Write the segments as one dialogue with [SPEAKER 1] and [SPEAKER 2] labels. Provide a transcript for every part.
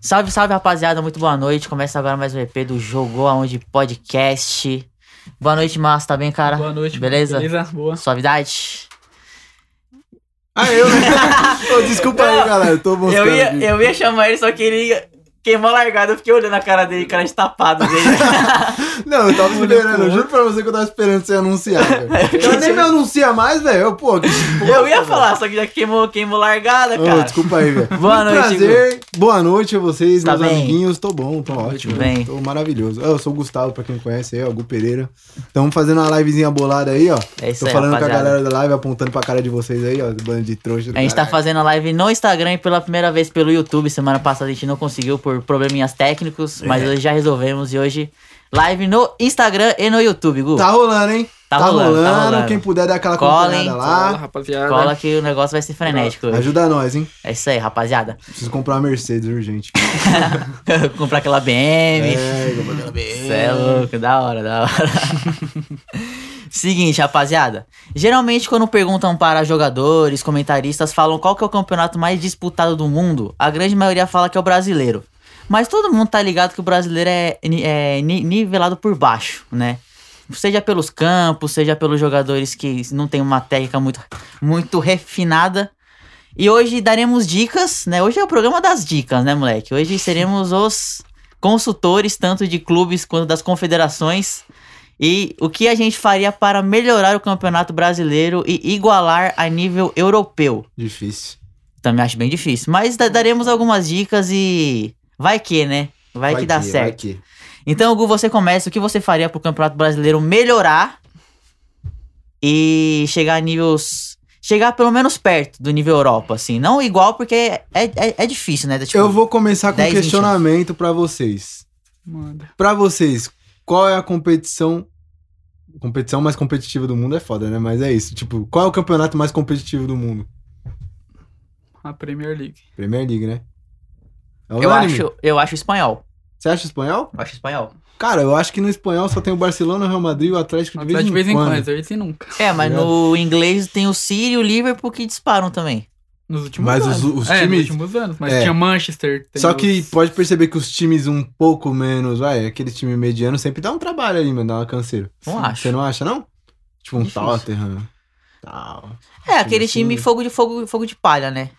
[SPEAKER 1] Salve, salve, rapaziada. Muito boa noite. Começa agora mais um EP do Jogou Aonde Podcast. Boa noite, Márcio. Tá bem, cara?
[SPEAKER 2] Boa noite.
[SPEAKER 1] Beleza?
[SPEAKER 2] Beleza? Boa.
[SPEAKER 1] Suavidade?
[SPEAKER 3] Ah, eu, né? Ô, desculpa aí, galera. Eu tô mostrando.
[SPEAKER 1] Eu ia,
[SPEAKER 3] aqui.
[SPEAKER 1] eu ia chamar ele, só que ele queimou a largada. Eu fiquei olhando a cara dele, cara de tapado né? dele.
[SPEAKER 3] Não, eu tava esperando.
[SPEAKER 2] pro
[SPEAKER 3] Eu juro pra você que eu tava esperando você anunciar, velho. Ela nem me anuncia mais, velho. Eu, Pô, que porra,
[SPEAKER 1] eu ia
[SPEAKER 3] velho.
[SPEAKER 1] falar, só que já queimou, queimou largada,
[SPEAKER 3] Ô,
[SPEAKER 1] É, cara.
[SPEAKER 3] desculpa aí, velho.
[SPEAKER 1] Boa
[SPEAKER 3] Muito
[SPEAKER 1] noite,
[SPEAKER 3] Prazer. Boa noite a vocês,
[SPEAKER 1] Tá
[SPEAKER 3] meus
[SPEAKER 1] bem?
[SPEAKER 3] amiguinhos. Tô bom, tô ótimo.
[SPEAKER 1] bem.
[SPEAKER 3] Tô maravilhoso. Eu sou o Gustavo, pra quem não conhece aí, ó, Gu Pereira. Estamos fazendo uma livezinha bolada aí, ó.
[SPEAKER 1] É isso
[SPEAKER 3] tô
[SPEAKER 1] aí,
[SPEAKER 3] falando com a
[SPEAKER 1] rapaziada.
[SPEAKER 3] galera da live, apontando pra cara de vocês aí, ó. Bando de trouxa. do
[SPEAKER 1] A gente tá
[SPEAKER 3] caralho.
[SPEAKER 1] fazendo a live no Instagram e pela primeira vez pelo YouTube. Semana passada a gente não conseguiu por probleminhas técnicos,
[SPEAKER 3] É.
[SPEAKER 1] mas hoje já resolvemos e hoje live no Instagram e no YouTube, Gu.
[SPEAKER 3] Tá rolando, hein?
[SPEAKER 1] Tá rolando, tá rolando.
[SPEAKER 3] Quem puder dar aquela
[SPEAKER 1] Cola,
[SPEAKER 3] acompanhada
[SPEAKER 1] hein?
[SPEAKER 2] Fala,
[SPEAKER 3] lá.
[SPEAKER 2] rapaziada.
[SPEAKER 3] né?
[SPEAKER 1] Cola que o negócio vai ser frenético. hoje.
[SPEAKER 3] Ajuda nós, hein?
[SPEAKER 1] É isso aí, rapaziada.
[SPEAKER 3] Preciso comprar uma Mercedes urgente.
[SPEAKER 1] Comprar aquela BM.
[SPEAKER 3] É, eu vou dar bem.
[SPEAKER 1] Cê é louco, da hora, da hora. Seguinte, rapaziada. Geralmente, quando perguntam para jogadores, comentaristas, falam qual que é o campeonato mais disputado do mundo, a grande maioria fala que é o brasileiro. Mas todo mundo tá ligado que o brasileiro é, ni- é ni- nivelado por baixo, né? Seja pelos campos, seja pelos jogadores que não tem uma técnica muito, muito refinada. E hoje daremos dicas, né? Hoje é o programa das dicas, né, moleque? Hoje seremos os consultores, tanto de clubes quanto das confederações. E o que a gente faria para melhorar o campeonato brasileiro e igualar a nível europeu?
[SPEAKER 3] Difícil.
[SPEAKER 1] Também acho bem difícil. Mas da- daremos algumas dicas e. Vai que, né? Vai, que dá certo.
[SPEAKER 3] Vai que.
[SPEAKER 1] Então, Gu, você começa. O que você faria pro Campeonato Brasileiro melhorar e chegar a níveis. Chegar pelo menos perto do nível Europa, assim. Não igual, porque é, é, é difícil, né? Tipo,
[SPEAKER 3] Eu vou começar com um
[SPEAKER 1] 10, 20
[SPEAKER 3] questionamento pra vocês.
[SPEAKER 2] Manda.
[SPEAKER 3] Pra vocês, qual é a competição competição mais competitiva do mundo é foda, né? Mas é isso. Tipo, qual é o campeonato mais competitivo do mundo?
[SPEAKER 2] A Premier League.
[SPEAKER 3] Premier League, né? É
[SPEAKER 1] Eu
[SPEAKER 3] unânime.
[SPEAKER 1] acho, eu acho espanhol.
[SPEAKER 3] Você acha espanhol?
[SPEAKER 1] Eu acho espanhol.
[SPEAKER 3] Cara, eu acho que no espanhol só tem o Barcelona, o Real Madrid e o Atlético Tipo, de,
[SPEAKER 2] Atlético de vez em quando, às
[SPEAKER 3] quando.
[SPEAKER 2] vezes e nunca.
[SPEAKER 1] É, mas
[SPEAKER 3] Obrigado.
[SPEAKER 1] no inglês tem o City e o Liverpool que disparam também.
[SPEAKER 2] Nos últimos
[SPEAKER 3] Mas
[SPEAKER 2] anos.
[SPEAKER 3] os- os
[SPEAKER 2] é,
[SPEAKER 3] times-
[SPEAKER 2] nos últimos anos. Mas
[SPEAKER 3] É.
[SPEAKER 2] tinha Manchester. tem
[SPEAKER 3] Só
[SPEAKER 2] os-
[SPEAKER 3] que pode perceber que os times um pouco menos, vai, aquele time mediano sempre dá um trabalho ali, mano, dá uma canseira.
[SPEAKER 1] Não acho.
[SPEAKER 3] Você não acha, não? Tipo um
[SPEAKER 2] Difícil.
[SPEAKER 3] Tottenham. Tal.
[SPEAKER 1] É, aquele
[SPEAKER 3] assim,
[SPEAKER 1] time
[SPEAKER 3] né?
[SPEAKER 1] fogo de fogo, fogo de palha, né?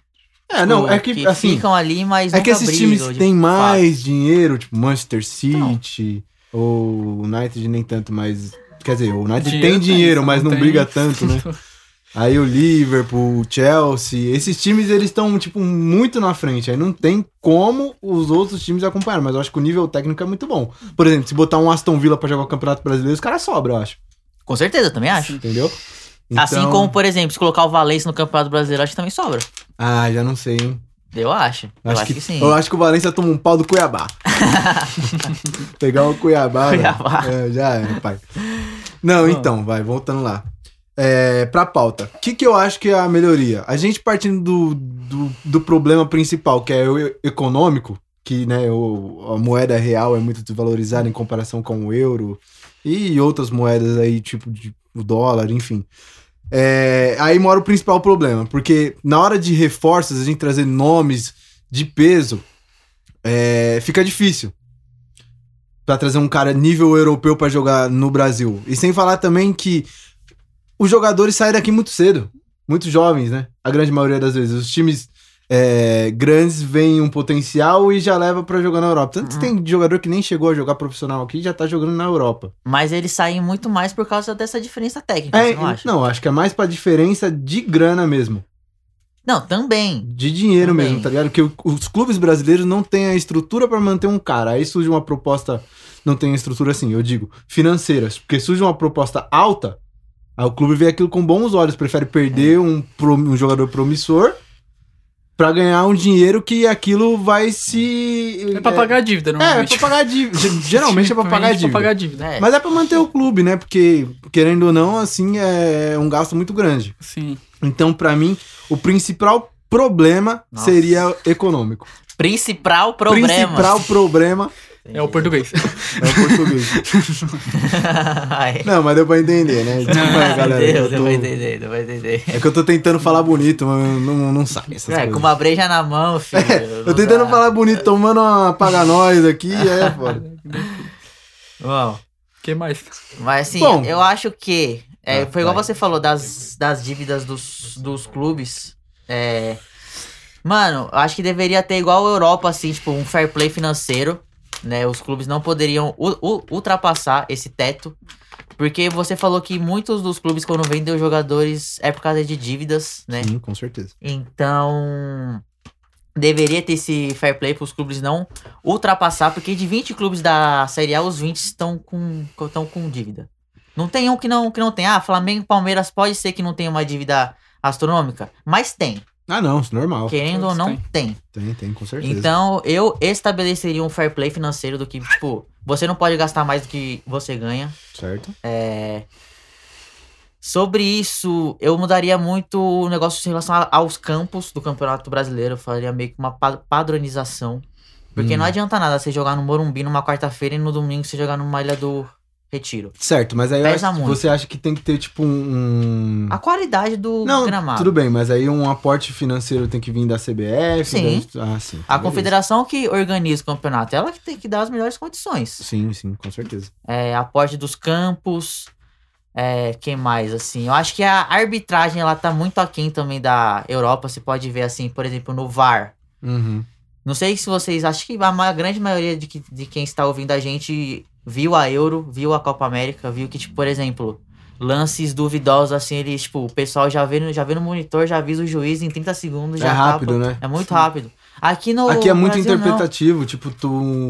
[SPEAKER 3] É, não,
[SPEAKER 1] Tipo,
[SPEAKER 3] é que, assim.
[SPEAKER 1] ficam ali, mas
[SPEAKER 3] É que
[SPEAKER 1] nunca
[SPEAKER 3] esses
[SPEAKER 1] brigam,
[SPEAKER 3] times
[SPEAKER 1] de
[SPEAKER 3] têm
[SPEAKER 1] fato.
[SPEAKER 3] mais dinheiro, tipo Manchester City, ou o United nem tanto, mas. Quer dizer, o United tem dinheiro,
[SPEAKER 2] só
[SPEAKER 3] mas não
[SPEAKER 2] tem-
[SPEAKER 3] briga tanto, né? Aí o Liverpool, o Chelsea, esses times eles estão, tipo, muito na frente. Aí não tem como os outros times acompanhar, mas eu acho que o nível técnico é muito bom. Por exemplo, se botar um Aston Villa pra jogar o Campeonato Brasileiro, os caras sobram, eu acho.
[SPEAKER 1] Com certeza, eu também acho.
[SPEAKER 3] Entendeu?
[SPEAKER 1] Assim
[SPEAKER 3] Então-
[SPEAKER 1] como, por exemplo, se colocar o Valencia no Campeonato Brasileiro, acho que também sobra.
[SPEAKER 3] Ah, já não sei, hein?
[SPEAKER 1] Eu acho. Eu acho, que, sim.
[SPEAKER 3] Eu acho que o Valência toma um pau do Cuiabá. Pegar o Cuiabá. velho.
[SPEAKER 1] Cuiabá.
[SPEAKER 3] É, já é, pai. Não, então, vai, voltando lá. É, pra pauta. O que, que eu acho que é a melhoria? A gente partindo do, do, do problema principal, que é o e- econômico, que né, o, a moeda real é muito desvalorizada em comparação com o euro e outras moedas aí, tipo de, o dólar, enfim. É, aí mora o principal problema, porque na hora de reforços, a gente trazer nomes de peso, é, fica difícil. Pra trazer um cara nível europeu pra jogar no Brasil. E sem falar também que os jogadores saem daqui muito cedo. Muito jovens, né? A grande maioria das vezes. Os times é, grandes veem um potencial e já leva pra jogar na Europa. Tanto que
[SPEAKER 1] Uhum.
[SPEAKER 3] tem jogador que nem chegou a jogar profissional aqui e já tá jogando na Europa.
[SPEAKER 1] Mas eles saem muito mais por causa dessa diferença técnica,
[SPEAKER 3] É,
[SPEAKER 1] você não acha?
[SPEAKER 3] não, acho que é mais pra diferença de grana mesmo.
[SPEAKER 1] Não, também.
[SPEAKER 3] De dinheiro
[SPEAKER 1] Também.
[SPEAKER 3] mesmo, tá ligado? Porque o- os clubes brasileiros não têm a estrutura pra manter um cara. Aí surge uma proposta. Não tem a estrutura assim, eu digo, financeiras. Porque surge uma proposta alta, aí o clube vê aquilo com bons olhos. Prefere
[SPEAKER 2] É.
[SPEAKER 3] perder um, pro- um jogador promissor pra ganhar um dinheiro que aquilo vai se.
[SPEAKER 2] É pra pagar a dívida,
[SPEAKER 3] É, é
[SPEAKER 2] normalmente.
[SPEAKER 3] pra pagar a dívida. Geralmente é pra pagar a
[SPEAKER 2] Geralmente
[SPEAKER 3] dívida.
[SPEAKER 2] pagar a dívida.
[SPEAKER 1] né?
[SPEAKER 3] Mas é pra manter o clube, né? Porque, querendo ou não, assim, é um gasto muito grande.
[SPEAKER 2] Sim.
[SPEAKER 3] Então, pra mim, o principal problema
[SPEAKER 1] Nossa.
[SPEAKER 3] seria econômico.
[SPEAKER 1] Principal problema.
[SPEAKER 3] Principal problema
[SPEAKER 2] É o português.
[SPEAKER 3] É o português.
[SPEAKER 1] Ai.
[SPEAKER 3] Não, mas deu pra entender, né? Desculpa aí, galera.
[SPEAKER 1] Deu,
[SPEAKER 3] eu
[SPEAKER 1] deu
[SPEAKER 3] tô-
[SPEAKER 1] pra entender, deu pra entender.
[SPEAKER 3] É que eu tô tentando falar bonito, mas não, não sabe essas
[SPEAKER 1] É,
[SPEAKER 3] coisas.
[SPEAKER 1] com uma breja na mão, filho.
[SPEAKER 3] Eu tentando falar bonito, tomando uma paga nós aqui, é foda.
[SPEAKER 1] Bom,
[SPEAKER 2] O que mais?
[SPEAKER 1] mas assim,
[SPEAKER 3] Bom.
[SPEAKER 1] eu acho que. é,
[SPEAKER 3] Ah,
[SPEAKER 1] foi igual
[SPEAKER 3] vai.
[SPEAKER 1] você falou das, das dívidas dos, dos clubes. É. Mano, eu acho que deveria ter igual a Europa, assim, tipo, um fair play financeiro. Né? Os clubes não poderiam u- u- ultrapassar esse teto. Porque você falou que muitos dos clubes, quando vendem os jogadores, é por causa de dívidas, né?
[SPEAKER 3] Sim, com certeza.
[SPEAKER 1] Então, deveria ter esse fair play para os clubes não ultrapassar, porque de 20 clubes da Série A, os 20 estão com, estão com dívida. Não tem um que não, que não tem. Ah, Flamengo e Palmeiras pode ser que não tenha uma dívida astronômica, mas tem.
[SPEAKER 3] Ah, não, isso é normal.
[SPEAKER 1] Querendo ou
[SPEAKER 2] todos
[SPEAKER 1] não, tem.
[SPEAKER 3] Tem, tem, com certeza.
[SPEAKER 1] Então, eu estabeleceria um fair play financeiro do que, tipo, você não pode gastar mais do que você ganha.
[SPEAKER 3] Certo?
[SPEAKER 1] É, Sobre isso, eu mudaria muito o negócio em relação a- aos campos do Campeonato Brasileiro. Eu faria meio que uma pa- padronização. Porque
[SPEAKER 3] Hum.
[SPEAKER 1] não adianta nada você jogar no Morumbi numa quarta-feira e no domingo você jogar numa Ilha do Retiro.
[SPEAKER 3] Certo, mas aí eu
[SPEAKER 1] Pesa
[SPEAKER 3] acho que
[SPEAKER 1] muito.
[SPEAKER 3] você acha que tem que ter, tipo, um. um-
[SPEAKER 1] A qualidade do
[SPEAKER 3] Não,
[SPEAKER 1] gramado.
[SPEAKER 3] tudo bem, mas aí um aporte financeiro tem que vir da CBF.
[SPEAKER 1] Sim.
[SPEAKER 3] da- Ah, sim.
[SPEAKER 1] A
[SPEAKER 3] beleza.
[SPEAKER 1] confederação que organiza o campeonato, ela que tem que dar as melhores condições.
[SPEAKER 3] Sim, sim, com certeza.
[SPEAKER 1] É, aporte dos campos. É, quem mais, assim? Eu acho que a arbitragem, ela tá muito aquém também da Europa. Você pode ver, assim, por exemplo, no VAR.
[SPEAKER 3] Uhum.
[SPEAKER 1] Não sei se vocês. Acho que a ma- grande maioria de, que- de quem está ouvindo a gente viu a Euro, viu a Copa América, viu que, tipo, por exemplo, lances duvidosos, assim, eles, tipo, o pessoal já vê, no- já vê no monitor, já avisa o juiz em 30 segundos.
[SPEAKER 3] É
[SPEAKER 1] já
[SPEAKER 3] rápido,
[SPEAKER 1] acaba.
[SPEAKER 3] né?
[SPEAKER 1] É muito rápido. Aqui no.
[SPEAKER 3] Aqui é muito
[SPEAKER 1] Brasil, não.
[SPEAKER 3] interpretativo, tipo, tu,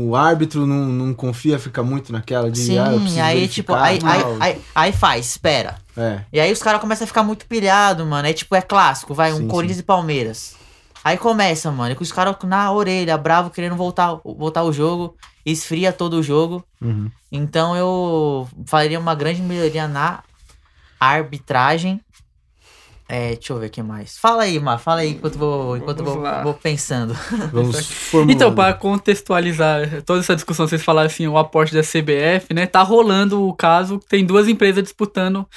[SPEAKER 3] o árbitro não, não confia, fica muito naquela de.
[SPEAKER 1] Sim,
[SPEAKER 3] ah, eu preciso
[SPEAKER 1] aí,
[SPEAKER 3] verificar
[SPEAKER 1] tipo, aí,
[SPEAKER 3] e
[SPEAKER 1] aí,
[SPEAKER 3] tal.
[SPEAKER 1] aí, aí faz, espera.
[SPEAKER 3] É,
[SPEAKER 1] E aí os caras começam a ficar muito pilhado, mano. É tipo, é clássico, vai, um
[SPEAKER 3] Sim,
[SPEAKER 1] Corinthians e Palmeiras. Aí começa, mano, com os caras na orelha, bravo, querendo voltar, voltar o jogo, esfria todo o jogo.
[SPEAKER 3] uhum.
[SPEAKER 1] Então eu faria uma grande melhoria na arbitragem. É, deixa eu ver o que mais. Fala aí, Mar, fala aí enquanto eu vou, enquanto eu
[SPEAKER 2] Vamos lá.
[SPEAKER 1] vou, vou pensando.
[SPEAKER 3] Vamos né? formulando.
[SPEAKER 2] Então, pra contextualizar toda essa discussão, vocês falaram assim, o aporte da CBF, né? Tá rolando o caso, tem duas empresas disputando.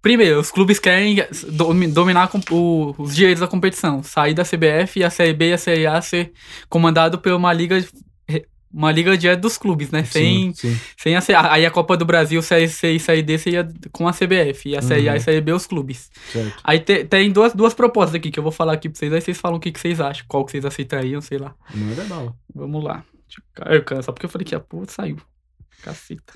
[SPEAKER 2] Primeiro, os clubes querem domi- dominar a comp- o- os direitos da competição, sair da CBF e a Série B e a Série A ser comandado por uma liga uma liga de dos clubes, né? Sem,
[SPEAKER 3] Sim, sim.
[SPEAKER 2] sem a, C- aí a Copa do Brasil, Série C e Série D seria com a CBF e a Série A
[SPEAKER 3] Uhum.
[SPEAKER 2] e Série B os clubes.
[SPEAKER 3] certo.
[SPEAKER 2] Aí te- tem duas, duas propostas aqui que eu vou falar aqui pra vocês, aí vocês falam o que, que vocês acham, qual que vocês aceitariam, sei lá.
[SPEAKER 3] Manda é bala.
[SPEAKER 2] Vamos lá. Deixa eu ca- Eu, ca- só porque eu falei que a porra saiu. Caceta.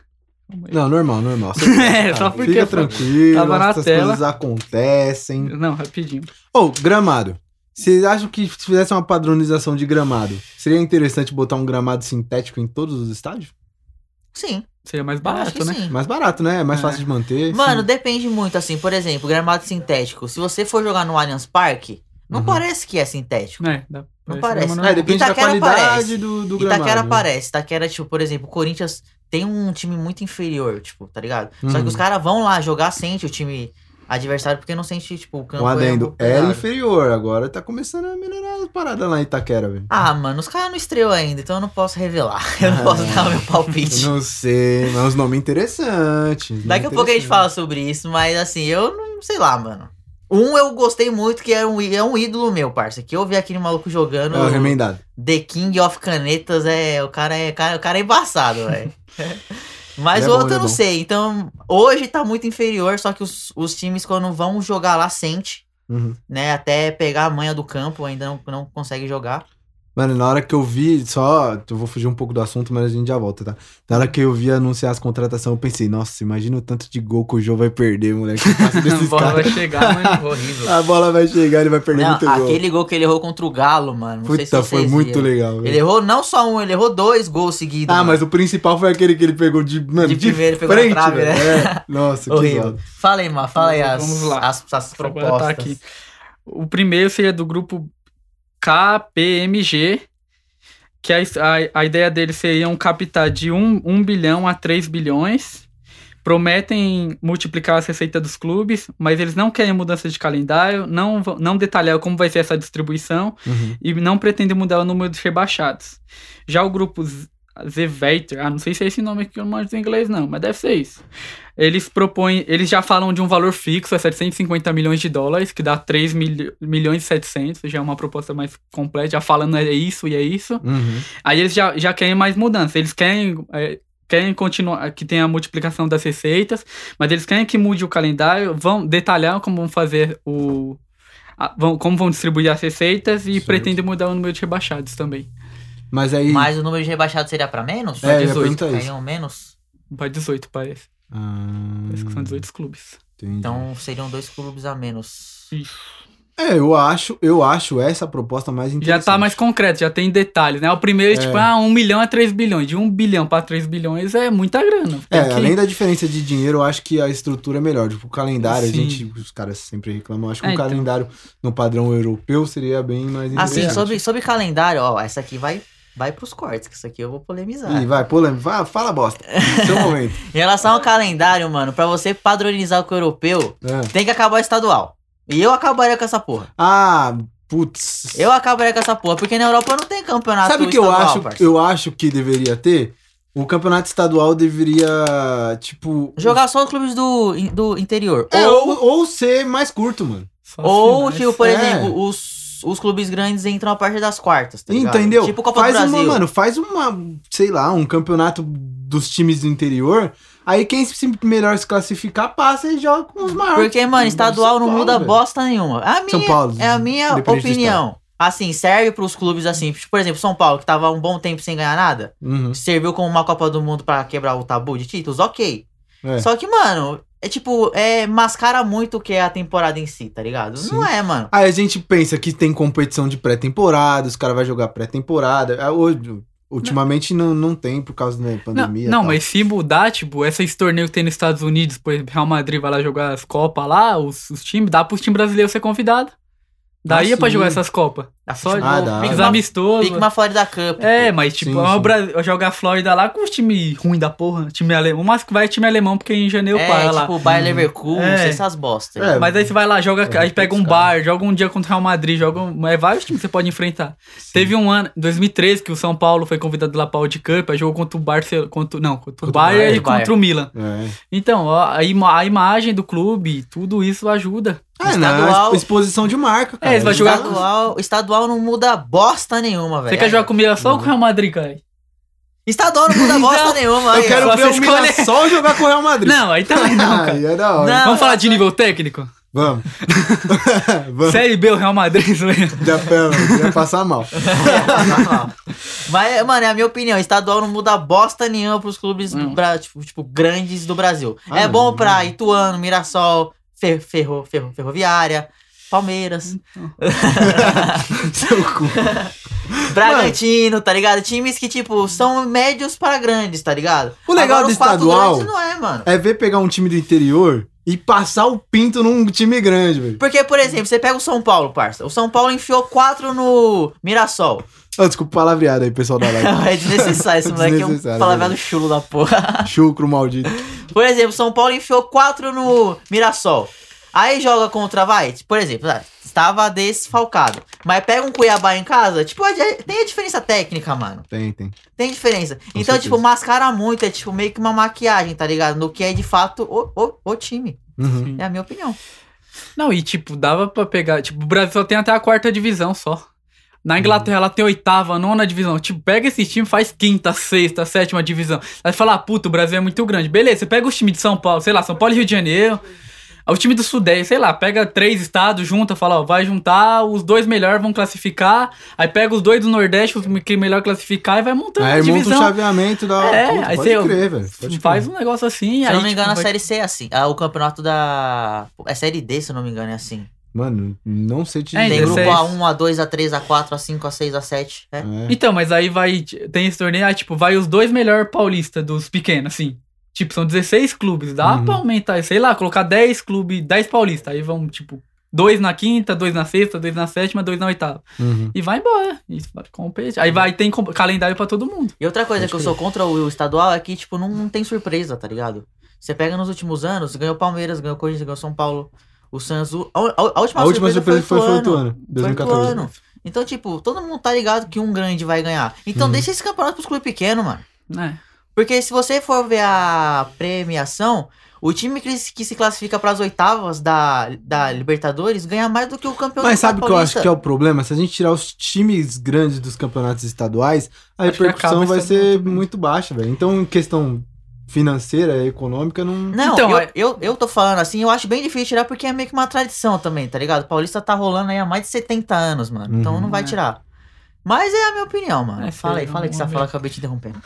[SPEAKER 2] Calma aí.
[SPEAKER 3] Não, normal, normal.
[SPEAKER 2] É, só porque
[SPEAKER 3] Fica
[SPEAKER 2] foi-
[SPEAKER 3] tranquilo,
[SPEAKER 2] tava na
[SPEAKER 3] essas
[SPEAKER 2] tela.
[SPEAKER 3] coisas acontecem.
[SPEAKER 2] Não, rapidinho.
[SPEAKER 3] Ô, gramado. Vocês acham que se fizesse uma padronização de gramado, seria interessante botar um gramado sintético em todos os estádios?
[SPEAKER 1] Sim,
[SPEAKER 2] Seria mais
[SPEAKER 1] eu acho que
[SPEAKER 2] barato, né?
[SPEAKER 1] sim.
[SPEAKER 3] Mais barato, né? É mais
[SPEAKER 2] É.
[SPEAKER 3] fácil de manter.
[SPEAKER 1] Mano, depende muito, assim, por exemplo, gramado sintético. Se você for jogar no Allianz Parque, não
[SPEAKER 3] Uhum.
[SPEAKER 1] parece que é sintético.
[SPEAKER 2] É, dá,
[SPEAKER 1] Não parece.
[SPEAKER 2] mesmo,
[SPEAKER 3] É, depende
[SPEAKER 1] Itaquera
[SPEAKER 3] da qualidade
[SPEAKER 1] parece.
[SPEAKER 3] do, do gramado.
[SPEAKER 1] Itaquera
[SPEAKER 3] né?
[SPEAKER 1] aparece. Itaquera, tipo, por exemplo, o Corinthians tem um time muito inferior, tipo, tá ligado? Só
[SPEAKER 3] Uhum.
[SPEAKER 1] que os caras vão lá jogar, sente o time adversário, porque não sente, tipo, o campo.
[SPEAKER 3] Um
[SPEAKER 1] é
[SPEAKER 3] adendo.
[SPEAKER 1] muito
[SPEAKER 3] Era
[SPEAKER 1] pesado.
[SPEAKER 3] inferior, agora tá começando a melhorar as paradas lá em Itaquera, velho.
[SPEAKER 1] Ah, mano, os caras não estreou ainda, então eu não posso revelar. Eu não
[SPEAKER 3] Ah.
[SPEAKER 1] posso dar meu palpite.
[SPEAKER 3] Não sei, mas os nomes interessantes. nome
[SPEAKER 1] Daqui a pouco a gente
[SPEAKER 3] interessante.
[SPEAKER 1] fala sobre isso, mas assim, eu não sei lá, mano. Um eu gostei muito, que é um, í- é um ídolo meu, parça. Que eu vi aquele maluco jogando
[SPEAKER 3] É o remendado.
[SPEAKER 1] The King of Canetas, é, o cara é, cara- o cara é embaçado, velho. Mas
[SPEAKER 3] Ele é
[SPEAKER 1] o
[SPEAKER 3] bom,
[SPEAKER 1] outro
[SPEAKER 3] ele é
[SPEAKER 1] eu não
[SPEAKER 3] bom.
[SPEAKER 1] sei. Então, hoje tá muito inferior, só que os, os times quando vão jogar lá sente,
[SPEAKER 3] Uhum.
[SPEAKER 1] né? Até pegar a manha do campo, ainda não, não consegue jogar.
[SPEAKER 3] Mano, na hora que eu vi, só. Eu vou fugir um pouco do assunto, mas a gente já volta, tá? Na hora que eu vi anunciar as contratações, eu pensei, nossa, imagina o tanto de gol que o Jô vai perder, moleque. Passa
[SPEAKER 2] A
[SPEAKER 3] desses
[SPEAKER 2] bola
[SPEAKER 3] caras. Ah,
[SPEAKER 2] vai chegar, mas horrível.
[SPEAKER 3] A bola vai chegar, ele vai perder
[SPEAKER 1] Não,
[SPEAKER 3] muito gol.
[SPEAKER 1] aquele gol que ele errou contra o Galo, mano. Não sei se
[SPEAKER 3] Puta, foi
[SPEAKER 1] vocês
[SPEAKER 3] muito
[SPEAKER 1] viram.
[SPEAKER 3] legal.
[SPEAKER 1] Ele
[SPEAKER 3] velho.
[SPEAKER 1] errou não só um, ele errou dois gols seguidos.
[SPEAKER 3] Ah,
[SPEAKER 1] mano.
[SPEAKER 3] mas o principal foi aquele que ele pegou de. Mano,
[SPEAKER 1] De
[SPEAKER 3] de,
[SPEAKER 1] primeiro, pegou na
[SPEAKER 3] frente,
[SPEAKER 1] trave, né?
[SPEAKER 3] velho. É. Nossa, que
[SPEAKER 1] Horrível.
[SPEAKER 3] zoado.
[SPEAKER 1] Fala aí, Mar, fala aí as,
[SPEAKER 2] Vamos lá.
[SPEAKER 1] as, as
[SPEAKER 2] Agora
[SPEAKER 1] propostas.
[SPEAKER 2] tá aqui. O primeiro seria do grupo KPMG, que a, a, a ideia dele seria um captar de 1, 1 bilhão a 3 bilhões. Prometem multiplicar as receitas dos clubes, mas eles não querem mudança de calendário, não, vão- não detalhar como vai ser essa distribuição
[SPEAKER 3] Uhum.
[SPEAKER 2] e não pretendem mudar o número dos rebaixados. Já o grupo Z- Zevator, ah, não sei se é esse nome aqui, eu não manjo em inglês não, mas deve ser isso. Eles propõem, eles já falam de um valor fixo, é 750 milhões de dólares, que dá 3 mil, milhões e 700, já é uma proposta mais completa, já falando é isso e é isso.
[SPEAKER 3] Uhum.
[SPEAKER 2] Aí eles já, já querem mais mudança, eles querem, é, querem continuar, que tenha a multiplicação das receitas, mas eles querem que mude o calendário, vão detalhar como vão fazer o... a- vão, como vão distribuir as receitas e
[SPEAKER 3] Certo.
[SPEAKER 2] pretendem mudar o número de rebaixados também,
[SPEAKER 3] Mas aí.
[SPEAKER 1] Mas o número de rebaixados seria pra menos?
[SPEAKER 3] é, eu ia
[SPEAKER 2] 18,
[SPEAKER 3] perguntar isso.
[SPEAKER 1] Seriam menos?
[SPEAKER 2] para 18 parece,
[SPEAKER 3] Ah,
[SPEAKER 2] parece que são 18 clubes.
[SPEAKER 3] entendi.
[SPEAKER 1] Então seriam dois clubes a menos.
[SPEAKER 3] É, eu acho, eu acho essa proposta mais
[SPEAKER 2] Já
[SPEAKER 3] interessante.
[SPEAKER 2] tá mais concreto, já tem detalhes, né? O primeiro,
[SPEAKER 3] É.
[SPEAKER 2] tipo, ah, 1 milhão a 3 bilhões. De 1 bilhão pra 3 bilhões é muita grana. Tem
[SPEAKER 3] É,
[SPEAKER 2] que-
[SPEAKER 3] além da diferença de dinheiro, eu acho que a estrutura é melhor. Tipo, o calendário, a
[SPEAKER 2] Sim.
[SPEAKER 3] gente, os caras sempre reclamam. Eu Acho que
[SPEAKER 2] É,
[SPEAKER 3] um
[SPEAKER 2] então.
[SPEAKER 3] calendário no padrão europeu seria bem mais interessante.
[SPEAKER 1] Assim, sobre, sobre calendário, ó, essa aqui vai, vai pros cortes, que isso é. aqui eu vou polemizar.
[SPEAKER 3] Ih, vai, polêmica. Vai, fala bosta. Seu momento.
[SPEAKER 1] Em relação ao calendário, mano, pra você padronizar com o europeu,
[SPEAKER 3] É.
[SPEAKER 1] tem que acabar o estadual. E eu acabaria com essa porra.
[SPEAKER 3] Ah, putz.
[SPEAKER 1] Eu acabaria com essa porra, porque na Europa não tem campeonato
[SPEAKER 3] Sabe o que eu
[SPEAKER 1] estadual,
[SPEAKER 3] acho?
[SPEAKER 1] parça.
[SPEAKER 3] Eu acho que deveria ter? O campeonato estadual deveria, tipo.
[SPEAKER 1] Jogar só os clubes do, do interior.
[SPEAKER 3] É,
[SPEAKER 1] ou,
[SPEAKER 3] ou, ou ser mais curto, mano.
[SPEAKER 2] Só
[SPEAKER 1] ou
[SPEAKER 2] finais.
[SPEAKER 1] tipo, por
[SPEAKER 3] É.
[SPEAKER 1] exemplo, os, os clubes grandes entram a partir das quartas, tá ligado?
[SPEAKER 3] Entendeu?
[SPEAKER 1] Tipo Copa
[SPEAKER 3] faz
[SPEAKER 1] do Brasil.
[SPEAKER 3] uma, mano, faz uma, sei lá, um campeonato dos times do interior. Aí quem se melhor se classificar passa e joga com os maiores.
[SPEAKER 1] Porque, mano, estadual
[SPEAKER 3] São
[SPEAKER 1] não
[SPEAKER 3] Paulo,
[SPEAKER 1] muda
[SPEAKER 3] velho.
[SPEAKER 1] bosta nenhuma. A minha,
[SPEAKER 3] São Paulo,
[SPEAKER 1] É a minha
[SPEAKER 3] independente do
[SPEAKER 1] opinião. Assim, serve pros clubes assim. tipo, Por exemplo, São Paulo, que tava um bom tempo sem ganhar nada.
[SPEAKER 3] Uhum,
[SPEAKER 1] Serviu como uma Copa do Mundo pra quebrar o tabu de títulos, ok.
[SPEAKER 3] é.
[SPEAKER 1] Só que, mano, é tipo, é mascara muito o que é a temporada em si, tá ligado? Não é, mano.
[SPEAKER 3] Aí a gente pensa que tem competição de pré-temporada, os caras vão jogar pré-temporada. Ah, hoje- Ultimamente não. Não, tem por causa da
[SPEAKER 2] Não,
[SPEAKER 3] pandemia. e
[SPEAKER 2] não
[SPEAKER 3] tal.
[SPEAKER 2] mas se mudar, tipo, esses torneios que tem nos Estados Unidos, por exemplo, Real Madrid vai lá jogar as Copas lá, os, os times, dá pros times brasileiros ser convidado. Daí
[SPEAKER 3] Ah,
[SPEAKER 2] é pra
[SPEAKER 3] sim.
[SPEAKER 2] jogar essas Copas.
[SPEAKER 1] Dá
[SPEAKER 2] Só
[SPEAKER 1] futebol,
[SPEAKER 3] Ah, dá.
[SPEAKER 1] pique
[SPEAKER 2] os
[SPEAKER 1] uma-
[SPEAKER 2] amistosos.
[SPEAKER 1] Pique Tá uma Florida Cup.
[SPEAKER 2] É,
[SPEAKER 1] pô.
[SPEAKER 2] mas tipo,
[SPEAKER 3] Sim,
[SPEAKER 2] é uma
[SPEAKER 3] sim.
[SPEAKER 2] Bra- jogar a Flórida lá com os times ruins da porra, time alemão, mas que vai é time alemão porque em janeiro
[SPEAKER 1] é,
[SPEAKER 2] para lá.
[SPEAKER 1] tipo, Bayer Leverkusen,
[SPEAKER 2] É.
[SPEAKER 1] essas bostas.
[SPEAKER 3] É,
[SPEAKER 2] Mas aí você vai lá, joga,
[SPEAKER 3] É,
[SPEAKER 2] aí pega um
[SPEAKER 3] putz,
[SPEAKER 2] bar, joga um dia contra o Real Madrid, joga um, é vários times que você pode enfrentar. Teve um ano, 2013, que o São Paulo foi convidado lá pra World Cup, aí jogou contra o Barcelona, contra, não, contra
[SPEAKER 3] Contra o
[SPEAKER 2] o Bayern,
[SPEAKER 1] Bayern.
[SPEAKER 2] e contra o Milan.
[SPEAKER 3] É.
[SPEAKER 2] Então, ó, a, ima- a imagem do clube, tudo isso ajuda.
[SPEAKER 3] Ah,
[SPEAKER 1] Estadual- É,
[SPEAKER 3] não, exposição de marca, cara.
[SPEAKER 2] eles vão jogar com-
[SPEAKER 1] Estadual, estadual não muda bosta nenhuma, velho.
[SPEAKER 2] Você quer jogar com o Mirassol ou
[SPEAKER 1] Uhum.
[SPEAKER 2] com o Real Madrid, cara?
[SPEAKER 1] Estadual não muda bosta
[SPEAKER 2] Não,
[SPEAKER 1] nenhuma.
[SPEAKER 3] Eu
[SPEAKER 1] aí, ó.
[SPEAKER 3] quero
[SPEAKER 2] Só
[SPEAKER 3] ver
[SPEAKER 2] você
[SPEAKER 3] o
[SPEAKER 2] escolhe.
[SPEAKER 3] Mirassol jogar com o Real Madrid.
[SPEAKER 2] Não, aí também não, cara.
[SPEAKER 3] Aí é da hora.
[SPEAKER 1] Não,
[SPEAKER 2] Vamos falar de nível técnico?
[SPEAKER 3] Vamos. Vamos.
[SPEAKER 2] Série B, o Real Madrid, isso mesmo.
[SPEAKER 3] Já, pera, ia passar mal.
[SPEAKER 1] Mas, mano, é a minha opinião. Estadual não muda bosta nenhuma pros clubes
[SPEAKER 2] Não.
[SPEAKER 1] bra- tipo, tipo, grandes do Brasil.
[SPEAKER 3] Hum. Ah,
[SPEAKER 1] é
[SPEAKER 3] não,
[SPEAKER 1] bom
[SPEAKER 3] não.
[SPEAKER 1] pra Ituano, Mirassol, Fer- ferro, ferro, Ferroviária, Palmeiras,
[SPEAKER 3] Seu cu.
[SPEAKER 1] Bragantino, tá ligado? Times que, tipo, são médios para grandes, tá ligado?
[SPEAKER 3] O legal do
[SPEAKER 1] os quatro
[SPEAKER 3] estadual
[SPEAKER 1] grandes não é, mano.
[SPEAKER 3] É ver pegar um time do interior e passar o pinto num time grande, velho.
[SPEAKER 1] Porque, por exemplo, você pega o São Paulo, parça. O São Paulo enfiou quatro no Mirassol.
[SPEAKER 3] Ah, desculpa o palavreado aí, pessoal da live.
[SPEAKER 1] É desnecessário, esse moleque é um
[SPEAKER 3] Desnecessário, né?
[SPEAKER 1] palavrado
[SPEAKER 3] velho.
[SPEAKER 1] chulo da porra.
[SPEAKER 3] Chucro maldito.
[SPEAKER 1] Por exemplo, São Paulo enfiou 4 no Mirassol. Aí joga contra, vai, por exemplo, ah, estava desfalcado. Mas pega um Cuiabá em casa, tipo, é- é- tem a diferença técnica, mano.
[SPEAKER 3] Tem, tem.
[SPEAKER 1] Tem diferença. então,
[SPEAKER 3] certeza.
[SPEAKER 1] tipo, mascara muito, é tipo meio que uma maquiagem, tá ligado? No que é de fato o, o, o time.
[SPEAKER 3] Uhum.
[SPEAKER 1] É a minha opinião.
[SPEAKER 2] Não, e tipo, dava pra pegar. Tipo, o Brasil só tem até a quarta divisão só. Na Inglaterra ela tem oitava, nona divisão. Tipo, pega esse time, faz quinta, sexta, sétima divisão. Aí você fala, ah, puta, o Brasil é muito grande. Beleza, você pega os times de São Paulo, sei lá, São Paulo e Rio de Janeiro. O time do Sudeste, sei lá, pega três estados, junta, fala, ó, vai juntar, os dois melhores vão classificar. Aí pega os dois do Nordeste, os que melhor classificar, e vai montando a
[SPEAKER 3] Aí monta um
[SPEAKER 2] Então, divisão.
[SPEAKER 3] chaveamento da.
[SPEAKER 2] É,
[SPEAKER 3] Puta,
[SPEAKER 2] aí
[SPEAKER 3] pode
[SPEAKER 2] você-
[SPEAKER 3] crer, velho. Pode crer.
[SPEAKER 2] faz um negócio assim.
[SPEAKER 1] Se
[SPEAKER 2] aí,
[SPEAKER 1] eu não me
[SPEAKER 2] tipo,
[SPEAKER 1] engano, a
[SPEAKER 2] vai-
[SPEAKER 1] Série C é assim. Ah, o campeonato da. É Série D, se eu não me engano, é assim.
[SPEAKER 3] Mano, não sei te
[SPEAKER 2] É,
[SPEAKER 1] Tem
[SPEAKER 2] ainda
[SPEAKER 1] grupo
[SPEAKER 2] seis.
[SPEAKER 1] A1, A2, A3, A4, A5, A6, A7. É.
[SPEAKER 3] É.
[SPEAKER 2] Então, mas aí vai. Tem esse torneio, aí, tipo, vai os dois melhores paulistas dos pequenos, assim. Tipo, são 16 clubes. Dá
[SPEAKER 3] Uhum.
[SPEAKER 2] pra aumentar, sei lá, colocar 10 clubes, 10 paulistas. Aí vão, tipo, dois na quinta, dois na sexta, dois na sétima, dois na oitava.
[SPEAKER 3] Uhum.
[SPEAKER 2] E vai embora. E vai competir. Aí vai, tem com- calendário pra todo mundo.
[SPEAKER 1] E outra coisa
[SPEAKER 3] Pode
[SPEAKER 1] que eu
[SPEAKER 3] crer.
[SPEAKER 1] sou contra o estadual é que, tipo, não, não tem surpresa, tá ligado? Você pega nos últimos anos, ganhou Palmeiras, ganhou Corinthians, ganhou São Paulo, o Santos. o- A, a- a última,
[SPEAKER 3] A última surpresa foi
[SPEAKER 1] o
[SPEAKER 3] foi o ano,
[SPEAKER 1] Foi
[SPEAKER 3] 2014.
[SPEAKER 1] Ituano. Então, tipo, todo mundo tá ligado que um grande vai ganhar. Então,
[SPEAKER 3] Uhum.
[SPEAKER 1] deixa esse campeonato pros clubes pequenos, mano.
[SPEAKER 2] né?
[SPEAKER 1] Porque se você for ver a premiação, o time que, que se classifica para as oitavas da, da Libertadores ganha mais do que o campeão
[SPEAKER 3] Mas sabe o que eu acho que é o problema? Se a gente tirar os times grandes dos campeonatos estaduais, a
[SPEAKER 2] Acho que
[SPEAKER 3] repercussão
[SPEAKER 2] acaba
[SPEAKER 3] vai
[SPEAKER 2] sendo
[SPEAKER 3] ser
[SPEAKER 2] muito-
[SPEAKER 3] muito baixa, velho. Então, em questão financeira, econômica, não.
[SPEAKER 1] Não,
[SPEAKER 2] Então,
[SPEAKER 1] eu,
[SPEAKER 2] é-
[SPEAKER 1] eu, eu tô falando assim, eu acho bem difícil tirar porque é meio que uma tradição também, tá ligado? Paulista tá rolando aí há mais de 70 anos, mano. Então
[SPEAKER 3] Uhum.
[SPEAKER 1] não vai
[SPEAKER 2] É.
[SPEAKER 1] tirar. Mas é a minha opinião, mano.
[SPEAKER 2] É,
[SPEAKER 1] fala aí,
[SPEAKER 2] seria
[SPEAKER 1] fala aí que
[SPEAKER 2] um
[SPEAKER 1] você
[SPEAKER 2] bom
[SPEAKER 1] fala
[SPEAKER 2] jeito.
[SPEAKER 1] que eu acabei te interrompendo.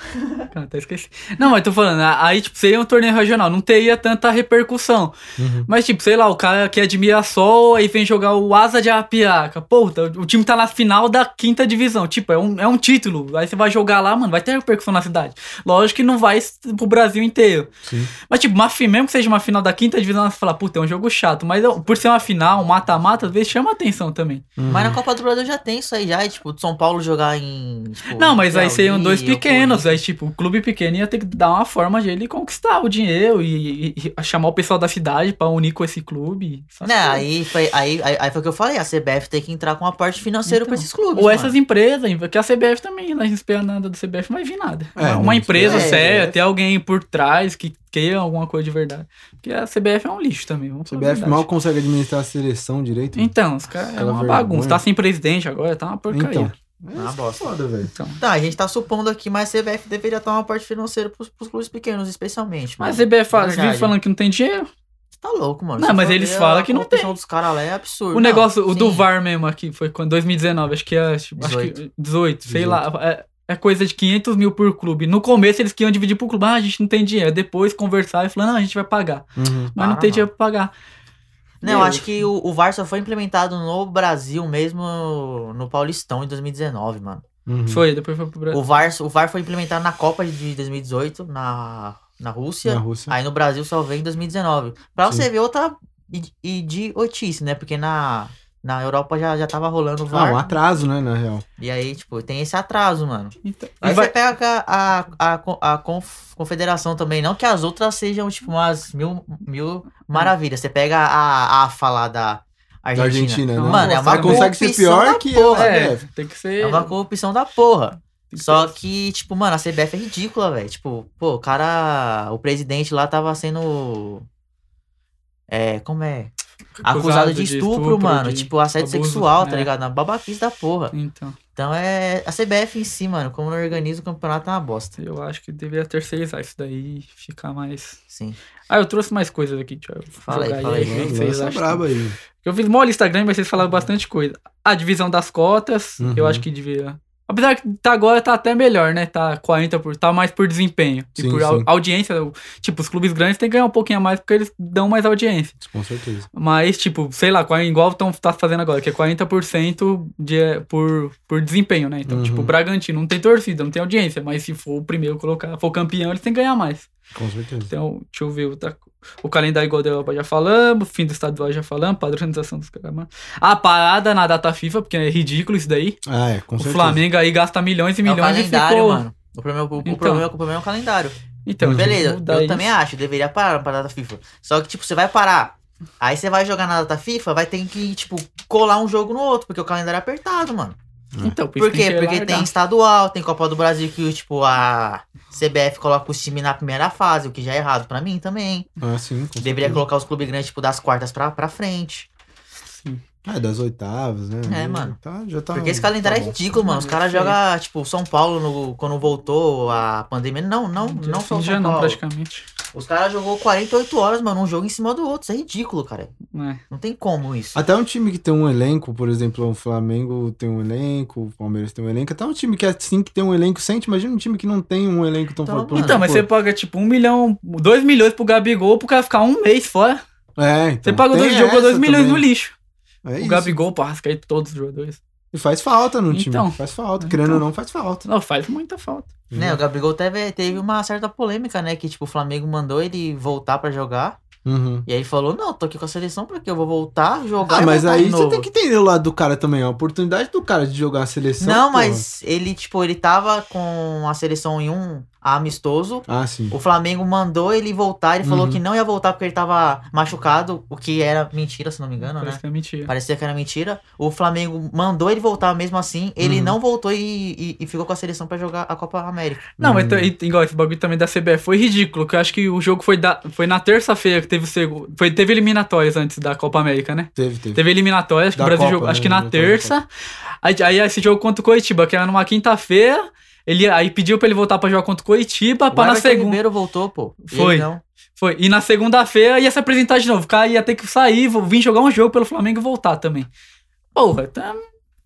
[SPEAKER 2] Cara, até esqueci. Não, mas tô falando, a- aí, tipo, seria um torneio regional, não teria tanta repercussão.
[SPEAKER 3] Uhum.
[SPEAKER 2] Mas, tipo, sei lá, o cara que admira sol, aí vem jogar o Asa de Arapiraca. Pô, tá- o time tá na final da quinta divisão. Tipo, é um, é um título. Aí você vai jogar lá, mano, vai ter repercussão na cidade. Lógico que não vai s- pro Brasil inteiro.
[SPEAKER 3] Sim.
[SPEAKER 2] Mas, tipo, uma, fi- mesmo que seja uma final da quinta divisão, você fala, puta, é um jogo chato. Mas eu- por ser uma final, um mata-mata, às vezes chama atenção também.
[SPEAKER 3] Uhum.
[SPEAKER 1] Mas na Copa do Brasil já tem isso aí, já é tipo, de São Paulo jogar em. tipo,
[SPEAKER 2] não, mas aí
[SPEAKER 1] Piauí,
[SPEAKER 2] seriam dois
[SPEAKER 1] ou
[SPEAKER 2] pequenos.
[SPEAKER 1] Corinthians.
[SPEAKER 2] Aí, tipo, o clube pequeno ia ter que dar uma forma de ele conquistar o dinheiro e, e- e chamar o pessoal da cidade pra unir com esse clube. essas
[SPEAKER 1] Né,
[SPEAKER 2] coisas.
[SPEAKER 1] aí foi, aí, aí, aí foi o que eu falei, a CBF tem que entrar com a parte financeira pra
[SPEAKER 2] Então,
[SPEAKER 1] esses clubes.
[SPEAKER 2] Ou
[SPEAKER 1] mano.
[SPEAKER 2] essas empresas, que a CBF também, nós não espera nada do CBF, não vai vir nada.
[SPEAKER 3] É,
[SPEAKER 2] uma
[SPEAKER 3] não
[SPEAKER 2] empresa
[SPEAKER 1] espera.
[SPEAKER 2] séria,
[SPEAKER 1] É.
[SPEAKER 2] ter alguém por trás que queira alguma coisa de verdade. Porque a CBF é um lixo também. Vamos
[SPEAKER 3] O
[SPEAKER 2] falar a
[SPEAKER 3] CBF
[SPEAKER 2] verdade.
[SPEAKER 3] mal consegue administrar a seleção direito.
[SPEAKER 2] Então, os caras é
[SPEAKER 3] Aquela
[SPEAKER 2] uma
[SPEAKER 3] vergonha.
[SPEAKER 2] bagunça. Tá sem presidente agora, tá uma porcaria.
[SPEAKER 3] É
[SPEAKER 1] Ah,
[SPEAKER 3] isso que é
[SPEAKER 1] bosta.
[SPEAKER 3] foda, velho.
[SPEAKER 2] Então.
[SPEAKER 1] Tá, a gente tá supondo aqui, mas a CBF deveria dar uma parte financeira pros, pros clubes pequenos, especialmente.
[SPEAKER 2] Mas
[SPEAKER 1] mano.
[SPEAKER 2] a CBF fala-
[SPEAKER 1] Verdade.
[SPEAKER 2] vive falando que não tem dinheiro.
[SPEAKER 1] Você tá louco, mano.
[SPEAKER 2] Não,
[SPEAKER 1] Se
[SPEAKER 2] mas
[SPEAKER 1] for
[SPEAKER 2] eles
[SPEAKER 1] ver,
[SPEAKER 2] falam
[SPEAKER 1] a
[SPEAKER 2] que não
[SPEAKER 1] corrupção
[SPEAKER 2] tem.
[SPEAKER 1] dos caras lá é absurdo.
[SPEAKER 2] o
[SPEAKER 1] Não,
[SPEAKER 2] negócio, o do
[SPEAKER 1] sim.
[SPEAKER 2] VAR mesmo aqui, foi quando 2019, acho que é. Acho, acho que 18, sei lá. É, é coisa de 500 mil por clube. No começo eles queriam dividir pro clube. Ah, a gente não tem dinheiro. Depois conversaram e falaram, não, a gente vai pagar.
[SPEAKER 3] Uhum.
[SPEAKER 2] Mas não
[SPEAKER 1] Para,
[SPEAKER 2] tem
[SPEAKER 1] mano.
[SPEAKER 2] dinheiro pra pagar.
[SPEAKER 1] Não, eu acho que o, o VAR só foi implementado no Brasil mesmo, no Paulistão, em 2019, mano.
[SPEAKER 3] Uhum.
[SPEAKER 2] Foi, depois foi pro Brasil.
[SPEAKER 1] O VAR, o VAR foi implementado na Copa de 2018, na, na Rússia.
[SPEAKER 3] Na Rússia.
[SPEAKER 1] Aí no Brasil só vem em 2019. Pra
[SPEAKER 3] Sim.
[SPEAKER 1] você ver outra id- idiotice, né? Porque na, na Europa já, já tava rolando o
[SPEAKER 3] Ah,
[SPEAKER 1] VAR.
[SPEAKER 3] um atraso, né, na real.
[SPEAKER 1] E aí, tipo, tem esse atraso, mano.
[SPEAKER 2] Então,
[SPEAKER 1] Aí
[SPEAKER 2] e vai-
[SPEAKER 1] você pega a, a, a, con- a conf- confederação também, não que as outras sejam, tipo, umas mil, mil maravilhas. Você pega a, a AFA lá da Argentina.
[SPEAKER 3] Da Argentina, né?
[SPEAKER 1] Mano, é
[SPEAKER 2] Nossa,
[SPEAKER 1] uma
[SPEAKER 3] Ela consegue ser
[SPEAKER 1] corrupção
[SPEAKER 3] pior
[SPEAKER 1] da
[SPEAKER 3] que eu, né?
[SPEAKER 1] porra.
[SPEAKER 2] É,
[SPEAKER 3] CBF.
[SPEAKER 2] tem que ser.
[SPEAKER 1] É uma corrupção da porra.
[SPEAKER 2] tem que
[SPEAKER 1] Só
[SPEAKER 2] ser-
[SPEAKER 1] que, tipo, mano, a CBF é ridícula, velho. Tipo, pô, o cara. O presidente lá tava sendo. É, como é? Acusado, de, estupro, mano.
[SPEAKER 2] de-
[SPEAKER 1] Tipo, assédio
[SPEAKER 2] abuso,
[SPEAKER 1] sexual, tá
[SPEAKER 2] é.
[SPEAKER 1] ligado? Uma babaquice da porra.
[SPEAKER 2] Então,
[SPEAKER 1] Então é. A CBF em si, mano, como não organiza o campeonato é uma bosta.
[SPEAKER 2] eu acho que deveria terceirizar isso daí e ficar mais.
[SPEAKER 1] Sim.
[SPEAKER 2] Ah, eu trouxe mais coisas aqui, Thiago. Vou
[SPEAKER 1] Fala aí,
[SPEAKER 2] jogar
[SPEAKER 1] fala aí. né?
[SPEAKER 2] o que
[SPEAKER 3] Mano,
[SPEAKER 2] vocês
[SPEAKER 3] Lança
[SPEAKER 2] acham.
[SPEAKER 3] braba aí.
[SPEAKER 2] Eu fiz mó lista grande, mas vocês
[SPEAKER 1] Uhum.
[SPEAKER 2] falaram bastante coisa. A divisão das cotas,
[SPEAKER 3] Uhum.
[SPEAKER 2] eu acho que devia. Apesar que tá agora tá até melhor, né? Tá 40 por, tá mais por desempenho.
[SPEAKER 3] Sim,
[SPEAKER 2] e por au-
[SPEAKER 3] sim.
[SPEAKER 2] audiência, o- tipo, os clubes grandes têm que ganhar um pouquinho a mais porque eles dão mais audiência.
[SPEAKER 3] Com certeza.
[SPEAKER 2] Mas, tipo, sei lá, qual- igual estão tá fazendo agora, que é 40% de, por, por desempenho, né? Então,
[SPEAKER 3] Uhum.
[SPEAKER 2] tipo, o Bragantino não tem torcida, não tem audiência, mas se for o primeiro colocar, for campeão, eles têm que ganhar mais.
[SPEAKER 3] Com certeza.
[SPEAKER 2] Então, deixa eu ver outra co- O calendário igual da Europa já falamos, fim do estadual já falamos, padronização dos caras. mano. A parada na data FIFA, porque é ridículo isso daí.
[SPEAKER 3] Ah, é, com
[SPEAKER 2] o
[SPEAKER 3] certeza.
[SPEAKER 2] Flamengo aí gasta milhões e
[SPEAKER 1] É o
[SPEAKER 2] milhões e
[SPEAKER 1] calendário,
[SPEAKER 2] ficou.
[SPEAKER 1] mano. O problema, o, o
[SPEAKER 2] Então.
[SPEAKER 1] problema, o problema é o calendário.
[SPEAKER 2] Então, tem que
[SPEAKER 1] Beleza,
[SPEAKER 2] mudar
[SPEAKER 1] eu
[SPEAKER 2] isso.
[SPEAKER 1] também acho, deveria parar na parada FIFA. Só que, tipo, você vai parar. Aí você vai jogar na data FIFA, vai ter que, tipo, colar um jogo no outro, porque o calendário é apertado, mano.
[SPEAKER 2] Então,
[SPEAKER 1] Por
[SPEAKER 2] isso
[SPEAKER 1] quê?
[SPEAKER 2] que
[SPEAKER 1] Porque
[SPEAKER 2] largar.
[SPEAKER 1] tem estadual, tem Copa do Brasil que, tipo, a CBF coloca os times na primeira fase, o que já é errado pra mim também.
[SPEAKER 3] Ah, sim. com
[SPEAKER 1] Deveria
[SPEAKER 3] certeza.
[SPEAKER 1] colocar os clubes grandes, tipo, das quartas pra, pra frente.
[SPEAKER 2] Sim.
[SPEAKER 3] Ah, é das oitavas, né?
[SPEAKER 1] É,
[SPEAKER 3] Já
[SPEAKER 1] mano.
[SPEAKER 3] Tá, já tá.
[SPEAKER 1] Porque esse calendário
[SPEAKER 3] tá
[SPEAKER 1] é
[SPEAKER 3] bom.
[SPEAKER 1] ridículo, mano. Os caras
[SPEAKER 2] Perfeito.
[SPEAKER 1] jogam, tipo, São Paulo no- quando voltou a pandemia. Não, não, não só o
[SPEAKER 2] já
[SPEAKER 1] São
[SPEAKER 2] não,
[SPEAKER 1] Paulo.
[SPEAKER 2] praticamente.
[SPEAKER 1] Os caras jogou 48 horas, mano, um jogo em cima do outro. Isso é ridículo, cara.
[SPEAKER 2] É.
[SPEAKER 1] Não tem como isso.
[SPEAKER 3] Até um time que tem um elenco, por exemplo, o Flamengo tem um elenco, o Palmeiras tem um elenco. Até um time que é assim que tem um elenco sente. Imagina um time que não tem um elenco tão
[SPEAKER 1] Então,
[SPEAKER 3] forte.
[SPEAKER 1] mano.
[SPEAKER 2] Então, mas você paga tipo um milhão, dois milhões pro Gabigol pro cara ficar um mês fora.
[SPEAKER 3] É, então,
[SPEAKER 2] Você paga
[SPEAKER 3] tem
[SPEAKER 2] dois jogos,
[SPEAKER 3] essa
[SPEAKER 2] dois milhões no
[SPEAKER 3] também.
[SPEAKER 2] lixo.
[SPEAKER 3] É
[SPEAKER 2] o
[SPEAKER 3] isso.
[SPEAKER 2] Gabigol, pô, aí todos os jogadores.
[SPEAKER 3] E faz falta no time.
[SPEAKER 2] Então.
[SPEAKER 3] faz falta.
[SPEAKER 2] Então.
[SPEAKER 3] Querendo ou não, faz falta.
[SPEAKER 2] Não, faz muita falta.
[SPEAKER 1] Né, o Gabigol teve, teve uma certa polêmica, né? Que, tipo, o Flamengo mandou ele voltar pra jogar.
[SPEAKER 3] Uhum.
[SPEAKER 1] E aí ele falou, não, tô aqui com a seleção pra quê? Eu vou voltar, jogar
[SPEAKER 3] Ah,
[SPEAKER 1] e
[SPEAKER 3] mas
[SPEAKER 2] tá
[SPEAKER 1] voltar
[SPEAKER 3] aí
[SPEAKER 1] de
[SPEAKER 3] você
[SPEAKER 1] novo."
[SPEAKER 3] tem que entender o lado do cara também, a oportunidade do cara de jogar a seleção.
[SPEAKER 1] Não,
[SPEAKER 3] porra.
[SPEAKER 1] mas ele, tipo, ele tava com a seleção em um... a amistoso.
[SPEAKER 3] Ah, sim.
[SPEAKER 1] O Flamengo mandou ele voltar, ele
[SPEAKER 2] Uhum.
[SPEAKER 1] falou que não ia voltar porque ele tava machucado, o que era mentira, se não me engano, né?
[SPEAKER 2] Parece que é mentira.
[SPEAKER 1] Parecia que era mentira. O Flamengo mandou ele voltar mesmo assim, ele
[SPEAKER 2] Uhum.
[SPEAKER 1] não voltou e, e- e ficou com a seleção pra jogar a Copa América.
[SPEAKER 2] Não, mas
[SPEAKER 3] Hum.
[SPEAKER 2] t- e- igual esse bagulho também da CBF foi ridículo, que eu acho que o jogo foi, da, foi na terça-feira que teve o segundo. Foi, teve eliminatórias antes da Copa América, né?
[SPEAKER 3] Teve, teve.
[SPEAKER 2] Teve eliminatórias, acho que
[SPEAKER 3] Da
[SPEAKER 2] o Brasil
[SPEAKER 3] Copa,
[SPEAKER 2] jogou, acho
[SPEAKER 3] né?
[SPEAKER 2] que na
[SPEAKER 3] Eliminatórias da
[SPEAKER 2] terça. Aí, aí esse jogo contra o Coritiba, que era numa quinta-feira. Ele, aí pediu pra ele voltar pra jogar contra o Coritiba, pra na
[SPEAKER 1] Everton
[SPEAKER 2] segunda.
[SPEAKER 1] Ribeiro voltou, pô. E
[SPEAKER 2] Foi.
[SPEAKER 1] ele não.
[SPEAKER 2] Foi. E na segunda-feira ia se apresentar de novo. O cara ia ter que sair, vou- vir jogar um jogo pelo Flamengo e voltar também. Porra, tá...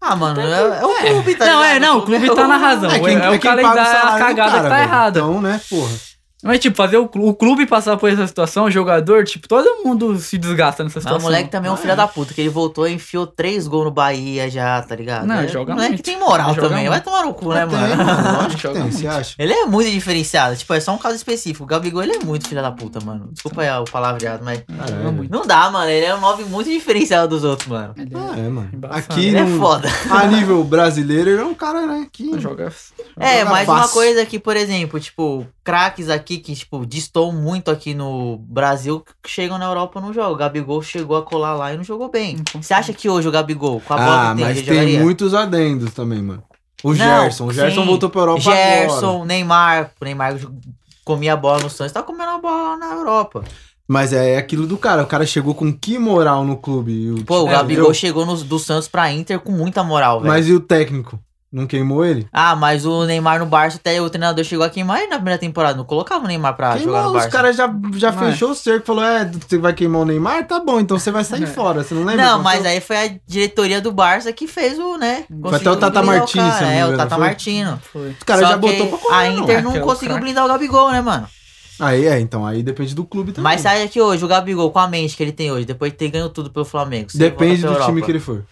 [SPEAKER 1] Ah, mano, é, é o clube, tá
[SPEAKER 2] Não,
[SPEAKER 1] ligado?
[SPEAKER 2] é, não, o clube tá na razão.
[SPEAKER 3] quem-
[SPEAKER 2] É, o
[SPEAKER 3] quem paga
[SPEAKER 2] calendário, é a
[SPEAKER 3] salário do
[SPEAKER 2] cagada
[SPEAKER 3] cara,
[SPEAKER 2] que tá
[SPEAKER 3] velho.
[SPEAKER 2] errada.
[SPEAKER 3] Então, né, porra.
[SPEAKER 2] Mas, tipo, fazer o, clu- o clube passar por essa situação, o jogador, tipo, todo mundo se desgasta nessa
[SPEAKER 1] Mas
[SPEAKER 2] situação.
[SPEAKER 1] o moleque também é um
[SPEAKER 3] Ah,
[SPEAKER 1] filho
[SPEAKER 3] é.
[SPEAKER 1] da puta, que ele voltou e enfiou três gols no Bahia já, tá ligado?
[SPEAKER 2] Não,
[SPEAKER 1] é,
[SPEAKER 2] joga
[SPEAKER 1] O moleque
[SPEAKER 2] muito.
[SPEAKER 1] tem moral
[SPEAKER 2] Joga
[SPEAKER 1] também,
[SPEAKER 2] muito.
[SPEAKER 1] vai tomar no cu, né,
[SPEAKER 2] É,
[SPEAKER 3] Tem,
[SPEAKER 1] mano?
[SPEAKER 3] mano, Lógico que
[SPEAKER 2] Joga
[SPEAKER 3] tem,
[SPEAKER 2] muito.
[SPEAKER 3] você acha?
[SPEAKER 1] Ele é muito diferenciado, tipo, é só um caso específico. O Gabigol, ele é muito filho da puta, mano. Desculpa aí o palavreado, mas...
[SPEAKER 2] Joga é muito.
[SPEAKER 1] Não dá, mano, ele é um nove muito diferenciado dos outros, mano.
[SPEAKER 3] Ah, é, mano.
[SPEAKER 2] Embaçado.
[SPEAKER 3] Aqui,
[SPEAKER 1] Ele é
[SPEAKER 3] no-
[SPEAKER 1] foda.
[SPEAKER 3] a nível brasileiro, ele é um cara, né, que...
[SPEAKER 2] Joga.
[SPEAKER 1] É,
[SPEAKER 3] Joga
[SPEAKER 1] mas uma
[SPEAKER 3] fácil.
[SPEAKER 1] coisa que, por exemplo, tipo, craques aqui que, tipo, distou muito aqui no Brasil, que chegam na Europa e não jogam. O Gabigol chegou a colar lá e não jogou bem.
[SPEAKER 2] Então,
[SPEAKER 1] Você acha que hoje o Gabigol, com a bola
[SPEAKER 3] Ah,
[SPEAKER 1] que tem,
[SPEAKER 3] mas
[SPEAKER 1] ele
[SPEAKER 3] tem
[SPEAKER 1] jogaria?
[SPEAKER 3] muitos adendos também, mano. O
[SPEAKER 1] Não,
[SPEAKER 3] Gerson. O Gerson
[SPEAKER 1] sim.
[SPEAKER 3] voltou pra Europa
[SPEAKER 1] Gerson,
[SPEAKER 3] agora.
[SPEAKER 1] Neymar. O Neymar comia a bola no Santos, tá comendo a bola lá na Europa.
[SPEAKER 3] Mas é aquilo do cara. O cara chegou com que moral no clube? E o-
[SPEAKER 1] Pô, o
[SPEAKER 3] É,
[SPEAKER 1] Gabigol
[SPEAKER 3] entendeu?
[SPEAKER 1] chegou nos- do Santos pra Inter com muita moral, velho.
[SPEAKER 3] Mas e o técnico? Não queimou ele?
[SPEAKER 1] Ah, mas o Neymar no Barça, até o treinador chegou a queimar ele na primeira temporada. Não colocava o Neymar pra Ah, jogar
[SPEAKER 3] Queimou,
[SPEAKER 1] no
[SPEAKER 3] os
[SPEAKER 1] Barça.
[SPEAKER 3] caras já, já
[SPEAKER 2] Não é.
[SPEAKER 3] fechou o cerco. Falou, é, você vai queimar o Neymar? Tá bom, então você vai sair
[SPEAKER 2] É.
[SPEAKER 3] fora. Você não lembra?
[SPEAKER 1] Não,
[SPEAKER 3] Quando
[SPEAKER 1] mas
[SPEAKER 3] foi-
[SPEAKER 1] aí foi a diretoria do Barça que fez o, né?
[SPEAKER 2] Foi
[SPEAKER 1] conseguiu
[SPEAKER 3] até o Tata
[SPEAKER 1] blindar
[SPEAKER 3] Martino,
[SPEAKER 1] cara.
[SPEAKER 3] se eu não me
[SPEAKER 1] É, o
[SPEAKER 3] engano,
[SPEAKER 1] Tata
[SPEAKER 3] foi?
[SPEAKER 1] Martino.
[SPEAKER 2] Foi.
[SPEAKER 3] O cara
[SPEAKER 1] Só
[SPEAKER 3] já
[SPEAKER 1] que
[SPEAKER 3] botou pra né? correr, é?
[SPEAKER 1] A Inter
[SPEAKER 2] não.
[SPEAKER 1] não
[SPEAKER 2] Aquela
[SPEAKER 1] conseguiu
[SPEAKER 2] craque.
[SPEAKER 1] blindar o Gabigol, né, mano?
[SPEAKER 3] Aí, é, então, aí depende do clube também.
[SPEAKER 1] Mas sabe que hoje o Gabigol, com a mente que ele tem hoje, depois de ter ganho tudo pelo Flamengo, se ele
[SPEAKER 3] Depende do
[SPEAKER 1] volta pra
[SPEAKER 3] time
[SPEAKER 1] Europa.
[SPEAKER 3] que ele for.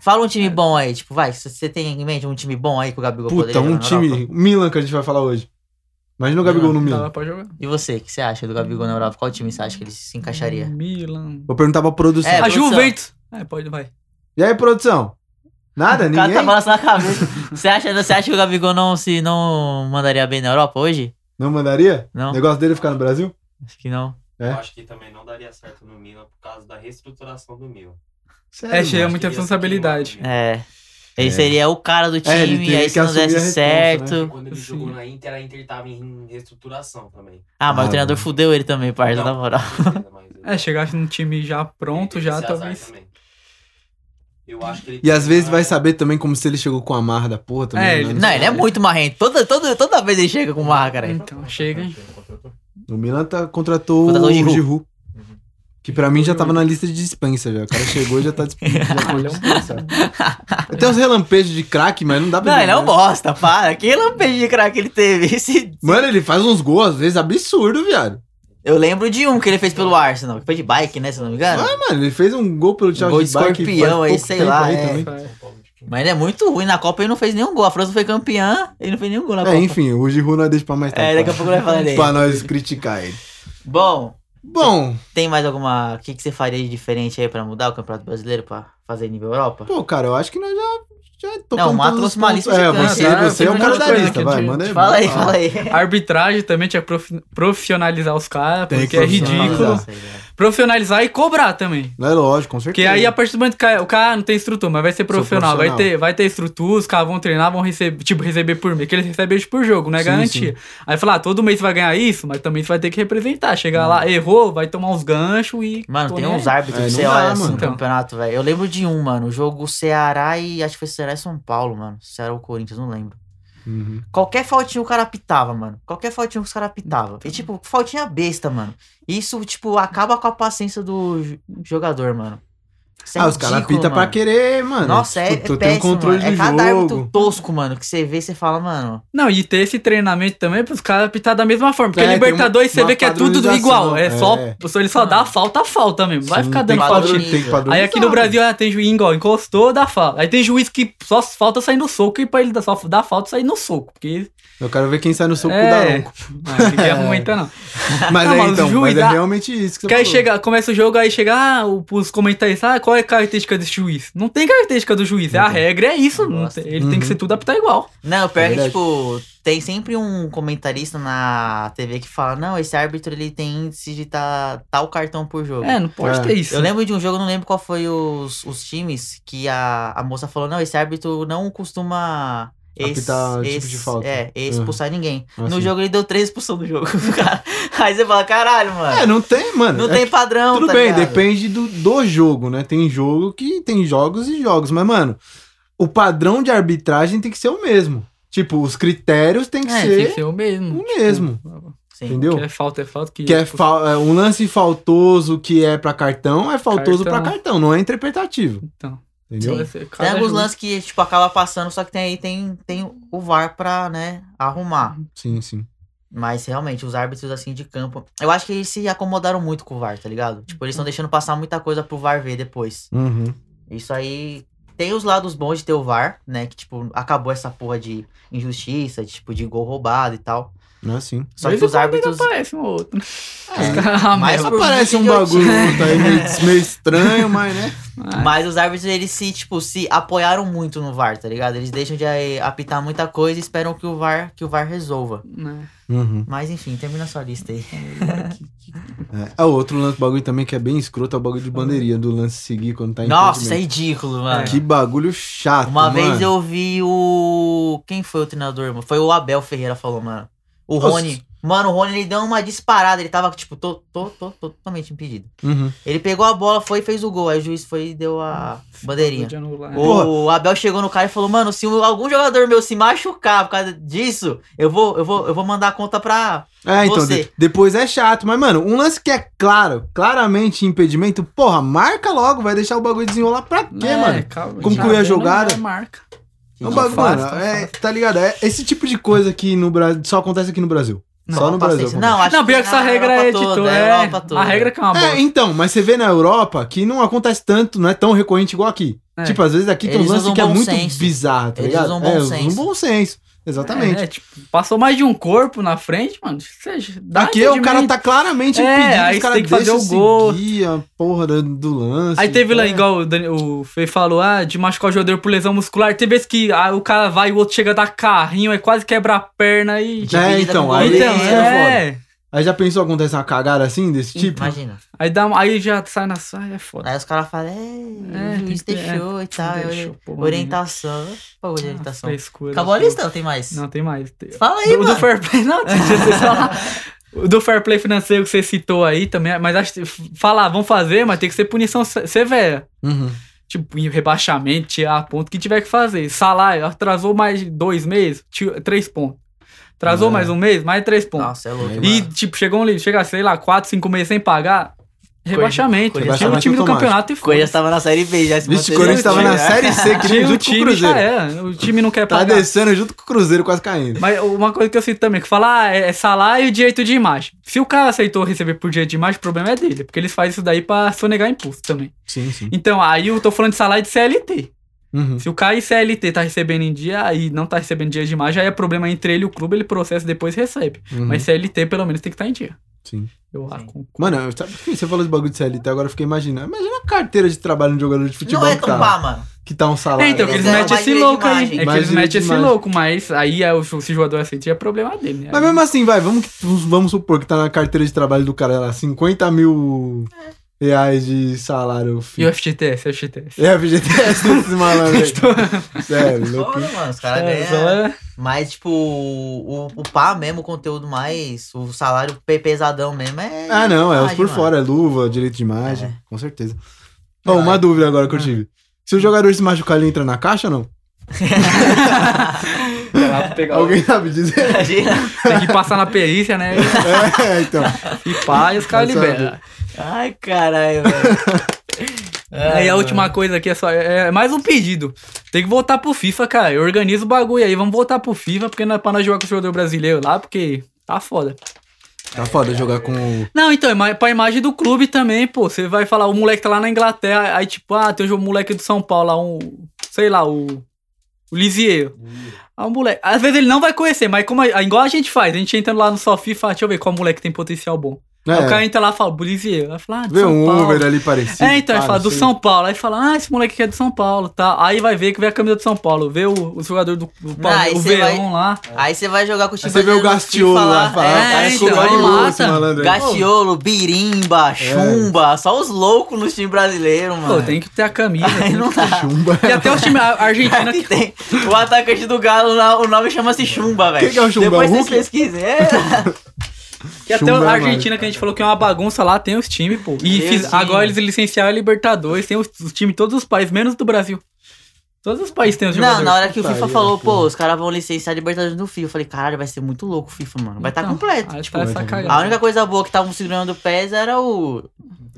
[SPEAKER 1] Fala um time bom aí, tipo, vai, se você tem em mente um time bom aí que o Gabigol
[SPEAKER 3] Puta,
[SPEAKER 1] poderia
[SPEAKER 3] um
[SPEAKER 1] jogar na Europa?
[SPEAKER 3] time. O Milan que a gente vai falar hoje. Imagina o Gabigol no
[SPEAKER 1] então.
[SPEAKER 2] Dá
[SPEAKER 3] Milan.
[SPEAKER 2] lá pra jogar.
[SPEAKER 1] E você, o que você acha do Gabigol na Europa? Qual time você acha que ele se encaixaria?
[SPEAKER 2] Milan.
[SPEAKER 3] Vou perguntar pra produção.
[SPEAKER 1] É,
[SPEAKER 2] a
[SPEAKER 1] produção.
[SPEAKER 2] Juventus. É, pode, vai.
[SPEAKER 3] E aí, produção? Nada?
[SPEAKER 1] O cara
[SPEAKER 3] Ninguém?
[SPEAKER 1] tá balançando a cabeça. você, acha, você acha que o Gabigol não se não mandaria bem na Europa hoje?
[SPEAKER 3] Não mandaria?
[SPEAKER 1] Não?
[SPEAKER 3] O negócio dele é ficar no Brasil?
[SPEAKER 1] Acho que não.
[SPEAKER 3] É.
[SPEAKER 4] Eu acho que também não daria certo no Milan por causa da reestruturação do Milan.
[SPEAKER 3] Sério,
[SPEAKER 2] É, chega
[SPEAKER 4] acho
[SPEAKER 2] muita
[SPEAKER 4] que ia ser um
[SPEAKER 2] responsabilidade.
[SPEAKER 4] queimado.
[SPEAKER 1] É. Ele
[SPEAKER 3] É.
[SPEAKER 1] seria o cara do
[SPEAKER 3] É, ele
[SPEAKER 1] time,
[SPEAKER 3] teria
[SPEAKER 1] aí
[SPEAKER 3] que
[SPEAKER 1] se não
[SPEAKER 3] assumir a né?
[SPEAKER 1] desse
[SPEAKER 3] responsa,
[SPEAKER 1] certo.
[SPEAKER 4] Quando ele
[SPEAKER 2] É. Sim.
[SPEAKER 4] jogou na Inter, a Inter tava em reestruturação também.
[SPEAKER 1] Ah, mas o
[SPEAKER 3] Ah,
[SPEAKER 1] treinador
[SPEAKER 3] não.
[SPEAKER 1] fudeu ele também,
[SPEAKER 4] Não,
[SPEAKER 1] parça, na moral.
[SPEAKER 4] com certeza, mas ele-
[SPEAKER 2] É, chegar num time já pronto,
[SPEAKER 4] ele teve
[SPEAKER 2] já
[SPEAKER 4] esse azar
[SPEAKER 2] talvez.
[SPEAKER 4] também. Eu acho que ele
[SPEAKER 3] E às vezes vai
[SPEAKER 4] Ah,
[SPEAKER 3] saber também como se ele chegou com a marra da porra também.
[SPEAKER 2] É,
[SPEAKER 3] né?
[SPEAKER 2] ele-
[SPEAKER 1] Não, ele é muito marrento. Toda, toda, toda vez ele chega com marra, cara.
[SPEAKER 2] Então, chega.
[SPEAKER 3] O Milan tá, contratou
[SPEAKER 1] Contratou
[SPEAKER 3] o
[SPEAKER 1] o Giroud.
[SPEAKER 3] Giroud. Que pra mim já tava na lista de dispensa já. O cara chegou e já tá disp- já foi dispensado. Tem uns relampejos de craque, mas não dá pra
[SPEAKER 1] Não,
[SPEAKER 3] entender,
[SPEAKER 1] ele é um
[SPEAKER 3] né?
[SPEAKER 1] bosta, para. Que lampejo de craque ele teve? Esse
[SPEAKER 3] Mano, ele faz uns gols, às vezes, absurdo, viado.
[SPEAKER 1] Eu lembro de um que ele fez pelo Arsenal. que Foi de bike, né? Se eu não me engano.
[SPEAKER 3] Ah, mano, ele fez um gol pelo Chelsea
[SPEAKER 1] gol de
[SPEAKER 3] Bayern que
[SPEAKER 1] escorpião
[SPEAKER 3] faz
[SPEAKER 1] aí,
[SPEAKER 3] pouco
[SPEAKER 1] sei
[SPEAKER 3] tempo
[SPEAKER 1] lá,
[SPEAKER 3] aí
[SPEAKER 1] é.
[SPEAKER 3] também.
[SPEAKER 1] Mas ele é muito ruim. Na Copa ele não fez nenhum gol. A França foi campeã. Ele não fez nenhum gol na
[SPEAKER 3] É,
[SPEAKER 1] Copa.
[SPEAKER 3] enfim, Tipo, o Giroud nós deixa pra mais tarde.
[SPEAKER 1] Tá
[SPEAKER 3] tá?
[SPEAKER 1] É, daqui a pouco vai falar dele.
[SPEAKER 3] Pra nós criticar ele.
[SPEAKER 1] Bom,
[SPEAKER 3] Bom,
[SPEAKER 1] tem mais alguma. O que, que você faria de diferente aí pra mudar o Campeonato Brasileiro pra fazer nível Europa?
[SPEAKER 3] pô, cara, eu acho que nós já, já tocamos
[SPEAKER 1] Não, o Mato
[SPEAKER 3] todos os
[SPEAKER 1] trouxe uma
[SPEAKER 3] pontos.
[SPEAKER 1] lista
[SPEAKER 3] É,
[SPEAKER 1] gigante,
[SPEAKER 3] você,
[SPEAKER 2] né?
[SPEAKER 3] você é
[SPEAKER 2] Tem
[SPEAKER 3] o
[SPEAKER 2] um
[SPEAKER 3] cara
[SPEAKER 2] monte de
[SPEAKER 3] da
[SPEAKER 2] coisa
[SPEAKER 3] lista,
[SPEAKER 2] aqui,
[SPEAKER 3] vai,
[SPEAKER 2] gente.
[SPEAKER 3] manda aí.
[SPEAKER 1] Fala aí,
[SPEAKER 3] manda
[SPEAKER 1] fala aí.
[SPEAKER 2] Arbitragem também tinha que profi- profissionalizar os caras,
[SPEAKER 3] Tem que
[SPEAKER 2] porque é ridículo.
[SPEAKER 3] profissionalizar.
[SPEAKER 2] Profissionalizar e cobrar também.
[SPEAKER 3] Não é lógico, com
[SPEAKER 2] Porque
[SPEAKER 3] certeza.
[SPEAKER 2] aí, a partir do momento que o cara ah, não tem estrutura, mas vai ser profissional, vai,
[SPEAKER 3] profissional.
[SPEAKER 2] ter, vai ter estrutura, os caras vão treinar, vão receber, tipo, receber por mês, que eles recebem hoje por jogo, não é
[SPEAKER 3] Sim,
[SPEAKER 2] garantia. Aí falar, ah, todo mês você vai ganhar isso, mas também você vai ter que representar. Chegar
[SPEAKER 3] Hum.
[SPEAKER 2] lá, errou, vai tomar uns ganchos e.
[SPEAKER 1] Mano,
[SPEAKER 2] tô
[SPEAKER 1] tem
[SPEAKER 2] nem
[SPEAKER 1] uns
[SPEAKER 2] aí.
[SPEAKER 1] árbitros
[SPEAKER 3] É,
[SPEAKER 1] que
[SPEAKER 3] não
[SPEAKER 1] você
[SPEAKER 3] dá,
[SPEAKER 1] olha assim no
[SPEAKER 3] mano.
[SPEAKER 1] campeonato, velho. Eu lembro de um, mano. O jogo Ceará e. Acho que foi Ceará e São Paulo, mano. Ceará ou Corinthians, não lembro.
[SPEAKER 3] Uhum.
[SPEAKER 1] Qualquer faltinha o cara pitava, mano. Qualquer faltinha os cara pitava. E,
[SPEAKER 3] Então.
[SPEAKER 1] tipo, faltinha besta, mano. Isso, tipo, acaba com a paciência do jo- jogador, mano. Isso é
[SPEAKER 3] ah, os caras
[SPEAKER 1] ridículo,
[SPEAKER 3] pita pra
[SPEAKER 1] mano.
[SPEAKER 3] querer, mano.
[SPEAKER 1] Nossa, é, é
[SPEAKER 3] Tipo, tu tem um
[SPEAKER 1] péssimo,
[SPEAKER 3] controle
[SPEAKER 1] mano. É
[SPEAKER 3] do
[SPEAKER 1] cada árbitro
[SPEAKER 3] jogo.
[SPEAKER 1] tosco, mano, que você vê e você fala, mano...
[SPEAKER 2] Não, e ter esse treinamento também é pros caras pitar da mesma forma. Porque
[SPEAKER 3] É, tem
[SPEAKER 2] Libertadores
[SPEAKER 3] uma-
[SPEAKER 2] você
[SPEAKER 3] uma
[SPEAKER 2] vê que é tudo igual. É,
[SPEAKER 3] padronização,
[SPEAKER 2] só.
[SPEAKER 3] é.
[SPEAKER 2] só- Ele só dá a falta a falta mesmo. Vai
[SPEAKER 3] Sim,
[SPEAKER 2] ficar
[SPEAKER 3] tem
[SPEAKER 2] dando
[SPEAKER 3] que
[SPEAKER 1] falta
[SPEAKER 2] falta.
[SPEAKER 3] padron-
[SPEAKER 1] de-
[SPEAKER 3] tem que padronizar.
[SPEAKER 2] Aí aqui no Brasil ah, tem juiz, igual, encostou, dá falta. Aí tem juiz que só falta sair no soco e pra ele dar- só dar falta sair no soco. Porque.
[SPEAKER 3] Eu quero ver quem sai no soco da
[SPEAKER 2] é,
[SPEAKER 3] Daronco.
[SPEAKER 2] Ah, ninguém aguenta, não.
[SPEAKER 3] Mas
[SPEAKER 2] Não,
[SPEAKER 3] é
[SPEAKER 2] mas o
[SPEAKER 3] então,
[SPEAKER 2] juiz
[SPEAKER 3] mas é
[SPEAKER 2] dá-
[SPEAKER 3] realmente isso que
[SPEAKER 2] Porque
[SPEAKER 3] você
[SPEAKER 2] aí chega, começa o jogo, aí chega ah, o- os comentários, ah, qual é a característica desse juiz? Não tem característica do juiz, é a regra, é isso. não
[SPEAKER 1] Nossa.
[SPEAKER 2] tem- ele tem que
[SPEAKER 3] Uhum.
[SPEAKER 2] ser tudo apitar igual.
[SPEAKER 1] Não, pior que,
[SPEAKER 3] É Verdade.
[SPEAKER 1] tipo, Tem sempre um comentarista na TV que fala: não, esse árbitro ele tem índice de ta- tal cartão por jogo.
[SPEAKER 2] É, não pode
[SPEAKER 3] É.
[SPEAKER 2] ter isso.
[SPEAKER 1] Eu lembro de um jogo, não lembro qual foi os, os times, que a, a moça falou: não, esse árbitro não costuma. ex-
[SPEAKER 3] Apitar esse
[SPEAKER 1] ex-
[SPEAKER 3] tipo de falta."
[SPEAKER 1] É, ex-
[SPEAKER 3] Uhum.
[SPEAKER 1] expulsar ninguém.
[SPEAKER 3] Ah,
[SPEAKER 1] no
[SPEAKER 3] sim.
[SPEAKER 1] jogo ele deu três expulsões no jogo. cara. Aí você fala: caralho, mano.
[SPEAKER 3] É, não tem, mano.
[SPEAKER 1] não
[SPEAKER 3] É
[SPEAKER 1] tem padrão,
[SPEAKER 3] Tudo
[SPEAKER 1] tá
[SPEAKER 3] bem,
[SPEAKER 1] ligado?
[SPEAKER 3] depende do, do jogo, né? Tem jogo que tem jogos e jogos, mas, mano, o padrão de arbitragem tem que ser o mesmo. Tipo, os critérios tem que
[SPEAKER 1] É,
[SPEAKER 3] ser
[SPEAKER 2] Tem que ser o mesmo.
[SPEAKER 3] o mesmo,
[SPEAKER 1] Sim.
[SPEAKER 3] entendeu?
[SPEAKER 2] Que é falta, é falta. Que,
[SPEAKER 3] Que é fal- é, um lance faltoso que é pra cartão, é faltoso
[SPEAKER 2] Cartão.
[SPEAKER 3] pra cartão, não é interpretativo,
[SPEAKER 2] Então,
[SPEAKER 3] entendeu?
[SPEAKER 1] Sim.
[SPEAKER 2] esse-
[SPEAKER 1] Tem
[SPEAKER 2] cada
[SPEAKER 1] alguns
[SPEAKER 2] jogo-
[SPEAKER 1] lances que, tipo, acaba passando, só que tem aí tem, tem o VAR pra, né, arrumar.
[SPEAKER 3] Sim, sim.
[SPEAKER 1] Mas realmente, os árbitros assim de campo. Eu acho que eles se acomodaram muito com o VAR, tá ligado? Tipo, eles estão deixando passar muita coisa pro VAR ver depois.
[SPEAKER 3] Uhum.
[SPEAKER 1] Isso aí. Tem os lados bons de ter o VAR, né? Que, tipo, acabou essa porra de injustiça, de, tipo, de gol roubado e tal.
[SPEAKER 3] Não é assim.
[SPEAKER 1] Só
[SPEAKER 2] Mas
[SPEAKER 1] que os
[SPEAKER 2] ainda
[SPEAKER 1] árbitros.
[SPEAKER 2] Aparece um outro.
[SPEAKER 3] É.
[SPEAKER 2] Ah,
[SPEAKER 1] Mas
[SPEAKER 2] merda.
[SPEAKER 1] por
[SPEAKER 3] Parece um
[SPEAKER 1] vídeo
[SPEAKER 3] bagulho
[SPEAKER 1] eu
[SPEAKER 3] tá aí meio, meio estranho, mas né?
[SPEAKER 2] Ah,
[SPEAKER 1] Mas os árbitros, eles se, tipo, se apoiaram muito no VAR, tá ligado? Eles deixam de eh, apitar muita coisa e esperam que o VAR, que o VAR resolva.
[SPEAKER 2] né.
[SPEAKER 3] Uhum.
[SPEAKER 1] Mas enfim, termina sua lista aí.
[SPEAKER 3] É. Ah, outro lance bagulho também que é bem escroto é o bagulho de bandeirinha do lance seguir quando tá em
[SPEAKER 1] Nossa, isso é
[SPEAKER 3] impedimento.
[SPEAKER 1] ridículo, mano.
[SPEAKER 3] Que bagulho chato,
[SPEAKER 1] Uma
[SPEAKER 3] mano.
[SPEAKER 1] vez eu vi o. Quem foi o treinador, mano? Foi o Abel Ferreira falou, mano. O
[SPEAKER 3] Nossa.
[SPEAKER 1] Rony. Mano, o Rony ele deu uma disparada. Ele tava, tipo, tô, tô, tô, tô totalmente impedido.
[SPEAKER 3] Uhum.
[SPEAKER 1] Ele pegou a bola, foi e fez o gol. Aí o juiz foi e deu a bandeirinha.
[SPEAKER 2] De anular.
[SPEAKER 3] Porra.
[SPEAKER 1] O Abel chegou no cara e falou, mano, se algum jogador meu se machucar por causa disso, eu vou, eu vou, eu vou mandar a conta pra.
[SPEAKER 3] É, então,
[SPEAKER 1] Você.
[SPEAKER 3] de- depois é chato, mas, mano, um lance que é claro, claramente impedimento, porra, marca logo, vai deixar o bagulho desenrolar pra quê,
[SPEAKER 2] É,
[SPEAKER 3] mano?
[SPEAKER 2] calma,
[SPEAKER 3] Como
[SPEAKER 2] já
[SPEAKER 3] que eu ia
[SPEAKER 2] deu,
[SPEAKER 3] jogar?
[SPEAKER 2] não é Marca.
[SPEAKER 3] É um
[SPEAKER 2] não
[SPEAKER 3] bagulho,
[SPEAKER 2] faz,
[SPEAKER 3] mano,
[SPEAKER 2] não
[SPEAKER 3] é,
[SPEAKER 2] faz.
[SPEAKER 3] tá ligado? É esse tipo de coisa que no Brasil, só acontece aqui no Brasil. só no Brasil.
[SPEAKER 1] paciência. Não, acho
[SPEAKER 2] não, pior
[SPEAKER 1] na
[SPEAKER 2] que essa regra
[SPEAKER 1] Europa
[SPEAKER 2] é
[SPEAKER 1] toda,
[SPEAKER 2] editor.
[SPEAKER 1] na
[SPEAKER 2] É,
[SPEAKER 1] Europa toda.
[SPEAKER 2] a regra que é uma bosta.
[SPEAKER 3] É, então, mas você vê na Europa que não acontece tanto, não é tão recorrente igual aqui.
[SPEAKER 2] É.
[SPEAKER 3] Tipo, às vezes aqui tem
[SPEAKER 1] Eles
[SPEAKER 3] um lance
[SPEAKER 1] usam
[SPEAKER 3] que é
[SPEAKER 1] bom
[SPEAKER 3] muito
[SPEAKER 1] senso.
[SPEAKER 3] bizarro, tá
[SPEAKER 1] Eles
[SPEAKER 3] ligado?
[SPEAKER 1] usam bom
[SPEAKER 3] é,
[SPEAKER 1] senso.
[SPEAKER 3] bom senso. Exatamente.
[SPEAKER 2] É, tipo, passou mais de um corpo na frente, mano. Seja, dá
[SPEAKER 3] Aqui o cara
[SPEAKER 2] impedimento.
[SPEAKER 3] tá claramente
[SPEAKER 2] É,
[SPEAKER 3] impedido,
[SPEAKER 2] aí
[SPEAKER 3] os
[SPEAKER 2] você
[SPEAKER 3] caras
[SPEAKER 2] tem que fazer
[SPEAKER 3] deixam
[SPEAKER 2] o gol.
[SPEAKER 3] seguir a porra do, do lance.
[SPEAKER 2] Aí teve lá,
[SPEAKER 3] é.
[SPEAKER 2] igual o, Dani- o Fê falou, ah, de machucar o jogador por lesão muscular. Teve vezes que ah, o cara vai e o outro chega a dar carrinho, aí quase quebra a perna e.
[SPEAKER 1] Já
[SPEAKER 3] É,
[SPEAKER 1] Dividida
[SPEAKER 3] então,
[SPEAKER 1] com
[SPEAKER 3] aí,
[SPEAKER 1] goleiro.
[SPEAKER 2] então,
[SPEAKER 3] isso que é foda.
[SPEAKER 2] é.
[SPEAKER 3] Aí já pensou acontecer uma cagada assim, desse tipo?
[SPEAKER 1] Imagina.
[SPEAKER 2] Aí, dá, uma- aí já sai na saia, é foda.
[SPEAKER 1] Aí os caras falam, é,
[SPEAKER 2] É,
[SPEAKER 1] o juiz
[SPEAKER 2] tem que- tipo,
[SPEAKER 1] deixou e tal. é
[SPEAKER 2] Deixou, pô,
[SPEAKER 1] orientação. Pô, de
[SPEAKER 2] Ah,
[SPEAKER 1] orientação.
[SPEAKER 2] frescura. assim.
[SPEAKER 1] Acabou a lista, não tem mais.
[SPEAKER 2] Não, tem mais. Tem-
[SPEAKER 1] Fala aí,
[SPEAKER 2] do, do
[SPEAKER 1] mano.
[SPEAKER 2] fair play, não, tipo, deixa eu falar. O do fair play financeiro que você citou aí também, mas acho que falar, vão fazer, mas tem que ser punição se- severa.
[SPEAKER 3] Uhum.
[SPEAKER 2] Tipo, em rebaixamento, tirar ponto, que tiver que fazer. Salário, atrasou mais de dois meses, ti- três pontos. Atrasou
[SPEAKER 3] É.
[SPEAKER 2] mais um mês, mais três pontos.
[SPEAKER 1] Nossa, é louco.
[SPEAKER 2] e,
[SPEAKER 1] mano.
[SPEAKER 2] tipo, chegou um livro, chega, sei lá, quatro, cinco meses sem pagar, rebaixamento.
[SPEAKER 1] Corinthians
[SPEAKER 2] Tinha um
[SPEAKER 3] tava
[SPEAKER 2] time do
[SPEAKER 3] automático.
[SPEAKER 2] campeonato e foi.
[SPEAKER 1] Corinthians tava na série B já. se
[SPEAKER 3] Vixe,
[SPEAKER 1] manteve
[SPEAKER 3] o Corinthians
[SPEAKER 1] no
[SPEAKER 3] tava na
[SPEAKER 2] É.
[SPEAKER 1] time, né?
[SPEAKER 3] Série C, que nem
[SPEAKER 2] Tinha o
[SPEAKER 3] junto com o
[SPEAKER 2] time, já
[SPEAKER 3] Cruzeiro.
[SPEAKER 2] era. O time não quer
[SPEAKER 3] Tá
[SPEAKER 2] pagar.
[SPEAKER 3] descendo junto com o Cruzeiro, quase caindo.
[SPEAKER 2] Mas uma coisa que eu sinto também, que fala, ah, é salário e direito de imagem. Se o cara aceitou receber por direito de imagem, o problema é dele, porque eles fazem isso daí pra sonegar imposto também.
[SPEAKER 3] Sim, sim.
[SPEAKER 2] Então, aí eu tô falando de salário de CLT.
[SPEAKER 3] Uhum.
[SPEAKER 2] Se o cara e CLT tá recebendo em dia, aí não tá recebendo direito de imagem, aí é problema entre ele e o clube, ele processa e depois recebe.
[SPEAKER 3] uhum,
[SPEAKER 2] Mas CLT pelo menos tem que estar em dia.
[SPEAKER 3] Sim.
[SPEAKER 2] Eu
[SPEAKER 1] Sim.
[SPEAKER 2] acho.
[SPEAKER 3] Mano, eu- sabe por que você falou de bagulho de CLT? Agora eu fiquei imaginando. Imagina a carteira de trabalho de um jogador de futebol
[SPEAKER 1] Não é
[SPEAKER 3] que,
[SPEAKER 1] tão
[SPEAKER 3] tá,
[SPEAKER 1] pá, mano.
[SPEAKER 3] que tá um salário.
[SPEAKER 2] É, então, que eles
[SPEAKER 1] Eles
[SPEAKER 2] metem
[SPEAKER 1] ganham
[SPEAKER 2] esse
[SPEAKER 1] mais
[SPEAKER 2] louco
[SPEAKER 1] direito de
[SPEAKER 2] aí.
[SPEAKER 1] imagem.
[SPEAKER 2] É que
[SPEAKER 3] Mais
[SPEAKER 2] eles
[SPEAKER 3] direito de
[SPEAKER 2] metem esse
[SPEAKER 3] imagem.
[SPEAKER 2] louco, mas aí é, o- se o jogador aceitar é problema dele.
[SPEAKER 3] Mas
[SPEAKER 2] Aí-
[SPEAKER 3] mesmo assim, vai, vamos, que- vamos- vamos supor que tá na carteira de trabalho do cara lá, 50 mil
[SPEAKER 1] É.
[SPEAKER 3] reais de salário
[SPEAKER 2] E o
[SPEAKER 3] fixo.
[SPEAKER 2] FGTS, FGTS.
[SPEAKER 3] É, FGTS desse malandro. aí. Sério, louco.
[SPEAKER 1] Foda, mano. Os caras
[SPEAKER 2] É,
[SPEAKER 1] ganham. Mas, tipo, o, o pá mesmo, o conteúdo mais. O salário pe- pesadão mesmo é.
[SPEAKER 3] Ah, não, é os
[SPEAKER 1] imagem,
[SPEAKER 3] por
[SPEAKER 1] mano.
[SPEAKER 3] fora, é luva, direito de imagem,
[SPEAKER 1] É. Ah.
[SPEAKER 3] com certeza. Ó, uma dúvida agora que eu tive. Se o jogador se machucar, ele entra na caixa ou não?
[SPEAKER 2] Vai lá pegar o-
[SPEAKER 3] Alguém sabe dizer?
[SPEAKER 1] Imagina.
[SPEAKER 2] é, Tem que passar na perícia, né?
[SPEAKER 3] é, então.
[SPEAKER 2] E pá, e os caras
[SPEAKER 3] Mas sabe.
[SPEAKER 2] liberam.
[SPEAKER 1] Ai, caralho, velho.
[SPEAKER 2] Aí a última coisa aqui é só. É é mais um pedido. Tem que voltar pro FIFA, cara. Eu organizo o bagulho aí. Vamos voltar pro FIFA, porque não é pra nós jogar com o jogador brasileiro lá, porque tá foda.
[SPEAKER 3] Tá foda jogar com o.
[SPEAKER 2] Não, então, é ma- pra imagem do clube também, pô. Você vai falar, o moleque tá lá na Inglaterra, aí tipo, ah, tem um moleque do São Paulo lá, um. Sei lá, o. O Lisieiro. Ah, o moleque. Às vezes ele não vai conhecer, mas como a, igual a gente faz, a gente entra lá no só FIFA, deixa eu ver qual moleque tem potencial bom. Aí
[SPEAKER 3] É.
[SPEAKER 2] o cara entra lá e fala, Bolívia. Aí fala, ah, de
[SPEAKER 3] Vê
[SPEAKER 2] São
[SPEAKER 3] um
[SPEAKER 2] Paulo.
[SPEAKER 3] Uber assim. ali parecido.
[SPEAKER 2] É, então,
[SPEAKER 3] pá,
[SPEAKER 2] ele fala
[SPEAKER 3] não
[SPEAKER 2] do
[SPEAKER 3] sei.
[SPEAKER 2] São Paulo. Aí fala, ah, esse moleque aqui é do São Paulo, tá? Aí vai ver que vê a camisa do São Paulo, vê o, o jogador do, do
[SPEAKER 1] Ah,
[SPEAKER 2] Palmeiras,
[SPEAKER 1] aí
[SPEAKER 2] o
[SPEAKER 1] você
[SPEAKER 2] Verão lá.
[SPEAKER 1] Aí você vai jogar com o time.
[SPEAKER 3] Aí você vê o Gastiolo lá, fala, "Ah,
[SPEAKER 2] É,
[SPEAKER 3] parece que
[SPEAKER 2] então,
[SPEAKER 3] o É.
[SPEAKER 2] aí
[SPEAKER 3] Gabigol,
[SPEAKER 2] mata.
[SPEAKER 3] esse malandro aí.
[SPEAKER 1] Gastiolo, birimba, chumba, só os loucos no time brasileiro, mano.
[SPEAKER 2] Pô, tem que ter a camisa.
[SPEAKER 1] Aí
[SPEAKER 2] tem
[SPEAKER 1] não
[SPEAKER 2] que-
[SPEAKER 1] dá.
[SPEAKER 3] Chumba.
[SPEAKER 2] E até os times argentinos
[SPEAKER 1] Aí tem- O atacante do Galo, na- o nome chama-se Chumba, velho.
[SPEAKER 3] Quem que é o Chumba?
[SPEAKER 1] Depois
[SPEAKER 3] O
[SPEAKER 1] vocês
[SPEAKER 3] Hulk?
[SPEAKER 1] pesquisem. É.
[SPEAKER 2] E até
[SPEAKER 3] Chumba
[SPEAKER 2] a
[SPEAKER 3] é
[SPEAKER 2] Argentina, que a gente falou que é uma bagunça lá, tem os times, pô. E
[SPEAKER 1] Tem
[SPEAKER 2] fiz-
[SPEAKER 1] os time.
[SPEAKER 2] agora eles licenciaram a Libertadores, tem os, os times de todos os países, menos do Brasil. Todos os países têm os
[SPEAKER 1] Não,
[SPEAKER 2] jogadores.
[SPEAKER 1] na hora que o FIFA
[SPEAKER 3] Putaria,
[SPEAKER 1] falou, pô,
[SPEAKER 3] né, porra.
[SPEAKER 1] os caras vão licenciar a Libertadores no FIFA, eu falei, caralho, vai ser muito louco o FIFA, mano. Vai estar
[SPEAKER 2] Então,
[SPEAKER 1] completo.
[SPEAKER 2] Aí
[SPEAKER 1] Tipo,
[SPEAKER 2] tá
[SPEAKER 3] vai
[SPEAKER 2] essa
[SPEAKER 3] tá
[SPEAKER 2] cagada.
[SPEAKER 1] a única coisa boa que estavam segurando o PES era o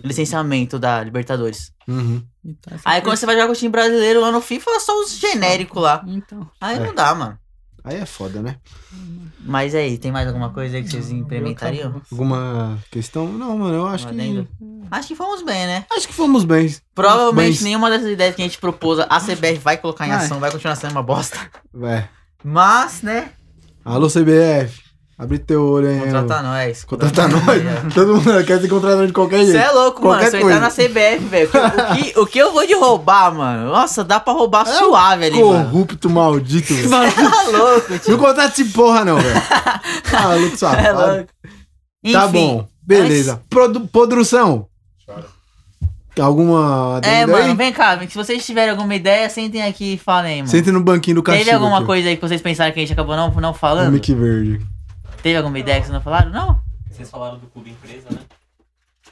[SPEAKER 1] licenciamento da Libertadores.
[SPEAKER 3] Uhum.
[SPEAKER 2] E tá essa
[SPEAKER 1] Aí quando
[SPEAKER 2] coisa.
[SPEAKER 1] você vai jogar com o time brasileiro lá no FIFA, é só os genéricos lá.
[SPEAKER 2] Então.
[SPEAKER 1] Aí
[SPEAKER 3] É.
[SPEAKER 1] não dá, mano.
[SPEAKER 3] Aí é foda, né?
[SPEAKER 1] Mas aí, tem mais alguma coisa aí que vocês implementariam?
[SPEAKER 3] Alguma questão? Não, mano, eu acho
[SPEAKER 1] Uma
[SPEAKER 3] que.
[SPEAKER 1] adenda? Acho que fomos bem, né?
[SPEAKER 3] Acho que fomos bem.
[SPEAKER 1] Provavelmente
[SPEAKER 3] Mas-
[SPEAKER 1] nenhuma dessas ideias que a gente propôs, a CBR vai colocar em
[SPEAKER 2] Ah, é.
[SPEAKER 1] ação, vai continuar sendo uma bosta.
[SPEAKER 3] É.
[SPEAKER 1] Mas, né?
[SPEAKER 3] Alô, CBF. Abre teu olho, hein?
[SPEAKER 1] Contratar é nós.
[SPEAKER 3] Contratar nós. Todo mundo quer ser contratado de qualquer jeito.
[SPEAKER 1] Você é louco,
[SPEAKER 3] Qualquer
[SPEAKER 1] mano. Se eu entrar na
[SPEAKER 3] coisa.
[SPEAKER 1] CBF, velho. O que, o que eu vou de roubar, mano? Nossa, dá pra roubar
[SPEAKER 3] É
[SPEAKER 1] suave ali, mano.
[SPEAKER 3] Corrupto maldito, velho.
[SPEAKER 1] Tá louco, tio.
[SPEAKER 3] Não contrata esse porra, não, velho. Maluco
[SPEAKER 1] É
[SPEAKER 3] safado.
[SPEAKER 1] louco. Enfim,
[SPEAKER 3] tá bom. Beleza. Produ Podrução. Tá
[SPEAKER 4] Chora.
[SPEAKER 3] Alguma adenda
[SPEAKER 1] É, mano,
[SPEAKER 3] aí?
[SPEAKER 1] vem cá. Se vocês tiverem alguma ideia, sentem aqui e falem, mano.
[SPEAKER 3] Senta no banquinho do cachorro.
[SPEAKER 1] Teve alguma coisa aí que vocês pensaram que a gente acabou não, não falando?
[SPEAKER 3] Mickey Verde.
[SPEAKER 1] Teve alguma ideia que vocês não falaram? Não?
[SPEAKER 4] Vocês falaram do clube empresa, né?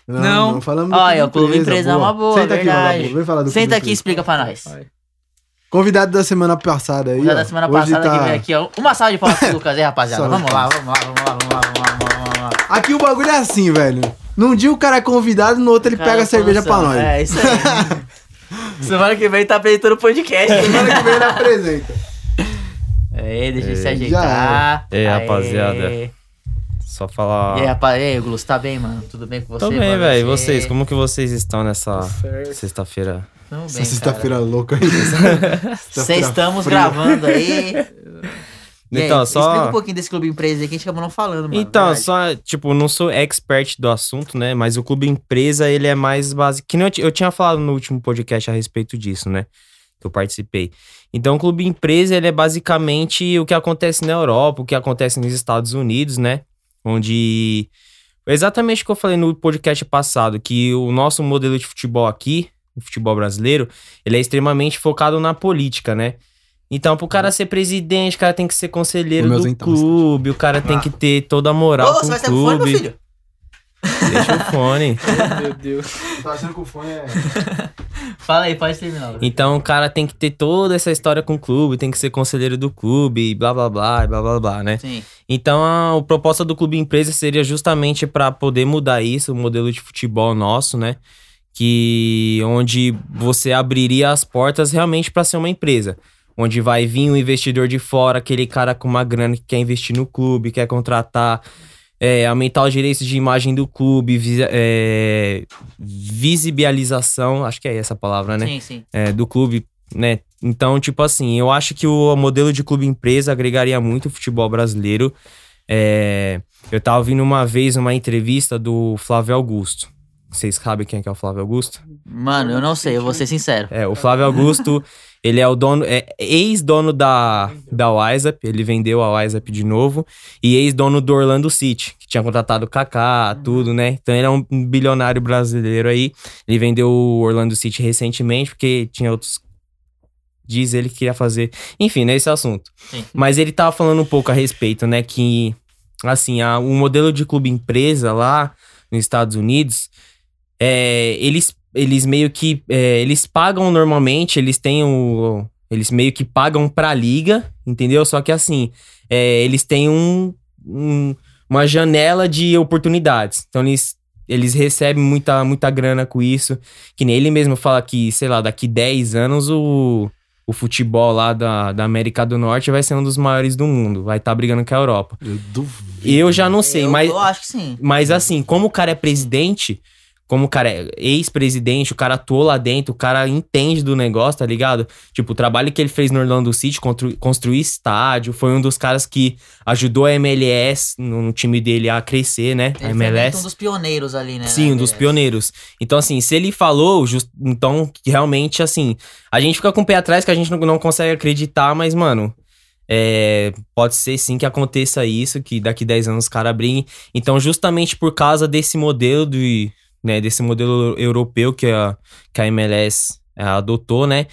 [SPEAKER 3] Não,
[SPEAKER 2] Não.
[SPEAKER 3] não, falamos
[SPEAKER 1] Olha, o Clube Empresa é uma boa,
[SPEAKER 3] Senta aqui,
[SPEAKER 1] verdade.
[SPEAKER 3] Magabu. Vem falar do
[SPEAKER 1] Senta aqui
[SPEAKER 3] Clube
[SPEAKER 1] e
[SPEAKER 3] Empresa.
[SPEAKER 1] explica pra nós.
[SPEAKER 2] Vai.
[SPEAKER 3] Convidado da semana passada aí.
[SPEAKER 1] O cara
[SPEAKER 3] ó.
[SPEAKER 1] da semana
[SPEAKER 3] Hoje
[SPEAKER 1] passada
[SPEAKER 3] tá-
[SPEAKER 1] que veio aqui, ó. Uma salva de palmas pro Lucas, hein, rapaziada?
[SPEAKER 3] Salve,
[SPEAKER 1] Vamos lá, vamos lá, vamos lá, vamos lá, vamos lá, vamos lá, vamos lá.
[SPEAKER 3] Aqui o bagulho é assim, velho. Num dia o cara é convidado, no outro ele
[SPEAKER 1] Cara,
[SPEAKER 3] pega a cerveja pra
[SPEAKER 1] produção.
[SPEAKER 3] nós.
[SPEAKER 1] É, isso aí. semana que vem tá apresentando o podcast.
[SPEAKER 3] Semana que vem ele apresenta.
[SPEAKER 1] É, deixa ele se
[SPEAKER 5] É,
[SPEAKER 1] ajeitar.
[SPEAKER 5] já é. É,
[SPEAKER 1] Aê.
[SPEAKER 5] rapaziada. Só falar.
[SPEAKER 1] E aí, rapaziada, e aí, Glus, tá bem, mano? Tudo bem com você? assim, "É."
[SPEAKER 5] Tô bem,
[SPEAKER 1] mano?
[SPEAKER 5] velho. E
[SPEAKER 1] Você-
[SPEAKER 5] vocês, como que vocês estão nessa
[SPEAKER 2] Tá Certo.
[SPEAKER 5] sexta-feira?
[SPEAKER 1] Tamo
[SPEAKER 3] Essa é
[SPEAKER 1] bem,
[SPEAKER 3] sexta-feira tá louca aí.
[SPEAKER 1] Vocês
[SPEAKER 3] Sexta-feira
[SPEAKER 1] estamos
[SPEAKER 3] fria.
[SPEAKER 1] gravando aí. E aí,
[SPEAKER 5] Então,
[SPEAKER 1] Explica
[SPEAKER 5] só.
[SPEAKER 1] um pouquinho desse clube empresa aí que a gente acabou não falando, mano.
[SPEAKER 5] Então,
[SPEAKER 1] verdade.
[SPEAKER 5] só, tipo, não sou expert do assunto, né? Mas o clube empresa, ele é mais base. Que nem eu, ti- eu tinha falado no último podcast a respeito disso, né? Que eu participei. Então, o clube empresa, ele é basicamente o que acontece na Europa, o que acontece nos Estados Unidos, né? Onde. É Exatamente o que eu falei no podcast passado, que o nosso modelo de futebol aqui, o futebol brasileiro, ele é extremamente focado na política, né? Então, pro cara ser presidente, o cara tem que ser
[SPEAKER 3] Uhum. O
[SPEAKER 5] conselheiro
[SPEAKER 3] meu Ah.
[SPEAKER 5] do
[SPEAKER 3] então,
[SPEAKER 5] clube, o cara tem que ter toda a moral
[SPEAKER 1] Ô,
[SPEAKER 5] com
[SPEAKER 1] você vai
[SPEAKER 5] o
[SPEAKER 1] sair com fone, meu
[SPEAKER 5] clube.
[SPEAKER 1] filho?
[SPEAKER 5] Deixa o fone.
[SPEAKER 2] Meu Deus.
[SPEAKER 3] Eu Tô achando que o fone é.
[SPEAKER 1] Fala aí, pode terminar.
[SPEAKER 5] Então o cara tem que ter toda essa história com o clube, tem que ser conselheiro do clube, e blá blá blá, e blá blá blá, né?
[SPEAKER 1] Sim.
[SPEAKER 5] Então a, a proposta do clube empresa seria justamente para poder mudar isso, o modelo de futebol nosso, né? Que onde você abriria as portas realmente para ser uma empresa. Onde vai vir um investidor de fora, aquele cara com uma grana que quer investir no clube, quer contratar, é, aumentar os direitos de imagem do clube, visi- é, visibilização, acho que é essa a palavra, né?
[SPEAKER 1] Sim, sim.
[SPEAKER 5] é, do clube, né? Então, tipo assim, eu acho que o modelo de clube empresa agregaria muito o futebol brasileiro. É, eu tava ouvindo uma vez uma entrevista do Flávio Augusto. Vocês sabem quem é, que é o Flávio Augusto?
[SPEAKER 1] Mano, eu não sei, eu vou ser sincero.
[SPEAKER 5] É, o Flávio Augusto, ele é o dono, é ex-dono da, da WhatsApp, ele vendeu a WhatsApp de novo, e ex-dono do Orlando City, que tinha contratado o Kaká, tudo, né? Então ele é um bilionário brasileiro aí. Ele vendeu o Orlando City recentemente, porque tinha outros. Diz ele que queria fazer. Enfim, né? Esse assunto.
[SPEAKER 1] Sim.
[SPEAKER 5] Mas ele tava falando um pouco a respeito, né? Que, assim, a- o modelo de clube empresa lá nos Estados Unidos, é, eles, eles meio que. é, eles pagam normalmente, eles têm o. Eles meio que pagam pra liga, entendeu? Só que, assim, é, eles têm um- um, uma janela de oportunidades. Então, eles. Eles recebem muita, muita grana com isso. Que nem ele mesmo fala que, sei lá, daqui 10 anos o, o futebol lá da, da América do Norte vai ser um dos maiores do mundo. Vai estar brigando com a Europa.
[SPEAKER 3] Eu duvido.
[SPEAKER 5] Eu já não sei,
[SPEAKER 1] É, eu,
[SPEAKER 5] mas,
[SPEAKER 1] Eu acho que sim.
[SPEAKER 5] mas assim, como o cara é presidente, como o cara é ex-presidente, o cara atuou lá dentro, o cara entende do negócio, tá ligado? Tipo, o trabalho que ele fez no Orlando City, constru- construir estádio, foi um dos caras que ajudou a MLS no, no time dele a crescer, né? a
[SPEAKER 1] Ele foi
[SPEAKER 5] MLS.
[SPEAKER 1] um dos pioneiros ali, né?
[SPEAKER 5] Sim,
[SPEAKER 1] na
[SPEAKER 5] um dos
[SPEAKER 1] MLS.
[SPEAKER 5] pioneiros. Então, assim, se ele falou, jus- então, que realmente, assim, a gente fica com o pé atrás que a gente não, não consegue acreditar, mas, mano, é, pode ser sim que aconteça isso, que daqui 10 anos os caras briguem. Então, justamente por causa desse modelo de, né, desse modelo europeu que a, que a MLS adotou, né,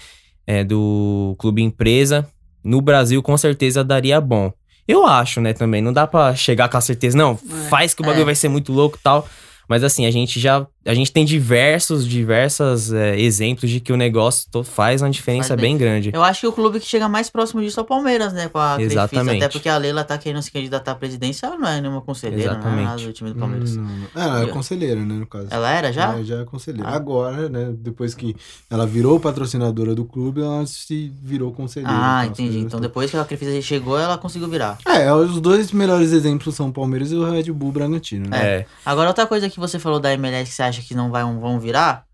[SPEAKER 5] é, do clube empresa, no Brasil com certeza daria bom. Eu acho, né, também. Não dá pra chegar com a certeza, não, faz que o bagulho
[SPEAKER 1] É.
[SPEAKER 5] vai ser muito louco e tal. Mas assim, a gente já. A gente tem diversos, diversas é, exemplos de que o negócio to- faz uma diferença
[SPEAKER 1] Faz bem.
[SPEAKER 5] bem. grande.
[SPEAKER 1] Eu acho que o clube que chega mais próximo disso é o Palmeiras, né? Com a Crefisa.
[SPEAKER 5] Exatamente.
[SPEAKER 1] Até porque a Leila tá querendo se candidatar à presidência, ela não é nenhuma conselheira, não é
[SPEAKER 5] Exatamente.
[SPEAKER 1] nada do time do Palmeiras.
[SPEAKER 3] Hum, não, não. Ela é conselheira, né, no caso.
[SPEAKER 1] Ela era já?
[SPEAKER 3] É, já é conselheira.
[SPEAKER 1] Ah.
[SPEAKER 3] Agora, né, depois que ela virou patrocinadora do clube, ela se virou conselheira.
[SPEAKER 1] Ah,
[SPEAKER 3] então, as
[SPEAKER 1] entendi.
[SPEAKER 3] coisas
[SPEAKER 1] Então
[SPEAKER 3] todas.
[SPEAKER 1] depois que a Crefisa chegou, ela conseguiu virar.
[SPEAKER 3] É, os dois melhores exemplos são o Palmeiras e o Red Bull Bragantino, né?
[SPEAKER 5] É.
[SPEAKER 1] Agora, outra coisa que você falou da MLS que você acha que não vai, vão virar,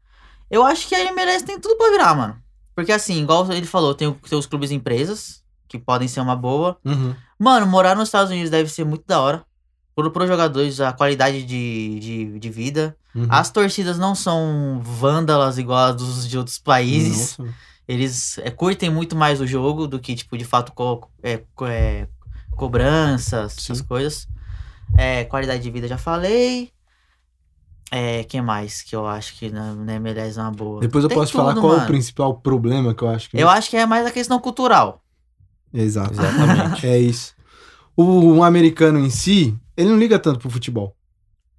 [SPEAKER 1] eu acho que a MLS tem tudo pra virar, mano. Porque assim, igual ele falou, tem, o- tem os clubes empresas, que podem ser uma boa.
[SPEAKER 3] Uhum.
[SPEAKER 1] Mano, morar nos Estados Unidos deve ser muito da hora. Pro, pro jogadores, a qualidade de, de, de vida.
[SPEAKER 3] uhum.
[SPEAKER 1] As torcidas não são vândalas igual as dos, de outros países.
[SPEAKER 3] Nossa.
[SPEAKER 1] Eles é, curtem muito mais o jogo do que, tipo, de fato, co- é, co- é, cobranças, essas
[SPEAKER 3] Sim.
[SPEAKER 1] coisas. É, qualidade de vida já falei. É, que mais que eu acho que na, na MLS é uma boa?
[SPEAKER 3] Depois eu
[SPEAKER 1] Tem
[SPEAKER 3] posso falar
[SPEAKER 1] tudo,
[SPEAKER 3] qual é o
[SPEAKER 1] mano.
[SPEAKER 3] principal problema que eu acho que.
[SPEAKER 1] Eu acho que é mais a questão cultural.
[SPEAKER 3] Exato.
[SPEAKER 5] Exatamente.
[SPEAKER 3] É isso. O um americano em si, ele não liga tanto pro futebol.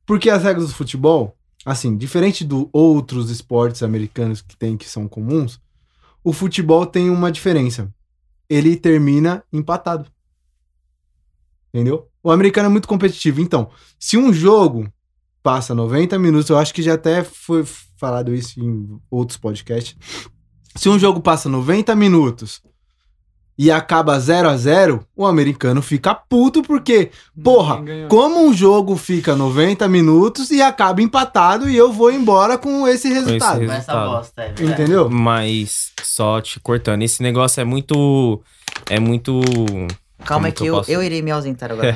[SPEAKER 3] Porque as regras do futebol, assim, diferente do outros esportes americanos que tem que são comuns, o futebol tem uma diferença. Ele termina empatado. Entendeu? O americano é muito competitivo. Então, se um jogo passa 90 minutos, eu acho que já até foi falado isso em outros podcasts. Se um jogo passa 90 minutos e acaba 0 a 0 o americano fica puto porque, porra,
[SPEAKER 2] Ninguém ganhou.
[SPEAKER 3] como um jogo fica 90 minutos e acaba empatado e eu vou embora com esse resultado.
[SPEAKER 5] resultado.
[SPEAKER 1] Com essa
[SPEAKER 5] Resultado.
[SPEAKER 1] bosta, é verdade.
[SPEAKER 3] Entendeu?
[SPEAKER 5] Mas só te cortando, esse negócio é muito. É muito.
[SPEAKER 1] Calma
[SPEAKER 5] Como
[SPEAKER 1] é
[SPEAKER 5] que
[SPEAKER 1] que
[SPEAKER 5] eu
[SPEAKER 1] eu,
[SPEAKER 5] posso-
[SPEAKER 1] eu irei me ausentar agora.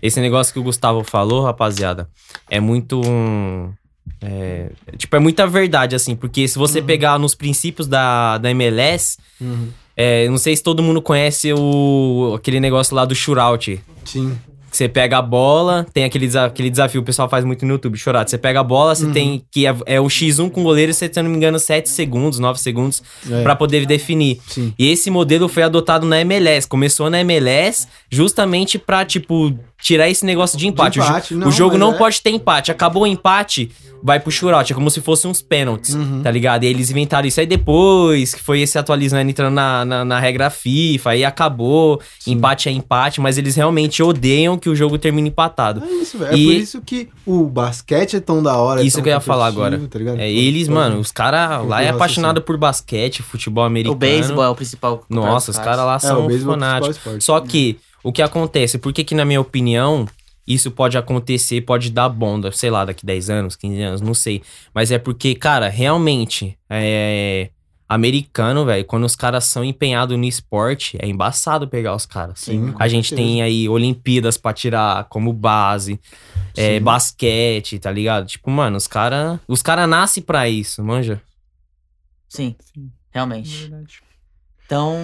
[SPEAKER 5] esse negócio que o Gustavo falou, rapaziada, é muito um. é, tipo, é muita verdade, assim, porque se
[SPEAKER 1] Uhum.
[SPEAKER 5] você pegar nos princípios da, da MLS,
[SPEAKER 3] Uhum.
[SPEAKER 5] é, não sei se todo mundo conhece o, aquele negócio lá do shootout.
[SPEAKER 3] Sim.
[SPEAKER 5] que Você pega a bola, tem aquele, desa- aquele desafio que o pessoal faz muito no YouTube, chorar. Você pega a bola, você
[SPEAKER 3] Uhum.
[SPEAKER 5] tem que. É, é o X1 com o goleiro, você, se eu não me engano, 7 segundos, 9 segundos,
[SPEAKER 3] É,
[SPEAKER 5] pra poder definir.
[SPEAKER 3] Sim.
[SPEAKER 5] E esse modelo foi adotado na MLS. Começou na MLS justamente pra, tipo, tirar esse negócio de empate. O ju-
[SPEAKER 3] empate,
[SPEAKER 5] o,
[SPEAKER 3] não,
[SPEAKER 5] jogo
[SPEAKER 3] mas
[SPEAKER 5] não
[SPEAKER 3] é.
[SPEAKER 5] pode ter empate. Acabou o empate, vai pro shootout. É como se fosse uns pênaltis,
[SPEAKER 3] Uhum.
[SPEAKER 5] tá ligado? E eles inventaram isso aí depois, que foi esse atualizando, entrando na, na, na regra FIFA, aí acabou.
[SPEAKER 3] Sim.
[SPEAKER 5] Empate é empate, mas eles realmente odeiam que o jogo termine empatado.
[SPEAKER 3] É isso, velho.
[SPEAKER 5] E-
[SPEAKER 3] É por isso que o basquete é tão da hora. é
[SPEAKER 5] Isso
[SPEAKER 3] tão
[SPEAKER 5] que eu ia falar
[SPEAKER 3] competitivo,
[SPEAKER 5] agora.
[SPEAKER 3] tá ligado?
[SPEAKER 5] É, eles,
[SPEAKER 3] Pô,
[SPEAKER 5] mano, os caras lá é
[SPEAKER 3] raciocínio.
[SPEAKER 5] apaixonado por basquete, futebol americano.
[SPEAKER 1] o beisebol é o principal.
[SPEAKER 5] Nossa, os caras lá
[SPEAKER 3] É, o
[SPEAKER 5] são
[SPEAKER 3] beisebol é o
[SPEAKER 5] fanáticos.
[SPEAKER 3] principal esporte.
[SPEAKER 5] Só que o que acontece? Por que que, na minha opinião, isso pode acontecer, pode dar bom, da- sei lá, daqui 10 anos, 15 anos, não sei. Mas é porque, cara, realmente, é. Americano, velho, quando os caras são empenhados no esporte, é embaçado pegar os caras.
[SPEAKER 3] Sim, com
[SPEAKER 5] A gente
[SPEAKER 3] certeza.
[SPEAKER 5] tem aí Olimpíadas pra tirar como base, é,
[SPEAKER 3] Sim.
[SPEAKER 5] basquete, tá ligado? Tipo, mano, os caras. Os caras nascem pra isso, manja.
[SPEAKER 1] Sim,
[SPEAKER 2] Sim, é
[SPEAKER 1] realmente.
[SPEAKER 2] verdade.
[SPEAKER 1] Então,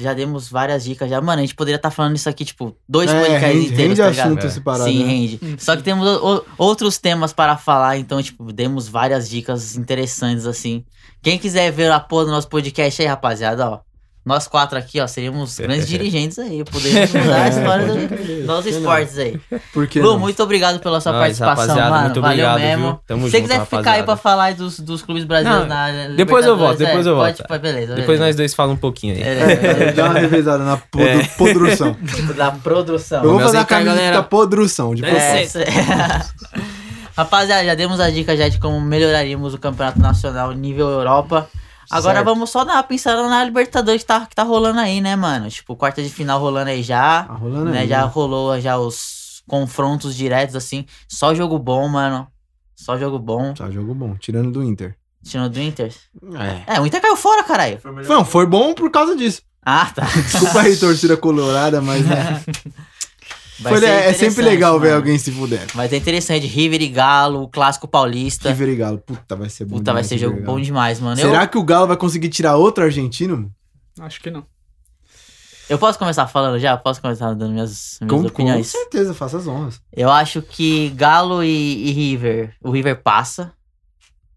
[SPEAKER 1] já demos várias dicas já. Mano, a gente poderia estar falando isso aqui, tipo, dois
[SPEAKER 3] É,
[SPEAKER 1] podcasts
[SPEAKER 3] rende-
[SPEAKER 1] inteiros,
[SPEAKER 3] rende
[SPEAKER 1] tá ligado?
[SPEAKER 3] assunto se parar,
[SPEAKER 1] Sim,
[SPEAKER 3] né?
[SPEAKER 1] rende.
[SPEAKER 2] Hum.
[SPEAKER 1] Só que temos o- o- outros temas para falar, então, tipo, demos várias dicas interessantes, assim. Quem quiser ver a porra do nosso podcast aí, rapaziada, ó. Nós quatro aqui, ó, seríamos grandes dirigentes aí. Poderíamos
[SPEAKER 5] É,
[SPEAKER 1] mudar a história
[SPEAKER 3] pode
[SPEAKER 1] do-
[SPEAKER 3] crer,
[SPEAKER 1] dos
[SPEAKER 3] sei lá.
[SPEAKER 1] esportes aí.
[SPEAKER 3] Por que
[SPEAKER 1] Lu,
[SPEAKER 3] não?
[SPEAKER 1] muito obrigado pela sua
[SPEAKER 5] Nós,
[SPEAKER 1] participação,
[SPEAKER 5] rapaziada,
[SPEAKER 1] mano.
[SPEAKER 5] muito
[SPEAKER 1] Valeu
[SPEAKER 5] obrigado,
[SPEAKER 1] mesmo.
[SPEAKER 5] viu? Tamo
[SPEAKER 1] Se você
[SPEAKER 5] junto,
[SPEAKER 1] quiser ficar aí
[SPEAKER 5] rapaziada.
[SPEAKER 1] pra falar aí dos, dos clubes brasileiros
[SPEAKER 5] Não,
[SPEAKER 1] na
[SPEAKER 5] depois eu volto,
[SPEAKER 1] Libertadores, é,
[SPEAKER 5] depois eu
[SPEAKER 1] pode-
[SPEAKER 5] volto.
[SPEAKER 1] pode- beleza,
[SPEAKER 5] Depois
[SPEAKER 1] beleza.
[SPEAKER 5] nós dois falamos um pouquinho aí.
[SPEAKER 1] É,
[SPEAKER 3] Dá uma revezada na podu-
[SPEAKER 5] É.
[SPEAKER 3] podrução.
[SPEAKER 1] da produção.
[SPEAKER 3] Eu vou
[SPEAKER 5] meus
[SPEAKER 3] fazer a
[SPEAKER 5] encargos,
[SPEAKER 3] camisa
[SPEAKER 5] galera.
[SPEAKER 3] podrução. De
[SPEAKER 5] É,
[SPEAKER 3] propósito.
[SPEAKER 5] sei.
[SPEAKER 1] É, cê- Rapaziada, já demos a dica já de como melhoraríamos o campeonato nacional nível Europa. Agora
[SPEAKER 3] Certo.
[SPEAKER 1] vamos só dar uma pincelada na Libertadores que tá, que tá rolando aí, né, mano? Tipo, quarta de final rolando aí já.
[SPEAKER 3] Tá rolando
[SPEAKER 1] né?
[SPEAKER 3] aí,
[SPEAKER 1] Já
[SPEAKER 3] né?
[SPEAKER 1] rolou já os confrontos diretos, assim. Só jogo bom, mano. Só jogo bom.
[SPEAKER 3] Só jogo bom, tirando do Inter.
[SPEAKER 1] Tirando do Inter.
[SPEAKER 3] É.
[SPEAKER 1] É, o Inter caiu fora, caralho.
[SPEAKER 4] Foi o melhor
[SPEAKER 3] Não, foi bom por causa disso.
[SPEAKER 1] Ah, tá.
[SPEAKER 3] Desculpa aí, torcida colorada, mas né,
[SPEAKER 1] Vai
[SPEAKER 3] foi-
[SPEAKER 1] ser
[SPEAKER 3] é, é sempre
[SPEAKER 1] interessante,
[SPEAKER 3] legal ver
[SPEAKER 1] mano.
[SPEAKER 3] alguém se fuder.
[SPEAKER 1] Vai ser interessante. River e Galo, o clássico paulista.
[SPEAKER 3] River e Galo, puta, vai ser bom.
[SPEAKER 1] Puta, vai
[SPEAKER 3] demais,
[SPEAKER 1] ser jogo
[SPEAKER 3] River e
[SPEAKER 1] bom
[SPEAKER 3] Galo.
[SPEAKER 1] demais, mano.
[SPEAKER 3] Será que o Galo vai conseguir tirar outro argentino? mano?
[SPEAKER 2] Acho que não.
[SPEAKER 1] Eu, eu posso começar falando já? Posso começar dando minhas, minhas
[SPEAKER 3] Com, com
[SPEAKER 1] opiniões?
[SPEAKER 3] certeza, faça as honras.
[SPEAKER 1] Eu acho que Galo e, e River. O River passa.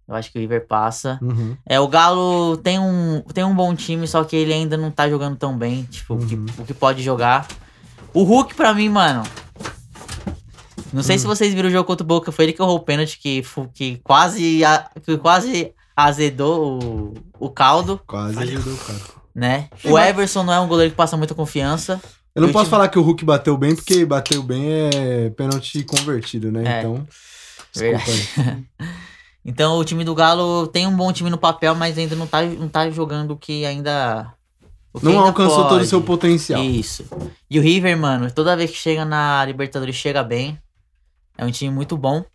[SPEAKER 1] Eu acho que o River passa.
[SPEAKER 3] Uhum.
[SPEAKER 1] É, o Galo tem um, tem um bom time, só que ele ainda não tá jogando tão bem. Tipo, o, que,
[SPEAKER 3] Uhum.
[SPEAKER 1] o que pode jogar. O Hulk, pra mim, mano. Não sei
[SPEAKER 3] Uhum.
[SPEAKER 1] se vocês viram o jogo contra o Boca. Foi ele que errou o pênalti que, fu- que, quase, a- que quase azedou o, o caldo,
[SPEAKER 3] Quase ajudou, cara.
[SPEAKER 1] né? O Everson não é um goleiro que passa muita confiança.
[SPEAKER 3] Eu não
[SPEAKER 1] Eu
[SPEAKER 3] posso
[SPEAKER 1] tive-
[SPEAKER 3] falar que o Hulk bateu bem, porque bateu bem é pênalti convertido, né?
[SPEAKER 1] É.
[SPEAKER 3] Então. Desculpa
[SPEAKER 1] Verdade.
[SPEAKER 3] aí.
[SPEAKER 1] Então o time do Galo tem um bom time no papel, mas ainda não tá, não tá jogando o que ainda. o que
[SPEAKER 3] Não
[SPEAKER 1] ainda
[SPEAKER 3] alcançou todo o
[SPEAKER 1] pode.
[SPEAKER 3] seu potencial.
[SPEAKER 1] Isso. E o River, mano, toda vez que chega na Libertadores, chega bem. É um time muito bom.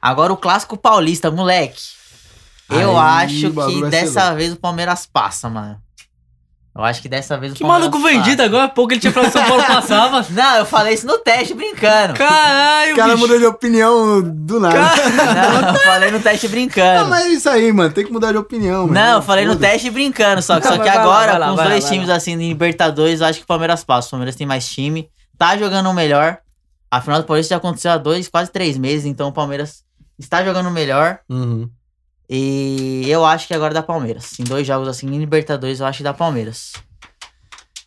[SPEAKER 1] Agora o clássico paulista, moleque. Eu
[SPEAKER 3] Aí,
[SPEAKER 1] acho
[SPEAKER 3] o bagulho
[SPEAKER 1] que
[SPEAKER 3] vai ser
[SPEAKER 1] dessa vez o Palmeiras passa, mano. Eu acho que dessa vez o
[SPEAKER 2] Que
[SPEAKER 1] Palmeiras
[SPEAKER 2] maluco
[SPEAKER 1] passa.
[SPEAKER 2] vendido agora, há pouco ele tinha falado que São Paulo passava.
[SPEAKER 1] Não, eu falei isso no teste, brincando.
[SPEAKER 2] Caralho,
[SPEAKER 3] O cara
[SPEAKER 2] bicho.
[SPEAKER 3] mudou de opinião do nada.
[SPEAKER 1] Não, eu falei no teste brincando.
[SPEAKER 3] Ah, mas é isso aí, mano. Tem que mudar de opinião, mano.
[SPEAKER 1] Não, eu falei no
[SPEAKER 3] Foda-se.
[SPEAKER 1] teste brincando, só que,
[SPEAKER 2] Não,
[SPEAKER 1] só
[SPEAKER 2] mas
[SPEAKER 1] que
[SPEAKER 2] vai lá,
[SPEAKER 1] agora,
[SPEAKER 2] vai lá,
[SPEAKER 1] com os
[SPEAKER 2] vai lá,
[SPEAKER 1] dois
[SPEAKER 2] vai
[SPEAKER 1] times assim de Libertadores, eu acho que o Palmeiras passa. O Palmeiras tem mais time, tá jogando melhor. A final do Paulista já aconteceu há dois, quase três meses, então o Palmeiras está jogando melhor.
[SPEAKER 3] Uhum.
[SPEAKER 1] E eu acho que agora dá Palmeiras. Em dois jogos assim, em Libertadores, eu acho que dá Palmeiras.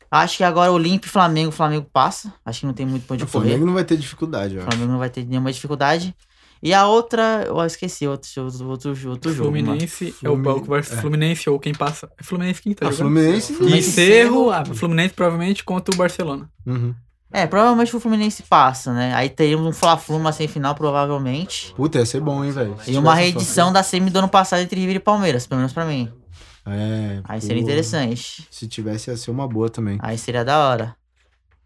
[SPEAKER 1] Acho que agora o Olímpio e Flamengo, o Flamengo passa. Acho que não tem muito ponto de
[SPEAKER 3] O
[SPEAKER 1] correr.
[SPEAKER 3] Flamengo não vai ter dificuldade, ó.
[SPEAKER 1] O Flamengo não vai ter nenhuma dificuldade. E a outra, eu esqueci, outro, outro, outro, outro jogo. mano.
[SPEAKER 2] Fluminense é o
[SPEAKER 3] Flumin-
[SPEAKER 2] Balco versus Fluminense ou quem passa. É Fluminense quem tá
[SPEAKER 3] A
[SPEAKER 2] jogando.
[SPEAKER 3] Ah, Fluminense.
[SPEAKER 2] E
[SPEAKER 1] Fluminense.
[SPEAKER 2] Cerro, ah, Fluminense provavelmente contra o Barcelona.
[SPEAKER 3] Uhum.
[SPEAKER 1] É, provavelmente o Fluminense passa, né? Aí teríamos um Fla-Flu na semifinal, provavelmente.
[SPEAKER 3] Puta, ia ser bom, hein, velho. Se
[SPEAKER 1] E uma
[SPEAKER 3] tivesse um
[SPEAKER 1] reedição da semi do ano passado entre River e Palmeiras, pelo menos pra mim.
[SPEAKER 3] Fla- É.
[SPEAKER 1] Aí seria
[SPEAKER 3] pô,
[SPEAKER 1] interessante.
[SPEAKER 3] Se tivesse, ia ser uma boa também.
[SPEAKER 1] Aí seria da hora.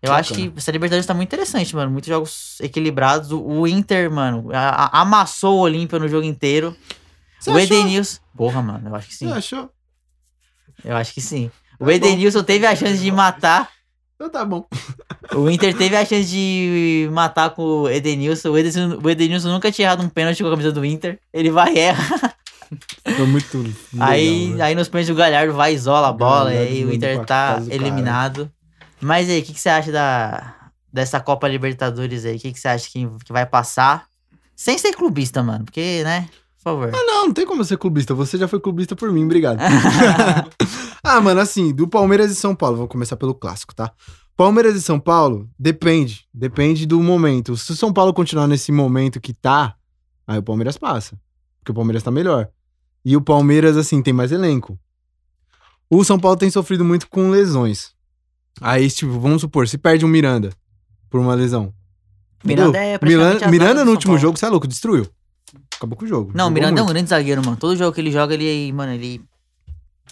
[SPEAKER 1] Eu
[SPEAKER 3] Bacana.
[SPEAKER 1] acho que essa Libertadores tá muito interessante, mano. Muitos jogos equilibrados. O- O Inter, mano, a- a- amassou o Olímpia no jogo inteiro.
[SPEAKER 3] Você
[SPEAKER 1] o
[SPEAKER 3] achou? É.
[SPEAKER 1] Edenilson. Porra, mano, eu acho que
[SPEAKER 3] Você
[SPEAKER 1] sim.
[SPEAKER 3] achou?
[SPEAKER 1] Eu acho que sim.
[SPEAKER 3] É
[SPEAKER 1] O Edenilson teve a chance de matar.
[SPEAKER 3] Então tá bom.
[SPEAKER 1] O Inter teve a chance de matar com o Edenilson. O Edenilson, o Edenilson nunca tinha errado um pênalti com a camisa do Inter. Ele vai e erra.
[SPEAKER 3] Foi muito. legal,
[SPEAKER 1] aí,
[SPEAKER 3] né?
[SPEAKER 1] aí nos pênaltis o Galhardo vai e isola a bola. E
[SPEAKER 3] Galhardo
[SPEAKER 1] aí o
[SPEAKER 3] manda
[SPEAKER 1] Inter
[SPEAKER 3] pra
[SPEAKER 1] tá
[SPEAKER 3] casa do
[SPEAKER 1] eliminado. Mas aí, o que, que você acha da, dessa Copa Libertadores aí? O que, que você acha que, que vai passar? Sem ser clubista, mano. Porque, né? Por favor.
[SPEAKER 3] Ah, Não, não tem como eu ser clubista. Você já foi clubista por mim, obrigado. ah, mano, assim, do Palmeiras e São Paulo, vamos começar pelo clássico, tá? Palmeiras e São Paulo, depende. Depende do momento. Se o São Paulo continuar nesse momento que tá, aí o Palmeiras passa. Porque o Palmeiras tá melhor. E o Palmeiras, assim, tem mais elenco. O São Paulo tem sofrido muito com lesões. Aí, tipo, vamos supor, se perde um Miranda por uma lesão.
[SPEAKER 1] Miranda
[SPEAKER 3] entendeu?
[SPEAKER 1] é praticamente
[SPEAKER 3] Miranda,
[SPEAKER 1] a zaga do
[SPEAKER 3] Miranda no
[SPEAKER 1] São
[SPEAKER 3] último
[SPEAKER 1] Paulo.
[SPEAKER 3] jogo, você é louco, destruiu. Acabou com o jogo.
[SPEAKER 1] Não, o
[SPEAKER 3] Jogou
[SPEAKER 1] Miranda
[SPEAKER 3] muito.
[SPEAKER 1] é um grande zagueiro, mano. Todo jogo que ele joga, ele, mano, ele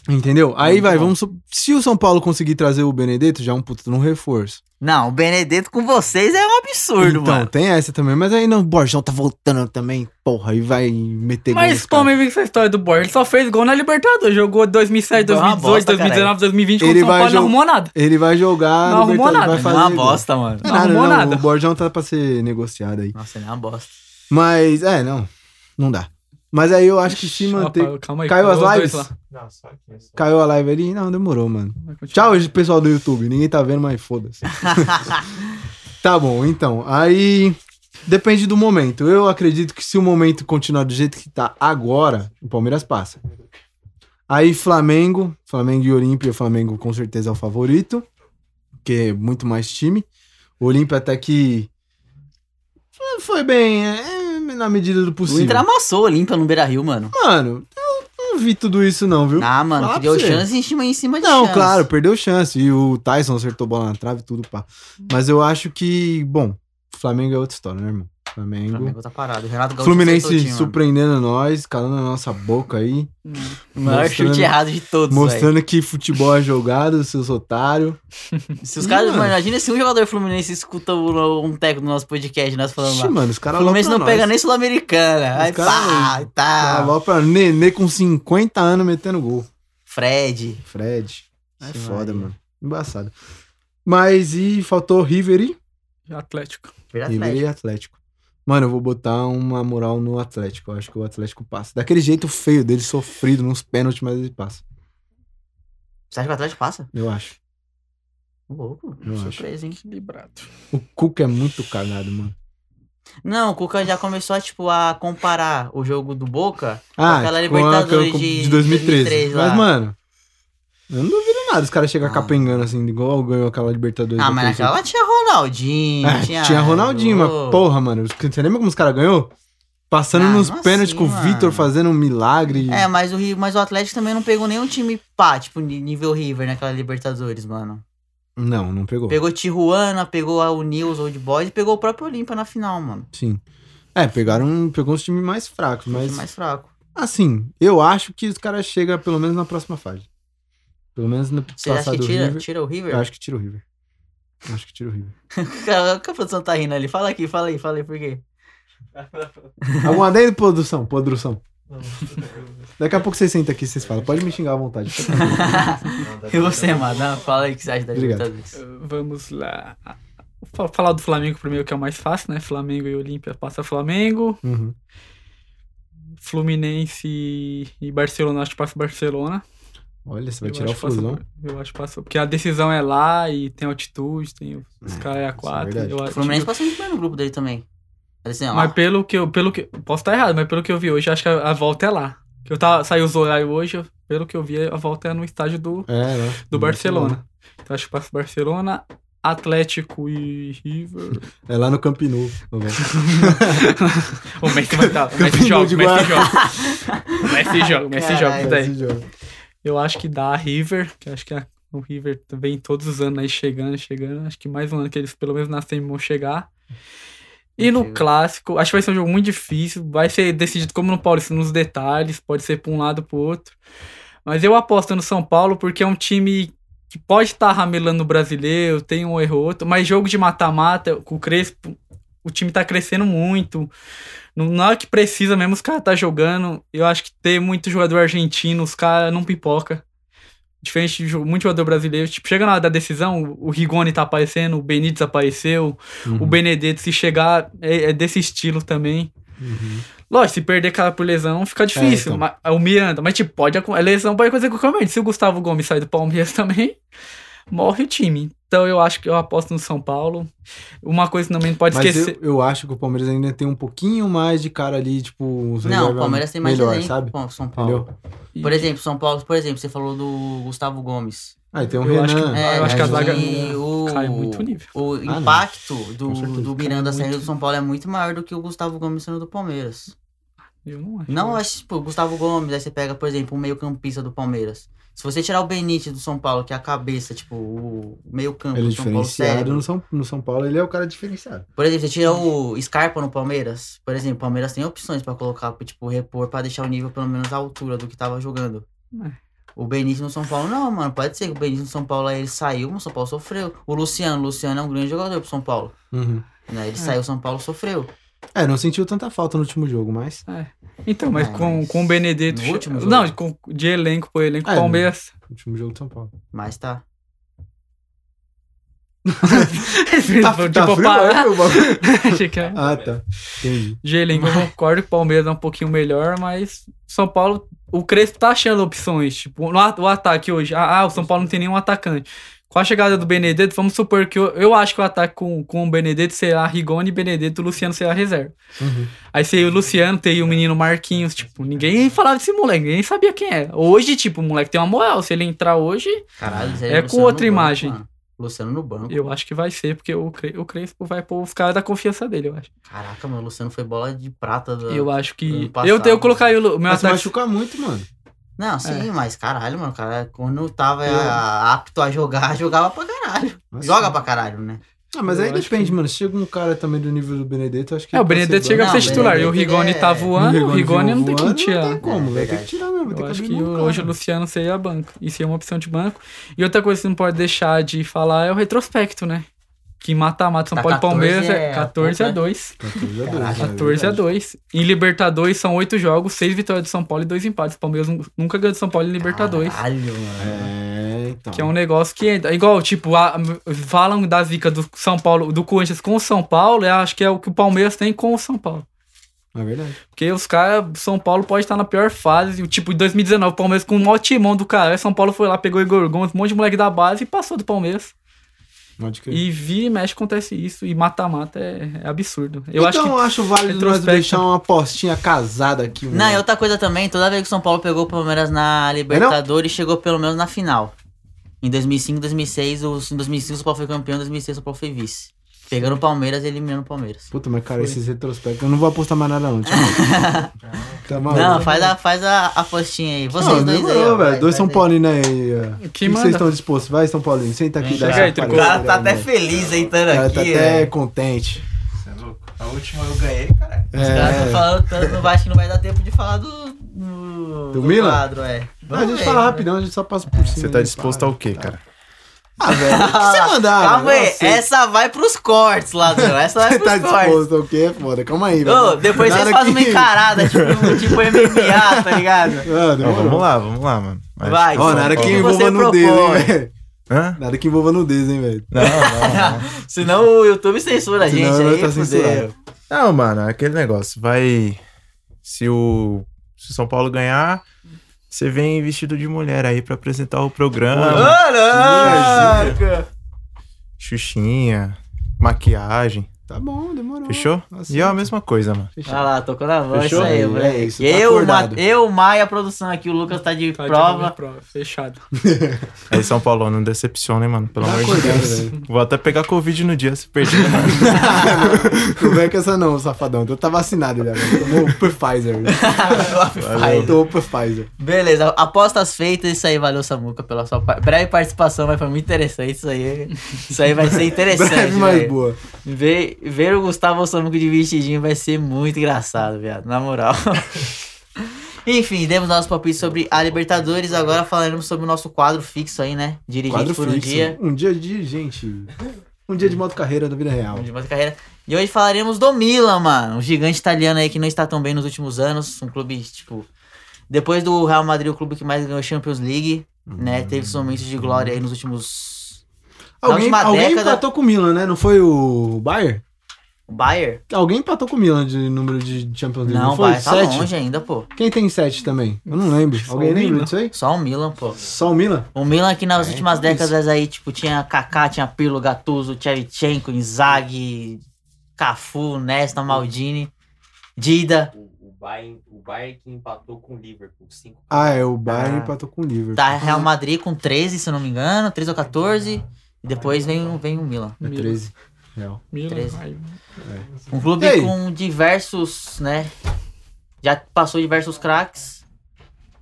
[SPEAKER 3] Entendeu? Aí
[SPEAKER 1] Muito
[SPEAKER 3] vai,
[SPEAKER 1] bom.
[SPEAKER 3] vamos. su- Se o São Paulo conseguir trazer o Benedetto, já é um puto de um reforço.
[SPEAKER 1] Não, o Benedetto com vocês é um absurdo,
[SPEAKER 3] então,
[SPEAKER 1] mano.
[SPEAKER 3] tem essa também. Mas aí não, o Borjão tá voltando também, porra, e vai meter gol
[SPEAKER 2] Mas
[SPEAKER 3] nos
[SPEAKER 2] o Palmeiras vem com essa história do Borja. Ele só fez gol na Libertadores. Jogou 2007,
[SPEAKER 1] Deu uma
[SPEAKER 2] 2018,
[SPEAKER 1] bosta,
[SPEAKER 2] 2019, 2020 contra o
[SPEAKER 3] Ele
[SPEAKER 2] São
[SPEAKER 3] vai
[SPEAKER 2] Paulo. Não
[SPEAKER 3] jogar-
[SPEAKER 2] arrumou nada.
[SPEAKER 3] caras. Ele vai jogar.
[SPEAKER 2] Não arrumou nada,
[SPEAKER 3] Libertadores, vai
[SPEAKER 2] não
[SPEAKER 1] Não é uma
[SPEAKER 3] gol.
[SPEAKER 1] bosta, mano.
[SPEAKER 3] É
[SPEAKER 2] Não
[SPEAKER 3] nada,
[SPEAKER 2] arrumou
[SPEAKER 3] não,
[SPEAKER 2] nada.
[SPEAKER 3] O Borjão tá pra ser negociado aí.
[SPEAKER 1] Nossa, ele é uma bosta.
[SPEAKER 3] Mas, é, não. Não dá. Mas aí eu acho que se manter.
[SPEAKER 2] Rafael, calma aí.
[SPEAKER 3] Caiu
[SPEAKER 2] os
[SPEAKER 3] as
[SPEAKER 2] dois
[SPEAKER 3] lives?
[SPEAKER 2] lá.
[SPEAKER 4] Não, só aqui. Só.
[SPEAKER 3] Caiu a live ali? Não, demorou, mano.
[SPEAKER 2] Vai continuar.
[SPEAKER 3] Tchau, pessoal do YouTube. Ninguém tá vendo, mas foda-se. Tá bom, então. Aí depende do momento. Eu acredito que se o momento continuar do jeito que tá agora, o Palmeiras passa. Aí Flamengo, Flamengo e Olímpia, o Flamengo com certeza é o favorito, que é muito mais time. O Olímpia até que eh, foi bem, eh, na medida do
[SPEAKER 1] O Inter
[SPEAKER 3] possível.
[SPEAKER 1] amassou o Olímpia no Beira Rio, mano.
[SPEAKER 3] Mano, eu não vi tudo isso não, viu?
[SPEAKER 1] Ah, mano,
[SPEAKER 3] Fala
[SPEAKER 1] que
[SPEAKER 3] pra
[SPEAKER 1] deu
[SPEAKER 3] você.
[SPEAKER 1] chance em cima, em cima de
[SPEAKER 3] Não,
[SPEAKER 1] chance.
[SPEAKER 3] claro, perdeu chance. E o Tyson acertou bola na trave, tudo pá. Mas eu acho que, bom, Flamengo é outra história, né, irmão?
[SPEAKER 1] O
[SPEAKER 3] Flamengo.
[SPEAKER 1] Flamengo tá parado. O Renato Gaúcho acertou o
[SPEAKER 3] Fluminense
[SPEAKER 1] time, mano.
[SPEAKER 3] surpreendendo nós, calando a nossa boca aí.
[SPEAKER 2] Hum,
[SPEAKER 1] O maior chute
[SPEAKER 3] mostrando-
[SPEAKER 1] errado de todos, velho.
[SPEAKER 3] Mostrando que futebol é jogado, seus otários.
[SPEAKER 1] Se os caras,
[SPEAKER 3] Mano.
[SPEAKER 1] mano, imagina se um jogador fluminense escuta o- um técnico do nosso podcast, nós falando
[SPEAKER 3] Ixi,
[SPEAKER 1] lá.
[SPEAKER 3] mano, os caras
[SPEAKER 1] Fluminense não
[SPEAKER 3] alopram
[SPEAKER 1] pega
[SPEAKER 3] nós.
[SPEAKER 1] nem Sul-Americana. Aí
[SPEAKER 3] caras-
[SPEAKER 1] pá, tá.
[SPEAKER 3] Alopra Nenê com 50 anos metendo gol.
[SPEAKER 1] Fred.
[SPEAKER 3] Fred. É
[SPEAKER 1] Ixi,
[SPEAKER 3] foda,
[SPEAKER 1] Maria.
[SPEAKER 3] mano. Embaçado. Mas e faltou River e
[SPEAKER 2] Atlético.
[SPEAKER 1] Vira
[SPEAKER 3] River e
[SPEAKER 1] Fred.
[SPEAKER 3] Atlético. Mano, eu vou botar uma moral no Atlético. Eu acho que o Atlético passa. Daquele jeito feio dele, sofrido nos pênaltis, mas ele passa. é-
[SPEAKER 1] Você acha que o Atlético passa?
[SPEAKER 3] Eu acho.
[SPEAKER 1] Ô, Louco.
[SPEAKER 3] Eu acho.
[SPEAKER 1] Surpresa, hein?
[SPEAKER 2] Equilibrado.
[SPEAKER 3] O Cuca é muito cagado, mano.
[SPEAKER 1] Não, o Cuca já começou a, tipo, a comparar o jogo do Boca
[SPEAKER 3] Ah,
[SPEAKER 1] aquela
[SPEAKER 3] com a-
[SPEAKER 1] Tá Libertadores
[SPEAKER 3] com-
[SPEAKER 1] de-
[SPEAKER 3] de 2013.
[SPEAKER 1] 2013 lá.
[SPEAKER 3] mas, mano, eu não duvido nada. Os caras chegam
[SPEAKER 1] Ah.
[SPEAKER 3] capengando assim, igual ganhou aquela Libertadores.
[SPEAKER 1] Ah, mas
[SPEAKER 3] daquele
[SPEAKER 1] naquela lá tinha Ronaldinho,
[SPEAKER 3] É,
[SPEAKER 1] tinha...
[SPEAKER 3] tinha, Ronaldinho, mas
[SPEAKER 1] Ô,
[SPEAKER 3] porra, mano. os- Você lembra como os caras ganhou? Passando
[SPEAKER 1] Ah,
[SPEAKER 3] nos
[SPEAKER 1] não
[SPEAKER 3] pênaltis
[SPEAKER 1] assim,
[SPEAKER 3] com o
[SPEAKER 1] mano.
[SPEAKER 3] Vitor fazendo um milagre.
[SPEAKER 1] É, mas o, Ri- mas o Atlético também não pegou nenhum time pá, tipo, ni- nível River naquela Libertadores, mano.
[SPEAKER 3] Não, não pegou.
[SPEAKER 1] Pegou Tijuana, pegou a- o News Old Boys e pegou o próprio Olímpia na final, mano.
[SPEAKER 3] Sim. É, pegaram, pegou os times mais fracos,
[SPEAKER 1] Time
[SPEAKER 3] mas
[SPEAKER 1] mais fraco.
[SPEAKER 3] assim, eu acho que os caras chegam pelo menos na próxima fase. Pelo menos no
[SPEAKER 1] Você acha
[SPEAKER 3] passado
[SPEAKER 1] que
[SPEAKER 3] do
[SPEAKER 1] tira,
[SPEAKER 3] River.
[SPEAKER 1] tira o River?
[SPEAKER 3] Eu acho que tira o River. Eu acho que tira o River.
[SPEAKER 1] Cara, o que a produção tá rindo ali? Fala aqui, fala aí, fala aí, por quê?
[SPEAKER 3] Alguma adendo, produção? Produção. Daqui a pouco vocês sentam aqui e vocês falam. Pode me xingar à vontade. Tá
[SPEAKER 1] E você, Madame? Fala aí o que você acha da
[SPEAKER 3] Obrigado.
[SPEAKER 1] Libertadores.
[SPEAKER 2] Uh, Vamos lá. Fa- Falar do Flamengo primeiro, que é o mais fácil, né? Flamengo e Olímpia passa Flamengo.
[SPEAKER 3] Uhum.
[SPEAKER 2] Fluminense e Barcelona, acho que passa Barcelona.
[SPEAKER 3] Olha, você vai
[SPEAKER 2] Eu
[SPEAKER 3] tirar o
[SPEAKER 2] acho que passa-
[SPEAKER 3] fusão.
[SPEAKER 2] Eu acho que passa. Porque a decisão é lá e tem altitude, tem os
[SPEAKER 3] É,
[SPEAKER 2] caras a
[SPEAKER 3] isso é
[SPEAKER 2] quatro.
[SPEAKER 3] verdade.
[SPEAKER 2] eu
[SPEAKER 1] O
[SPEAKER 2] acho
[SPEAKER 1] Fluminense
[SPEAKER 2] que-
[SPEAKER 1] passou muito bem no grupo dele também. Assim, ó,
[SPEAKER 2] Mas pelo que eu. Pelo que, posso estar errado, mas pelo que eu vi hoje, acho que a, a volta é lá. Que Eu tava, saiu os horários hoje, eu- pelo que eu vi, a volta é no estádio do,
[SPEAKER 3] É, né?
[SPEAKER 2] do Barcelona. Então acho que passa Barcelona, Atlético e River.
[SPEAKER 3] É lá no Campinu.
[SPEAKER 2] O Messi vai estar. O Messi
[SPEAKER 3] Campeão
[SPEAKER 2] joga,
[SPEAKER 3] de
[SPEAKER 2] o Messi
[SPEAKER 3] guarda.
[SPEAKER 2] joga. O Messi joga, o Messi joga.
[SPEAKER 1] Caralho.
[SPEAKER 2] isso daí. Eu acho que dá a River, que acho que a- o River vem todos os anos aí chegando, chegando. Acho que mais um ano que eles, pelo menos na semi, vão chegar. E no
[SPEAKER 1] Incrível.
[SPEAKER 2] clássico, acho que vai ser um jogo muito difícil. Vai ser decidido como no Paulista, nos detalhes, pode ser para um lado para outro. Mas eu aposto no São Paulo porque é um time que pode estar ramelando no brasileiro, tem um erro ou outro, mas jogo de mata-mata, com o Crespo, o time tá crescendo muito. No- Na hora é que precisa mesmo, os caras tá jogando. Eu acho que ter muito jogador argentino, os caras não pipoca. Diferente de jo- muito jogador brasileiro. Tipo, chega na hora da decisão, o- o Rigoni tá aparecendo, o Benítez apareceu,
[SPEAKER 3] Uhum.
[SPEAKER 2] o Benedetto, se chegar, é, é desse estilo também.
[SPEAKER 3] Uhum.
[SPEAKER 2] Lógico, se perder cara por lesão, fica difícil.
[SPEAKER 3] então.
[SPEAKER 2] mas- o Miranda, mas tipo, pode, acon- a lesão pode acontecer com qualquer um. Se o Gustavo Gomes sair do Palmeiras também, morre o time. Então eu acho que eu aposto no São Paulo. Uma coisa que também não pode
[SPEAKER 3] Mas
[SPEAKER 2] esquecer.
[SPEAKER 3] Eu, eu acho que o Palmeiras ainda tem um pouquinho mais de cara ali, tipo, uns
[SPEAKER 1] Não,
[SPEAKER 3] reserva
[SPEAKER 1] o Palmeiras tem mais
[SPEAKER 3] melhor,
[SPEAKER 1] elenco
[SPEAKER 3] sabe?
[SPEAKER 1] com o São Paulo.
[SPEAKER 3] Entendeu?
[SPEAKER 1] Por exemplo, São Paulo, por exemplo, você falou do Gustavo Gomes.
[SPEAKER 3] Ah, e tem um
[SPEAKER 2] Eu
[SPEAKER 3] Renan.
[SPEAKER 2] acho que-
[SPEAKER 1] É,
[SPEAKER 2] eu acho que a
[SPEAKER 1] mas
[SPEAKER 2] zaga
[SPEAKER 1] e o,
[SPEAKER 2] cai muito o nível.
[SPEAKER 1] O
[SPEAKER 3] Ah, não.
[SPEAKER 1] impacto do,
[SPEAKER 3] Com certeza.
[SPEAKER 1] do
[SPEAKER 2] Cai
[SPEAKER 1] Miranda
[SPEAKER 2] muito.
[SPEAKER 1] saindo do São Paulo é muito maior do que o Gustavo Gomes saindo do Palmeiras.
[SPEAKER 2] Eu não acho.
[SPEAKER 1] Não, acho, tipo, o Gustavo Gomes, aí você pega, por exemplo, o meio-campista do Palmeiras. Se você tirar o Benítez do São Paulo, que é a cabeça, tipo, o meio-campo
[SPEAKER 3] Ele é
[SPEAKER 1] do São Paulo
[SPEAKER 3] diferenciado
[SPEAKER 1] cérebro.
[SPEAKER 3] no São, no São Paulo, ele é o cara diferenciado.
[SPEAKER 1] Por exemplo, você tira o Scarpa no Palmeiras. Por exemplo, o Palmeiras tem opções pra colocar, pra, tipo, repor pra deixar o nível pelo menos à altura do que tava jogando.
[SPEAKER 2] É.
[SPEAKER 1] O Benítez no São Paulo, não, mano. Pode ser que o Benítez no São Paulo aí ele saiu, mas o São Paulo sofreu. O Luciano, o Luciano é um grande jogador pro São Paulo. Né?
[SPEAKER 2] É.
[SPEAKER 1] Ele saiu, o São Paulo sofreu.
[SPEAKER 3] É, não sentiu tanta falta no último jogo, mas.
[SPEAKER 2] Então, mas,
[SPEAKER 1] Não,
[SPEAKER 2] com,
[SPEAKER 1] Ah, mas
[SPEAKER 2] com o Benedetto.
[SPEAKER 1] no
[SPEAKER 2] che-
[SPEAKER 1] último jogo. Ah,
[SPEAKER 2] Não, com- de elenco por elenco,
[SPEAKER 3] É,
[SPEAKER 2] o Palmeiras.
[SPEAKER 3] no Último jogo do São Paulo.
[SPEAKER 1] Mas tá. Tá,
[SPEAKER 2] tipo,
[SPEAKER 3] frio,
[SPEAKER 2] parar.
[SPEAKER 3] é, meu bagulho?
[SPEAKER 1] né?
[SPEAKER 2] Achei que era-
[SPEAKER 3] ah, tá. Entendi.
[SPEAKER 2] De elenco, eu concordo que o Palmeiras é um pouquinho melhor, mas São Paulo, o Crespo tá achando opções. Tipo, no a- o ataque hoje. Ah, ah, o São Paulo não tem nenhum atacante. Com a chegada do Benedetto, vamos supor que eu, eu acho que o ataque com, com o Benedetto será Rigoni, Benedetto e Luciano será reserva.
[SPEAKER 3] Uhum.
[SPEAKER 2] Aí seria o Luciano, teria o menino Marquinhos. Tipo, ninguém falava desse moleque, ninguém sabia quem era. Hoje, tipo, o moleque tem uma moral. Se ele entrar hoje,
[SPEAKER 1] Caralho,
[SPEAKER 2] É com outra imagem.
[SPEAKER 1] mano. Luciano no banco.
[SPEAKER 2] eu acho que vai ser, porque o, Cre- o Crespo vai pôr os caras da confiança dele, eu acho.
[SPEAKER 1] Caraca, mano, o Luciano foi bola de prata do.
[SPEAKER 2] Eu acho
[SPEAKER 1] Ano
[SPEAKER 2] que.
[SPEAKER 1] passado.
[SPEAKER 2] Eu, eu colocaria o Lu- meu
[SPEAKER 3] Mas se
[SPEAKER 2] ataque.
[SPEAKER 3] machucar muito, mano.
[SPEAKER 1] Não,
[SPEAKER 2] É.
[SPEAKER 1] sim, mas caralho, mano, o cara, quando tava
[SPEAKER 3] Eu-
[SPEAKER 1] ah, apto a jogar, jogava pra caralho.
[SPEAKER 3] Nossa,
[SPEAKER 1] Joga pra caralho, né?
[SPEAKER 3] Ah, mas
[SPEAKER 2] Eu
[SPEAKER 3] aí
[SPEAKER 2] acho
[SPEAKER 3] depende,
[SPEAKER 2] que-
[SPEAKER 3] mano. Chega um cara também do nível do Benedetto, acho que. tá
[SPEAKER 2] É, o
[SPEAKER 3] pode ser
[SPEAKER 2] Benedetto
[SPEAKER 3] bom.
[SPEAKER 2] chega pra
[SPEAKER 1] Não, mas
[SPEAKER 2] ser titular. E o
[SPEAKER 1] ele é-
[SPEAKER 2] Rigoni tá voando, o Rigoni não tem como
[SPEAKER 3] voando, Não
[SPEAKER 2] tirar.
[SPEAKER 3] tem como,
[SPEAKER 1] É
[SPEAKER 3] vai ter que
[SPEAKER 1] verdade.
[SPEAKER 3] tirar mesmo. Vai ter
[SPEAKER 2] Eu
[SPEAKER 3] que
[SPEAKER 2] acho
[SPEAKER 3] abrir
[SPEAKER 2] que
[SPEAKER 3] mão,
[SPEAKER 2] hoje é o
[SPEAKER 3] cara.
[SPEAKER 2] Luciano seria banco. E seria uma opção de banco. E outra coisa que você não pode deixar de falar é o retrospecto, né? Que mata-mata São
[SPEAKER 1] Tá
[SPEAKER 2] Paulo e
[SPEAKER 1] 14
[SPEAKER 2] Palmeiras
[SPEAKER 1] é
[SPEAKER 2] é 14 a
[SPEAKER 1] pouco,
[SPEAKER 2] 2.
[SPEAKER 3] 14 a 2.
[SPEAKER 1] Caraca,
[SPEAKER 3] né?
[SPEAKER 2] 14 a é 2. Em Libertadores são 8 jogos, 6 vitórias do São Paulo e 2 empates. O Palmeiras nun- nunca ganhou de São Paulo em Libertadores.
[SPEAKER 1] Caralho, mano.
[SPEAKER 3] É, então.
[SPEAKER 2] Que é um negócio que é igual, tipo, a- falam da zica do São Paulo, do Corinthians com o São Paulo, eu acho que é o que o Palmeiras tem com o São Paulo.
[SPEAKER 3] É verdade.
[SPEAKER 2] Porque os caras, São Paulo pode estar na pior fase. e, Tipo, em 2019, o Palmeiras com o maior timão do cara. São Paulo foi lá, pegou Igor Gomes, um monte de moleque da base e passou do Palmeiras.
[SPEAKER 3] Pode crer.
[SPEAKER 2] E vira e mexe acontece isso. E mata-mata é, é absurdo. Eu
[SPEAKER 3] então,
[SPEAKER 2] acho que.
[SPEAKER 3] eu acho válido nós
[SPEAKER 2] retrospecto-
[SPEAKER 3] deixar uma apostinha casada aqui.
[SPEAKER 1] Não, e
[SPEAKER 3] eu
[SPEAKER 1] outra coisa também, toda vez que o São Paulo pegou o Palmeiras na
[SPEAKER 3] É
[SPEAKER 1] Libertadores, chegou pelo menos na final. Em 2005, 2006, o, em 2005 o São Paulo foi campeão, em 2006 o São Paulo foi vice. Pegando o Palmeiras e eliminando o Palmeiras.
[SPEAKER 3] Puta, mas cara, esses retrospectos. Eu não vou apostar mais nada, não. tchau. tá maluco.
[SPEAKER 1] Não, faz a, faz a apostinha aí. Vocês
[SPEAKER 3] Não,
[SPEAKER 1] dois aí.
[SPEAKER 3] demorou,
[SPEAKER 1] ó,
[SPEAKER 3] velho.
[SPEAKER 1] vai, faz
[SPEAKER 3] Dois São
[SPEAKER 1] aí.
[SPEAKER 3] Paulino aí. ó. O que
[SPEAKER 2] que
[SPEAKER 3] que vocês
[SPEAKER 2] manda?
[SPEAKER 3] estão dispostos? Vai, São Paulino. Senta aqui.
[SPEAKER 1] Vem
[SPEAKER 3] dá
[SPEAKER 1] cá.
[SPEAKER 3] essa
[SPEAKER 2] Chega aí,
[SPEAKER 1] O
[SPEAKER 2] Tricolor.
[SPEAKER 1] cara tá
[SPEAKER 3] parecida,
[SPEAKER 1] até
[SPEAKER 3] né?
[SPEAKER 1] feliz entrando
[SPEAKER 3] O cara tá
[SPEAKER 1] aqui. é.
[SPEAKER 3] até
[SPEAKER 1] velho.
[SPEAKER 3] contente.
[SPEAKER 4] Você é louco? A última eu ganhei, caralho.
[SPEAKER 1] Os caras estão
[SPEAKER 3] É.
[SPEAKER 1] falando tanto, não acho que não vai dar tempo de falar do. Do,
[SPEAKER 3] Do Milan?
[SPEAKER 1] quadro, é.
[SPEAKER 3] Não, a gente fala rapidão, a gente só passa por cima.
[SPEAKER 6] Você tá disposto ao quê, cara?
[SPEAKER 3] Ah, velho, o que você mandar?
[SPEAKER 1] Calma
[SPEAKER 3] velho? Eu
[SPEAKER 1] aí,
[SPEAKER 3] aceito.
[SPEAKER 1] essa vai pros cortes, ladrão. Essa vai
[SPEAKER 3] Você
[SPEAKER 1] pros
[SPEAKER 3] né? tá
[SPEAKER 1] cortes.
[SPEAKER 3] disposto ao quê? Foda, calma aí, velho.
[SPEAKER 1] Ô, depois
[SPEAKER 3] Nada
[SPEAKER 1] vocês fazem uma
[SPEAKER 3] que-
[SPEAKER 1] encarada, tipo, tipo MMA, tá ligado?
[SPEAKER 3] Ah,
[SPEAKER 6] Ó, vamos
[SPEAKER 3] demorou.
[SPEAKER 6] lá, vamos lá, então. mano. Mas-
[SPEAKER 1] Vai.
[SPEAKER 3] Ó, nada
[SPEAKER 6] São
[SPEAKER 3] que
[SPEAKER 6] Paulo.
[SPEAKER 3] envolva
[SPEAKER 1] Você
[SPEAKER 3] nudez,
[SPEAKER 1] propõe.
[SPEAKER 3] hein, velho.
[SPEAKER 6] Hã?
[SPEAKER 3] Nada que envolva nudez, hein, velho.
[SPEAKER 6] Não, não, não.
[SPEAKER 1] Senão o YouTube censura a gente
[SPEAKER 3] Senão
[SPEAKER 1] aí,
[SPEAKER 3] tá censurado.
[SPEAKER 1] fudeu.
[SPEAKER 6] Não, mano, é aquele negócio. Vai. Se o. Se o São Paulo ganhar, você vem vestido de mulher aí pra apresentar o programa.
[SPEAKER 1] Caraca!
[SPEAKER 6] Xuxinha, maquiagem.
[SPEAKER 3] Tá bom, demorou.
[SPEAKER 6] Fechou? E é a mesma coisa, mano.
[SPEAKER 3] Fechou.
[SPEAKER 1] Olha lá, tocou na voz,
[SPEAKER 3] Fechou?
[SPEAKER 1] isso aí,
[SPEAKER 3] É
[SPEAKER 1] velho.
[SPEAKER 3] isso, tá
[SPEAKER 1] eu, Ma-
[SPEAKER 3] acordado.
[SPEAKER 1] eu, Maia, a produção aqui, o Lucas tá de
[SPEAKER 2] Tá de
[SPEAKER 1] prova.
[SPEAKER 2] novo, prova. Fechado.
[SPEAKER 6] Aí, São Paulo, não decepciona, hein, mano. Pelo
[SPEAKER 3] Tá
[SPEAKER 6] amor de
[SPEAKER 3] acordado,
[SPEAKER 6] Deus.
[SPEAKER 3] velho.
[SPEAKER 6] Vou até pegar Covid no dia se perder. mano.
[SPEAKER 3] Não vem com essa não, safadão. Tu tá vacinado já, velho. Tomou o Pfizer. Aí, tomou o Pfizer.
[SPEAKER 1] Beleza, apostas feitas, isso aí, valeu Samuca pela sua par- breve participação, mas foi muito interessante isso aí. Isso aí vai ser interessante.
[SPEAKER 3] Breve, mas
[SPEAKER 1] velho.
[SPEAKER 3] boa.
[SPEAKER 1] ver, ver o Gustavo Samuca de vestidinho vai ser muito engraçado, viado, na moral. Enfim, demos nosso palpite sobre a Libertadores, agora falaremos sobre o nosso quadro fixo aí, né? Dirigente
[SPEAKER 3] Quadro
[SPEAKER 1] por um
[SPEAKER 3] fixo.
[SPEAKER 1] dia.
[SPEAKER 3] Um dia de gente. Um dia de moto carreira na vida real.
[SPEAKER 1] de mais carreira. E hoje falaremos do Milan, mano. Um gigante italiano aí que não está tão bem nos últimos anos. Um clube, tipo. Depois do Real Madrid, o clube que mais ganhou Champions League, né? Teve seus momentos de glória aí nos últimos.
[SPEAKER 3] Alguém,
[SPEAKER 1] última
[SPEAKER 3] alguém
[SPEAKER 1] década-
[SPEAKER 3] empatou com o Milan, né? Não foi o Bayer?
[SPEAKER 1] Bayer?
[SPEAKER 3] Alguém empatou com o Milan de número de Champions League. Não,
[SPEAKER 1] Não,
[SPEAKER 3] foi?
[SPEAKER 1] vai, tá
[SPEAKER 3] sete?
[SPEAKER 1] longe ainda, pô.
[SPEAKER 3] Quem tem sete também? Eu não lembro.
[SPEAKER 2] Só
[SPEAKER 3] Alguém
[SPEAKER 2] o
[SPEAKER 3] lembra
[SPEAKER 2] Milan.
[SPEAKER 3] disso aí?
[SPEAKER 1] Só o Milan, pô.
[SPEAKER 3] Só o Milan?
[SPEAKER 1] O Milan aqui nas
[SPEAKER 3] É,
[SPEAKER 1] últimas
[SPEAKER 3] então é
[SPEAKER 1] décadas aí, tipo, tinha Kaká, tinha Pirlo, Gattuso, Tchevchenko, Inzaghi, Cafu, Nesta, Maldini, Dida.
[SPEAKER 4] O, o, Bayern, o Bayern que empatou com o Liverpool. 5
[SPEAKER 3] Ah, é, o Bayern
[SPEAKER 1] Ah.
[SPEAKER 3] empatou com o Liverpool.
[SPEAKER 1] Tá Real Madrid com 13, se eu não me engano, 13 ou 14. E depois vem, o- vem o Milan.
[SPEAKER 3] É 13. Real.
[SPEAKER 2] Milan,
[SPEAKER 1] Treze.
[SPEAKER 2] Milan, vai.
[SPEAKER 1] Um clube
[SPEAKER 3] E aí?
[SPEAKER 1] com diversos, né? Já passou diversos craques.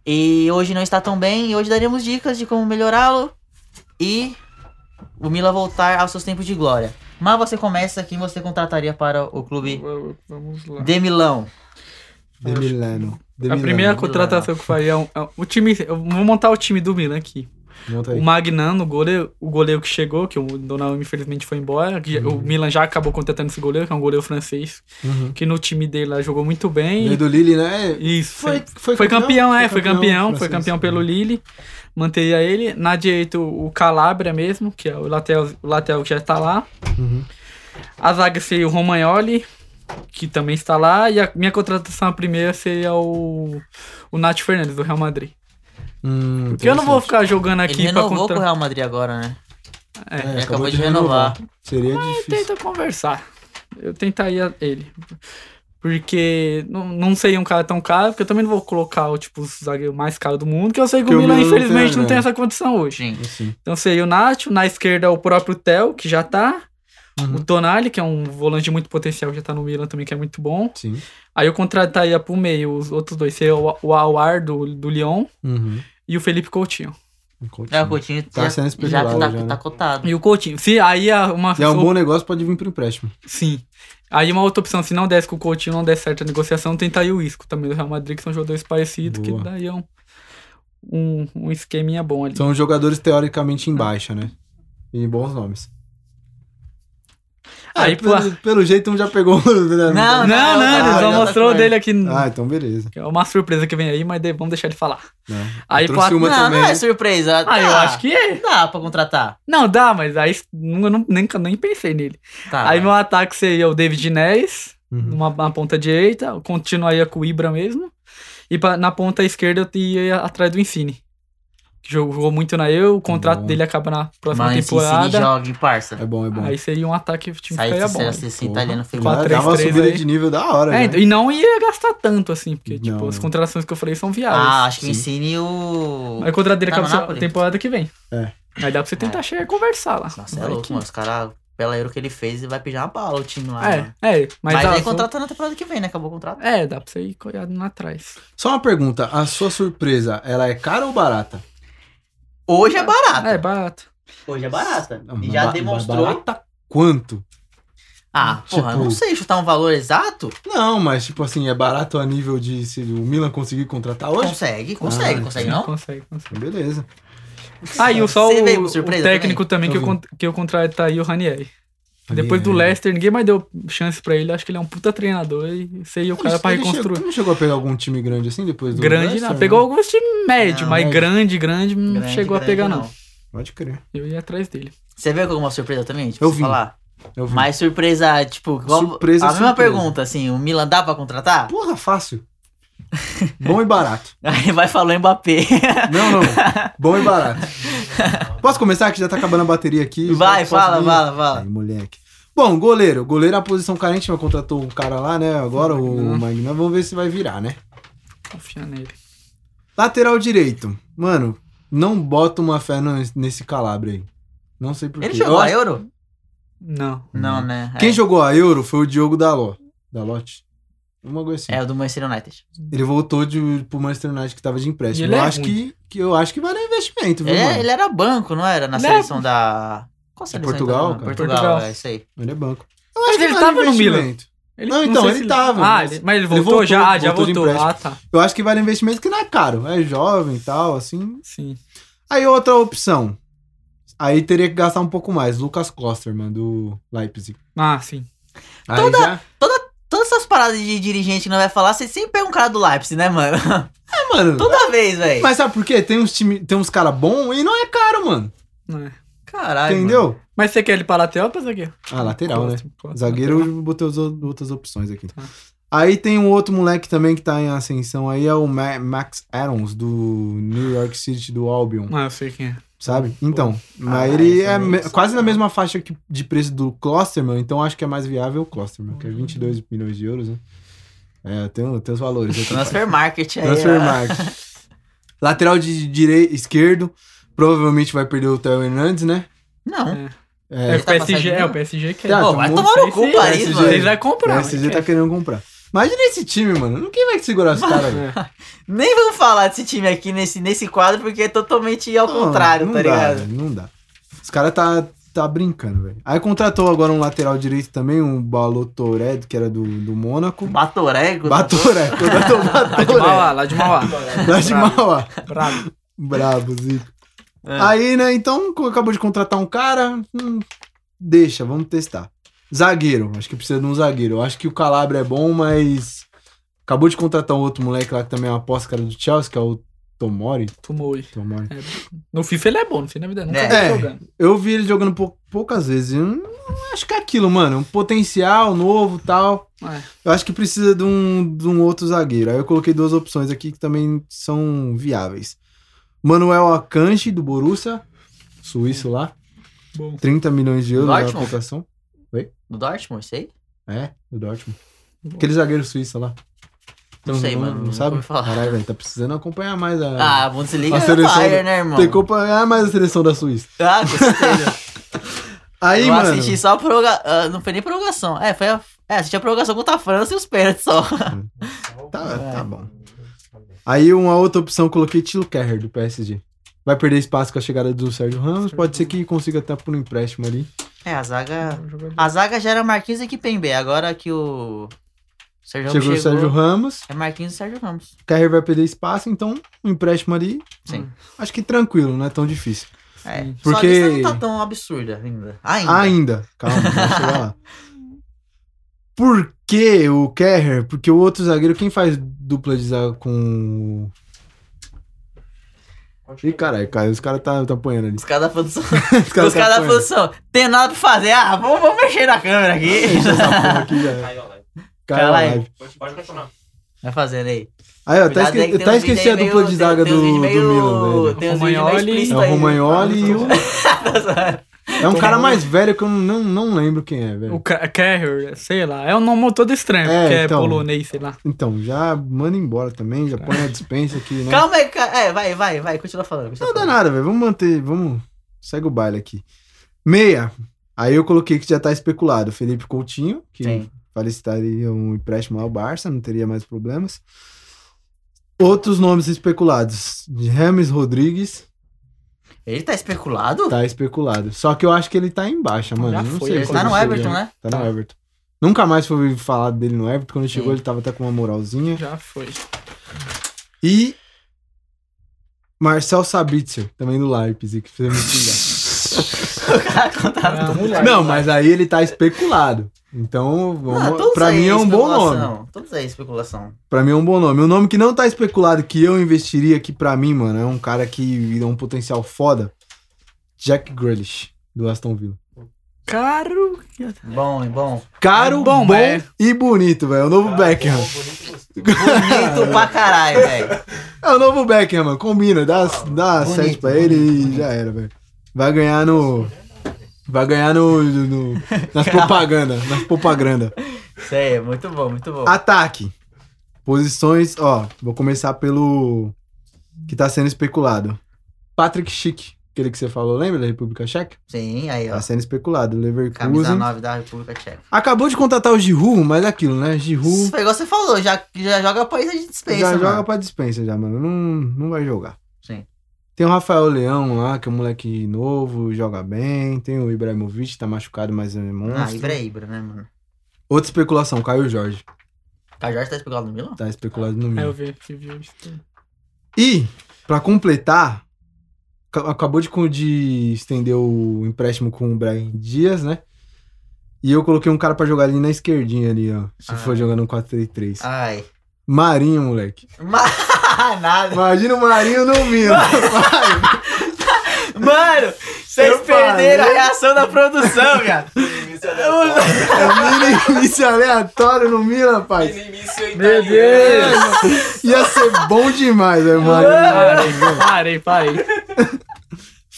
[SPEAKER 1] E hoje não está tão bem. E hoje daremos dicas de como melhorá-lo. E o Milan voltar aos seus tempos de glória. Mas você começa quem você contrataria para o clube
[SPEAKER 2] Vamos lá.
[SPEAKER 1] de Milão.
[SPEAKER 3] De Milano. De
[SPEAKER 2] A
[SPEAKER 3] Milano.
[SPEAKER 2] primeira contratação que eu faria é, um, é um- o time. Eu vou montar o time do Milan aqui.
[SPEAKER 3] Monta aí.
[SPEAKER 2] O Magnano, o goleiro, o goleiro que chegou, que o Donnarumma infelizmente foi embora. que O Milan já acabou contratando esse goleiro, que é um goleiro francês,
[SPEAKER 3] Uhum.
[SPEAKER 2] que no time dele lá jogou muito bem.
[SPEAKER 3] Veio do Lille, né? É,
[SPEAKER 2] Isso.
[SPEAKER 3] Foi, foi,
[SPEAKER 2] Foi campeão, é, foi campeão, foi
[SPEAKER 3] francês.
[SPEAKER 2] campeão pelo Lille. Manteria ele. Na direita, o o Calabria mesmo, que é o lateral, o lateral que já está lá.
[SPEAKER 3] Uhum.
[SPEAKER 2] A zaga seria o Romagnoli, que também está lá. E a minha contratação a primeira seria o, o Nath Fernandes, do Real Madrid.
[SPEAKER 3] Hum,
[SPEAKER 2] Porque eu não vou
[SPEAKER 3] interessante.
[SPEAKER 2] ficar jogando
[SPEAKER 1] Ele
[SPEAKER 2] Tá aqui pra
[SPEAKER 1] renovou com o
[SPEAKER 2] contra...
[SPEAKER 1] Real Madrid agora, né?
[SPEAKER 2] É,
[SPEAKER 1] Ele acabou de renovar.
[SPEAKER 3] Seria difícil.
[SPEAKER 2] Tenta conversar. Eu tentaria ele. Porque não, não seria um cara tão caro, porque eu também não vou colocar o tipo, o zagueiro mais caro do mundo, que eu sei que
[SPEAKER 3] Porque
[SPEAKER 2] o
[SPEAKER 3] o
[SPEAKER 2] Milan,
[SPEAKER 3] Milan não tem né?
[SPEAKER 2] infelizmente,
[SPEAKER 3] a
[SPEAKER 2] não tem
[SPEAKER 3] grana.
[SPEAKER 2] essa condição hoje.
[SPEAKER 1] Sim.
[SPEAKER 3] Assim.
[SPEAKER 2] Então seria o Nacho, na esquerda o próprio Theo, que já tá.
[SPEAKER 3] Uhum.
[SPEAKER 2] O Tonali, que é um volante de muito potencial, já tá no Milan também, que é muito bom.
[SPEAKER 3] Sim.
[SPEAKER 2] Aí eu contrataria pro meio os outros dois, seria o, o Awar do, do Lyon
[SPEAKER 3] Uhum.
[SPEAKER 2] e o Felipe Coutinho.
[SPEAKER 1] É, o Coutinho
[SPEAKER 3] Tá
[SPEAKER 1] já,
[SPEAKER 3] sendo
[SPEAKER 1] já
[SPEAKER 3] especulado
[SPEAKER 1] tá,
[SPEAKER 3] já, né?
[SPEAKER 1] tá cotado.
[SPEAKER 2] E o Coutinho. Se aí a- uma.
[SPEAKER 3] E é um
[SPEAKER 2] so-
[SPEAKER 3] bom negócio, pode vir pro empréstimo.
[SPEAKER 2] Sim. Aí uma outra opção, se não desse com o Coutinho, não der certo a negociação, tentar aí o Isco também do Real Madrid, que são jogadores parecidos,
[SPEAKER 3] Boa.
[SPEAKER 2] que daí é um, um, um esqueminha bom ali.
[SPEAKER 3] São jogadores teoricamente
[SPEAKER 2] Ah.
[SPEAKER 3] em baixa, né? E bons nomes.
[SPEAKER 2] Aí,
[SPEAKER 3] Ah,
[SPEAKER 2] pô.
[SPEAKER 3] pelo, pelo jeito, um já pegou. Não,
[SPEAKER 1] Não,
[SPEAKER 2] Não, não, ele
[SPEAKER 1] ah,
[SPEAKER 2] só
[SPEAKER 1] já tá
[SPEAKER 2] mostrou
[SPEAKER 1] com
[SPEAKER 2] o dele aqui.
[SPEAKER 3] Ah, então beleza.
[SPEAKER 2] É uma surpresa que vem aí, mas de- vamos deixar ele falar.
[SPEAKER 3] Não.
[SPEAKER 2] Aí,
[SPEAKER 3] Eu trouxe
[SPEAKER 2] pô,
[SPEAKER 3] uma
[SPEAKER 1] não,
[SPEAKER 3] também.
[SPEAKER 1] não é surpresa.
[SPEAKER 2] Ah, eu
[SPEAKER 1] Dá.
[SPEAKER 2] acho que é.
[SPEAKER 1] Dá pra contratar.
[SPEAKER 2] Não, dá, mas aí não- eu não, nem, nem pensei nele.
[SPEAKER 1] Tá.
[SPEAKER 2] Aí meu ataque seria o David Neres,
[SPEAKER 3] Uhum.
[SPEAKER 2] numa na ponta direita, eu continuaria com o Ibra mesmo. E pra- na ponta esquerda eu ia atrás do Insigne. que Jogou jogou muito na eu, o contrato
[SPEAKER 3] Bom.
[SPEAKER 2] dele acaba na próxima
[SPEAKER 1] Mas se Insigne
[SPEAKER 2] temporada.
[SPEAKER 1] joga, hein, parça.
[SPEAKER 3] É bom, é bom.
[SPEAKER 2] Aí seria um ataque que o time
[SPEAKER 1] Sai
[SPEAKER 2] ficaria
[SPEAKER 1] se-
[SPEAKER 2] bom.
[SPEAKER 1] se esse
[SPEAKER 3] Porra.
[SPEAKER 1] italiano foi
[SPEAKER 3] Já
[SPEAKER 1] mal.
[SPEAKER 2] Quatro,
[SPEAKER 3] dá uma
[SPEAKER 2] três, três
[SPEAKER 3] subida
[SPEAKER 2] aí.
[SPEAKER 3] de nível da hora,
[SPEAKER 2] É,
[SPEAKER 3] né?
[SPEAKER 2] e não ia gastar tanto assim, porque tipo,
[SPEAKER 3] Não,
[SPEAKER 2] as
[SPEAKER 3] não.
[SPEAKER 2] contratações que eu falei são viáveis.
[SPEAKER 1] Ah, acho que o
[SPEAKER 3] sim.
[SPEAKER 1] Insigne e o...
[SPEAKER 2] Aí o contrato dele
[SPEAKER 1] Tá no
[SPEAKER 2] acaba na
[SPEAKER 1] Napoli?
[SPEAKER 2] temporada que vem.
[SPEAKER 3] É.
[SPEAKER 2] Aí dá pra você tentar chegar e conversar lá.
[SPEAKER 1] Nossa, é
[SPEAKER 2] Vai
[SPEAKER 1] louco,
[SPEAKER 2] que-
[SPEAKER 1] mano. Os caras, pela euro que ele fez, vai pedir uma bala o time lá. mano.
[SPEAKER 2] É, é. Mas,
[SPEAKER 1] Ah. Mas,
[SPEAKER 2] dá-
[SPEAKER 1] aí contrata na temporada que vem, né? Acabou o contrato.
[SPEAKER 2] É, dá pra você ir colhado lá atrás.
[SPEAKER 3] Só uma pergunta. A sua surpresa, ela é cara ou barata?
[SPEAKER 1] Hoje é barato.
[SPEAKER 2] É, barato.
[SPEAKER 1] Hoje é barata.
[SPEAKER 3] Não,
[SPEAKER 1] E já
[SPEAKER 3] ba-
[SPEAKER 1] demonstrou.
[SPEAKER 3] Barata quanto?
[SPEAKER 1] Ah,
[SPEAKER 3] Tipo-
[SPEAKER 1] porra, eu não sei chutar um valor exato.
[SPEAKER 3] Não, mas tipo assim, é barato a nível de se o Milan conseguir contratar
[SPEAKER 2] É.
[SPEAKER 3] hoje?
[SPEAKER 1] Consegue, consegue,
[SPEAKER 3] Ah,
[SPEAKER 1] consegue
[SPEAKER 2] Sim,
[SPEAKER 1] não?
[SPEAKER 2] Consegue, consegue.
[SPEAKER 3] Beleza.
[SPEAKER 2] Ah, e o só
[SPEAKER 1] Você veio com
[SPEAKER 2] o,
[SPEAKER 1] surpresa
[SPEAKER 2] o técnico também,
[SPEAKER 3] Eu
[SPEAKER 2] que, eu,
[SPEAKER 3] vi.
[SPEAKER 2] con- que eu contrataria o Ranieri. Depois do
[SPEAKER 3] Ranieri.
[SPEAKER 2] Leicester, ninguém mais deu chance pra ele. Acho que ele é um puta treinador e seria o cara pra
[SPEAKER 3] Ele chegou-
[SPEAKER 2] reconstruir.
[SPEAKER 3] Não chegou a pegar algum time grande assim depois do
[SPEAKER 2] Grande,
[SPEAKER 3] Leicester, né?
[SPEAKER 2] não. Pegou alguns times médios,
[SPEAKER 1] Não,
[SPEAKER 2] mas
[SPEAKER 3] médio.
[SPEAKER 2] grande, grande, não
[SPEAKER 1] Grande,
[SPEAKER 2] chegou a
[SPEAKER 1] grande,
[SPEAKER 2] pegar, não.
[SPEAKER 3] Pode crer.
[SPEAKER 2] Eu ia atrás dele.
[SPEAKER 1] Você veio com alguma surpresa também? Tipo,
[SPEAKER 3] Eu
[SPEAKER 1] você
[SPEAKER 3] vim.
[SPEAKER 1] falar.
[SPEAKER 3] Eu vi.
[SPEAKER 1] Mas surpresa, tipo, igual-
[SPEAKER 3] Surpresa,
[SPEAKER 1] a mesma
[SPEAKER 3] surpresa.
[SPEAKER 1] pergunta, assim, o Milan dá pra contratar?
[SPEAKER 3] Porra, fácil. Bom e barato.
[SPEAKER 1] Aí vai falar o Mbappé.
[SPEAKER 3] Não, não. Bom e barato. Posso começar que já tá acabando a bateria aqui?
[SPEAKER 1] Vai,
[SPEAKER 3] Posso
[SPEAKER 1] fala,
[SPEAKER 3] ir?
[SPEAKER 1] fala, fala.
[SPEAKER 3] Aí, moleque. Bom, goleiro. Goleiro é a posição carente, mas contratou um cara lá, né? Agora o
[SPEAKER 2] Magnan.
[SPEAKER 3] Magnan. Vamos ver se vai virar, né?
[SPEAKER 2] Confiar nele.
[SPEAKER 3] Lateral direito. Mano, não bota uma fé no- nesse Calabria aí. Não sei porquê.
[SPEAKER 1] Ele jogou a Euro?
[SPEAKER 2] Não.
[SPEAKER 1] Não, né?
[SPEAKER 3] Uhum. Quem
[SPEAKER 1] é.
[SPEAKER 3] jogou a Euro foi o Diogo Daló. Dalote? Uma coisa assim.
[SPEAKER 1] É o do Manchester United.
[SPEAKER 3] Ele voltou de, pro Manchester United que tava de
[SPEAKER 2] E
[SPEAKER 3] empréstimo.
[SPEAKER 2] ele
[SPEAKER 3] Eu
[SPEAKER 2] é
[SPEAKER 3] acho
[SPEAKER 2] ruim.
[SPEAKER 3] que, que eu acho que vale o investimento, viu,
[SPEAKER 1] Ele, é,
[SPEAKER 3] mano?
[SPEAKER 1] ele era banco, não era? Na
[SPEAKER 2] Ele
[SPEAKER 1] seleção da. Qual seleção?
[SPEAKER 3] Portugal,
[SPEAKER 1] então?
[SPEAKER 3] cara?
[SPEAKER 1] Portugal,
[SPEAKER 2] Portugal.
[SPEAKER 1] é isso aí.
[SPEAKER 3] Ele é banco. Eu
[SPEAKER 2] Mas
[SPEAKER 3] acho que
[SPEAKER 2] ele
[SPEAKER 3] vale
[SPEAKER 2] tava no Milan.
[SPEAKER 3] investimento.
[SPEAKER 2] Ele,
[SPEAKER 3] Não, então,
[SPEAKER 2] sei
[SPEAKER 3] ele
[SPEAKER 2] se
[SPEAKER 3] tava,
[SPEAKER 2] Ah,
[SPEAKER 3] mas-
[SPEAKER 2] ele- mas ele
[SPEAKER 3] ele
[SPEAKER 2] voltou,
[SPEAKER 3] voltou,
[SPEAKER 2] já, ah, já
[SPEAKER 3] voltou de
[SPEAKER 2] voltou. Ah, tá.
[SPEAKER 3] Eu acho que vale investimento que não é caro. É jovem e tal, assim.
[SPEAKER 2] Sim.
[SPEAKER 3] Aí outra opção. Aí teria que gastar um pouco mais. Lucas Costa, mano, do Leipzig.
[SPEAKER 2] Ah, sim.
[SPEAKER 3] Aí
[SPEAKER 1] Toda-
[SPEAKER 3] já...
[SPEAKER 1] Todas essas paradas de dirigente que não vai falar, você sempre pega um cara do Leipzig, né, mano?
[SPEAKER 3] É, mano.
[SPEAKER 1] Toda vez, velho.
[SPEAKER 3] Mas sabe por quê? Tem uns time, tem uns cara bom e não é caro, mano.
[SPEAKER 2] Não é.
[SPEAKER 1] Caralho.
[SPEAKER 3] entendeu?
[SPEAKER 2] Mas você quer ele pra lateral ou pra zagueiro?
[SPEAKER 3] Ah, lateral, né?
[SPEAKER 2] Costa, Costa,
[SPEAKER 3] Zagueiro
[SPEAKER 2] lateral.
[SPEAKER 3] eu botei as o- outras opções aqui.
[SPEAKER 2] Tá.
[SPEAKER 3] Aí tem um outro moleque também que tá em ascensão aí, é o Ma- Max Adams, do New York City, do Albion,
[SPEAKER 2] Ah, eu sei quem é.
[SPEAKER 3] sabe? Então, mas
[SPEAKER 1] Ah,
[SPEAKER 3] ele
[SPEAKER 1] esse
[SPEAKER 3] é
[SPEAKER 1] aí,
[SPEAKER 3] me-
[SPEAKER 1] esse
[SPEAKER 3] quase na mesma faixa que- de preço do Klosterman, então acho que é mais viável o Klosterman, que é 22 milhões de euros, né? É, tem, o- tem os valores. aqui,
[SPEAKER 1] Transfer Market aí. ó.
[SPEAKER 3] Transfer market. Lateral de direito, esquerdo, provavelmente vai perder o Theo Hernandes, né?
[SPEAKER 1] Não.
[SPEAKER 2] É,
[SPEAKER 3] É,
[SPEAKER 1] Ele
[SPEAKER 2] o
[SPEAKER 1] tá
[SPEAKER 2] PSG,
[SPEAKER 1] passadinho?
[SPEAKER 2] é o PSG que é.
[SPEAKER 3] Tá,
[SPEAKER 1] tá Pô,
[SPEAKER 3] tem
[SPEAKER 1] vai
[SPEAKER 3] um
[SPEAKER 1] tomar
[SPEAKER 2] Não
[SPEAKER 1] no
[SPEAKER 2] sei
[SPEAKER 1] cu,
[SPEAKER 2] se-
[SPEAKER 1] Paris,
[SPEAKER 3] PSG.
[SPEAKER 1] mano.
[SPEAKER 2] Vocês vão
[SPEAKER 3] o
[SPEAKER 2] comprar.
[SPEAKER 3] PSG tá querendo comprar. Imagina esse time, mano. Quem vai segurar os
[SPEAKER 2] É.
[SPEAKER 3] caras, velho?
[SPEAKER 1] Nem vamos falar desse time aqui nesse, nesse quadro, porque é totalmente ao
[SPEAKER 3] Não,
[SPEAKER 1] contrário,
[SPEAKER 3] Ah, não
[SPEAKER 1] tá
[SPEAKER 3] dá, né?
[SPEAKER 1] ligado?
[SPEAKER 3] velho, Não dá. Os caras tá, tá brincando, velho. Aí contratou agora um lateral direito também, um Balotored, que era do, do Mônaco.
[SPEAKER 1] Batorego.
[SPEAKER 3] Batoré, contratou o
[SPEAKER 2] Lá de
[SPEAKER 3] Batoré.
[SPEAKER 2] Mauá, lá de Mauá.
[SPEAKER 3] Lá de Mauá.
[SPEAKER 2] Bravo.
[SPEAKER 3] Brabo, Zico. Aí, né, então, co- acabou de contratar um cara. hum, deixa, vamos testar. Zagueiro, acho que precisa de um zagueiro. Eu acho que o Calabria é bom, mas. Acabou de contratar um outro moleque lá que também é uma aposta, cara do Chelsea, que é o Tomori.
[SPEAKER 2] Tomou ele.
[SPEAKER 3] Tomori.
[SPEAKER 2] No FIFA ele é bom, no FIFA na vida. Nunca
[SPEAKER 1] É.
[SPEAKER 2] vi ele
[SPEAKER 3] É.
[SPEAKER 2] jogando.
[SPEAKER 3] Eu vi ele jogando pou- poucas vezes. Eu não acho que é aquilo, mano. Um potencial novo tal.
[SPEAKER 2] É.
[SPEAKER 3] Eu acho que precisa de um, de um outro zagueiro. Aí eu coloquei duas opções aqui que também são viáveis. Manuel Akanji, do Borussia, suíço lá.
[SPEAKER 2] Bom.
[SPEAKER 3] 30 milhões de euros
[SPEAKER 1] Dortmund?
[SPEAKER 3] na aplicação.
[SPEAKER 1] Do Dortmund, sei?
[SPEAKER 3] É, do Dortmund. Aquele zagueiro suíço lá. Então,
[SPEAKER 1] Não sei, mano,
[SPEAKER 3] Não,
[SPEAKER 1] nunca
[SPEAKER 3] sabe?
[SPEAKER 1] ouvi falar.
[SPEAKER 3] Caralho, velho, tá precisando acompanhar mais a...
[SPEAKER 1] Ah, a Bundesliga
[SPEAKER 3] a
[SPEAKER 1] é
[SPEAKER 3] seleção
[SPEAKER 1] Bayern,
[SPEAKER 3] do-
[SPEAKER 1] né, irmão?
[SPEAKER 3] Tem que acompanhar mais a seleção da Suíça.
[SPEAKER 1] Ah, com certeza.
[SPEAKER 3] Aí,
[SPEAKER 1] eu
[SPEAKER 3] mano...
[SPEAKER 1] assisti só a prorroga... ah, Não foi nem prorrogação. É, foi a... É, assisti a prorrogação contra a França e os pênaltis só.
[SPEAKER 3] Tá, tá bom. Aí uma outra opção eu coloquei Tilo Kerr do PSG. Vai perder espaço com a chegada do Sérgio Ramos. Pode ser que consiga até por um empréstimo ali.
[SPEAKER 1] É, a zaga. A zaga já era Marquinhos e Kipembe. Agora que o. Sérgio
[SPEAKER 3] Chegou o
[SPEAKER 1] Ramos chegou.
[SPEAKER 3] Sérgio Ramos.
[SPEAKER 1] É Marquinhos e Sérgio Ramos.
[SPEAKER 3] Carreira vai perder espaço, então um empréstimo ali.
[SPEAKER 1] Sim.
[SPEAKER 3] Acho que tranquilo, não é tão difícil.
[SPEAKER 1] É. Só
[SPEAKER 3] Porque-
[SPEAKER 1] que isso não tá tão absurda ainda. Ainda.
[SPEAKER 3] Ainda. Calma, vamos chegar lá. Por que o Kerrer? Porque o outro zagueiro, quem faz dupla de zaga com. o- Ih, caralho, cara, os caras tá, tá apanhando ali.
[SPEAKER 1] Os caras da produção.
[SPEAKER 3] Os caras tá assim,
[SPEAKER 1] Os caras da
[SPEAKER 3] apanhando.
[SPEAKER 1] produção. Tem nada pra fazer. Ah, vamos, vamos mexer na câmera aqui.
[SPEAKER 3] Essa porra aqui já é.
[SPEAKER 4] Aí, ó, vai.
[SPEAKER 3] Caiu a
[SPEAKER 1] Caralho.
[SPEAKER 3] live.
[SPEAKER 4] Pode, pode continuar.
[SPEAKER 1] Vai fazendo aí.
[SPEAKER 3] Aí, ó, tá,
[SPEAKER 1] Cuidado aí
[SPEAKER 3] esque...
[SPEAKER 1] que tem
[SPEAKER 3] tá
[SPEAKER 1] uns vídeos
[SPEAKER 3] esqueci a
[SPEAKER 1] aí meio-
[SPEAKER 3] dupla de zaga
[SPEAKER 1] tem- tem uns
[SPEAKER 3] do, do
[SPEAKER 1] vídeos meio-
[SPEAKER 3] Milan, velho.
[SPEAKER 1] Tem uns vídeos meio
[SPEAKER 2] Romagnoli.
[SPEAKER 3] É
[SPEAKER 1] explícitos
[SPEAKER 3] o
[SPEAKER 1] aí.
[SPEAKER 3] Romagnoli e o. É um
[SPEAKER 2] Tô
[SPEAKER 3] cara
[SPEAKER 2] bom.
[SPEAKER 3] mais velho que eu não, não lembro quem é, velho.
[SPEAKER 2] O Ke- Kerr, sei lá. É um nome todo estranho,
[SPEAKER 3] É,
[SPEAKER 2] porque
[SPEAKER 3] então.
[SPEAKER 2] é polonês, sei lá.
[SPEAKER 3] Então, já manda embora também, já põe na dispensa aqui, né?
[SPEAKER 1] É. Calma aí, cara. É, vai, vai, vai. Continua falando. continua
[SPEAKER 3] Não dá
[SPEAKER 1] falando.
[SPEAKER 3] nada, velho. Vamos manter, vamos. Segue o baile aqui. Meia. Aí eu coloquei que já tá especulado. Felipe Coutinho, que
[SPEAKER 1] Sim.
[SPEAKER 3] facilitaria um empréstimo ao Barça, não teria mais problemas. Outros nomes especulados. James Rodrigues
[SPEAKER 1] Ele tá especulado?
[SPEAKER 3] tá especulado. Só que eu acho que ele tá em baixa, mano.
[SPEAKER 2] Já
[SPEAKER 3] não
[SPEAKER 2] foi,
[SPEAKER 3] sei
[SPEAKER 1] Ele
[SPEAKER 3] se
[SPEAKER 1] tá no
[SPEAKER 3] chega.
[SPEAKER 1] Everton, né?
[SPEAKER 3] Tá no Everton. Nunca mais foi falado dele no Everton. Quando chegou,
[SPEAKER 1] Sim.
[SPEAKER 3] ele tava até com uma moralzinha.
[SPEAKER 2] Já foi.
[SPEAKER 3] E Marcel Sabitzer, também do Leipzig, que fez me xingar.
[SPEAKER 1] Tá
[SPEAKER 2] Ah, moleque.
[SPEAKER 3] Não, mas aí ele tá especulado. Então, vamos-
[SPEAKER 1] Ah, todos
[SPEAKER 3] pra
[SPEAKER 1] aí
[SPEAKER 3] mim é um bom
[SPEAKER 1] especulação,
[SPEAKER 3] nome.
[SPEAKER 1] Todos aí especulação.
[SPEAKER 3] Pra mim é um bom nome. Um nome que não tá especulado, que eu investiria aqui pra mim, mano, é um cara que é um potencial foda. Jack Grealish, do Aston Villa.
[SPEAKER 2] Caro.
[SPEAKER 3] Hum.
[SPEAKER 1] Bom, bom. Ah,
[SPEAKER 3] Caro,
[SPEAKER 2] É
[SPEAKER 3] bom,
[SPEAKER 2] bom, é.
[SPEAKER 3] e bonito, velho. É o novo Beckham.
[SPEAKER 4] Pô, bonito e gostoso.
[SPEAKER 1] Bonito pra caralho, velho.
[SPEAKER 3] É o novo Beckham, mano. Combina, dá, dá
[SPEAKER 1] Ah, Bonito,
[SPEAKER 3] 7 pra
[SPEAKER 1] bonito,
[SPEAKER 3] ele e
[SPEAKER 1] bonito.
[SPEAKER 3] já era, velho. Vai ganhar no. Vai ganhar no. no- no- nas propagandas. Nas propagandas.
[SPEAKER 1] Isso aí, muito bom, muito bom.
[SPEAKER 3] Ataque. Posições, ó. Vou começar pelo. Que tá sendo especulado. Patrick Schick, aquele que você falou, lembra da República Tcheca?
[SPEAKER 1] Sim, aí, ó.
[SPEAKER 3] Tá sendo especulado.
[SPEAKER 1] É. Camisa
[SPEAKER 3] Leverkusen.
[SPEAKER 1] 9 da República Tcheca.
[SPEAKER 3] Acabou de contratar o Giroud, mas é aquilo, né? Giroud.
[SPEAKER 1] Isso foi igual você falou, já, já joga pra isso de dispensa,
[SPEAKER 3] já
[SPEAKER 1] mano.
[SPEAKER 3] joga pra dispensa já, mano. Não, não vai jogar.
[SPEAKER 1] Sim.
[SPEAKER 3] Tem o Rafael Leão lá, que é um moleque novo, joga bem. Tem o Ibrahimovic, tá machucado, mas é monstro.
[SPEAKER 1] Ah, Ibra é Ibra, né, mano?
[SPEAKER 3] Outra especulação, Caio Jorge.
[SPEAKER 1] Tá tá especulado no Milan?
[SPEAKER 3] Tá especulado no
[SPEAKER 2] Aí eu
[SPEAKER 3] Milan.
[SPEAKER 2] vi, eu vi, eu vi.
[SPEAKER 3] E, pra completar, ca- acabou de, con- de estender o empréstimo com o Brian Dias, né? E eu coloquei um cara pra jogar ali na esquerdinha ali, ó. Se
[SPEAKER 1] Ah.
[SPEAKER 3] for jogando um 4-3-3.
[SPEAKER 1] Ai.
[SPEAKER 3] Marinho, moleque.
[SPEAKER 1] Mas... Ah, Nada.
[SPEAKER 3] Imagina o Marinho no Milan. Vai.
[SPEAKER 1] Mano, vocês
[SPEAKER 3] Eu
[SPEAKER 1] perderam
[SPEAKER 3] falei.
[SPEAKER 1] a reação da produção, cara.
[SPEAKER 4] Início aleatório.
[SPEAKER 3] É mini início aleatório no Milan, pai.
[SPEAKER 4] Início
[SPEAKER 2] Meu
[SPEAKER 4] italiano.
[SPEAKER 2] Deus!
[SPEAKER 3] Ia ser bom demais, velho, mano.
[SPEAKER 2] Parei, parei, parei.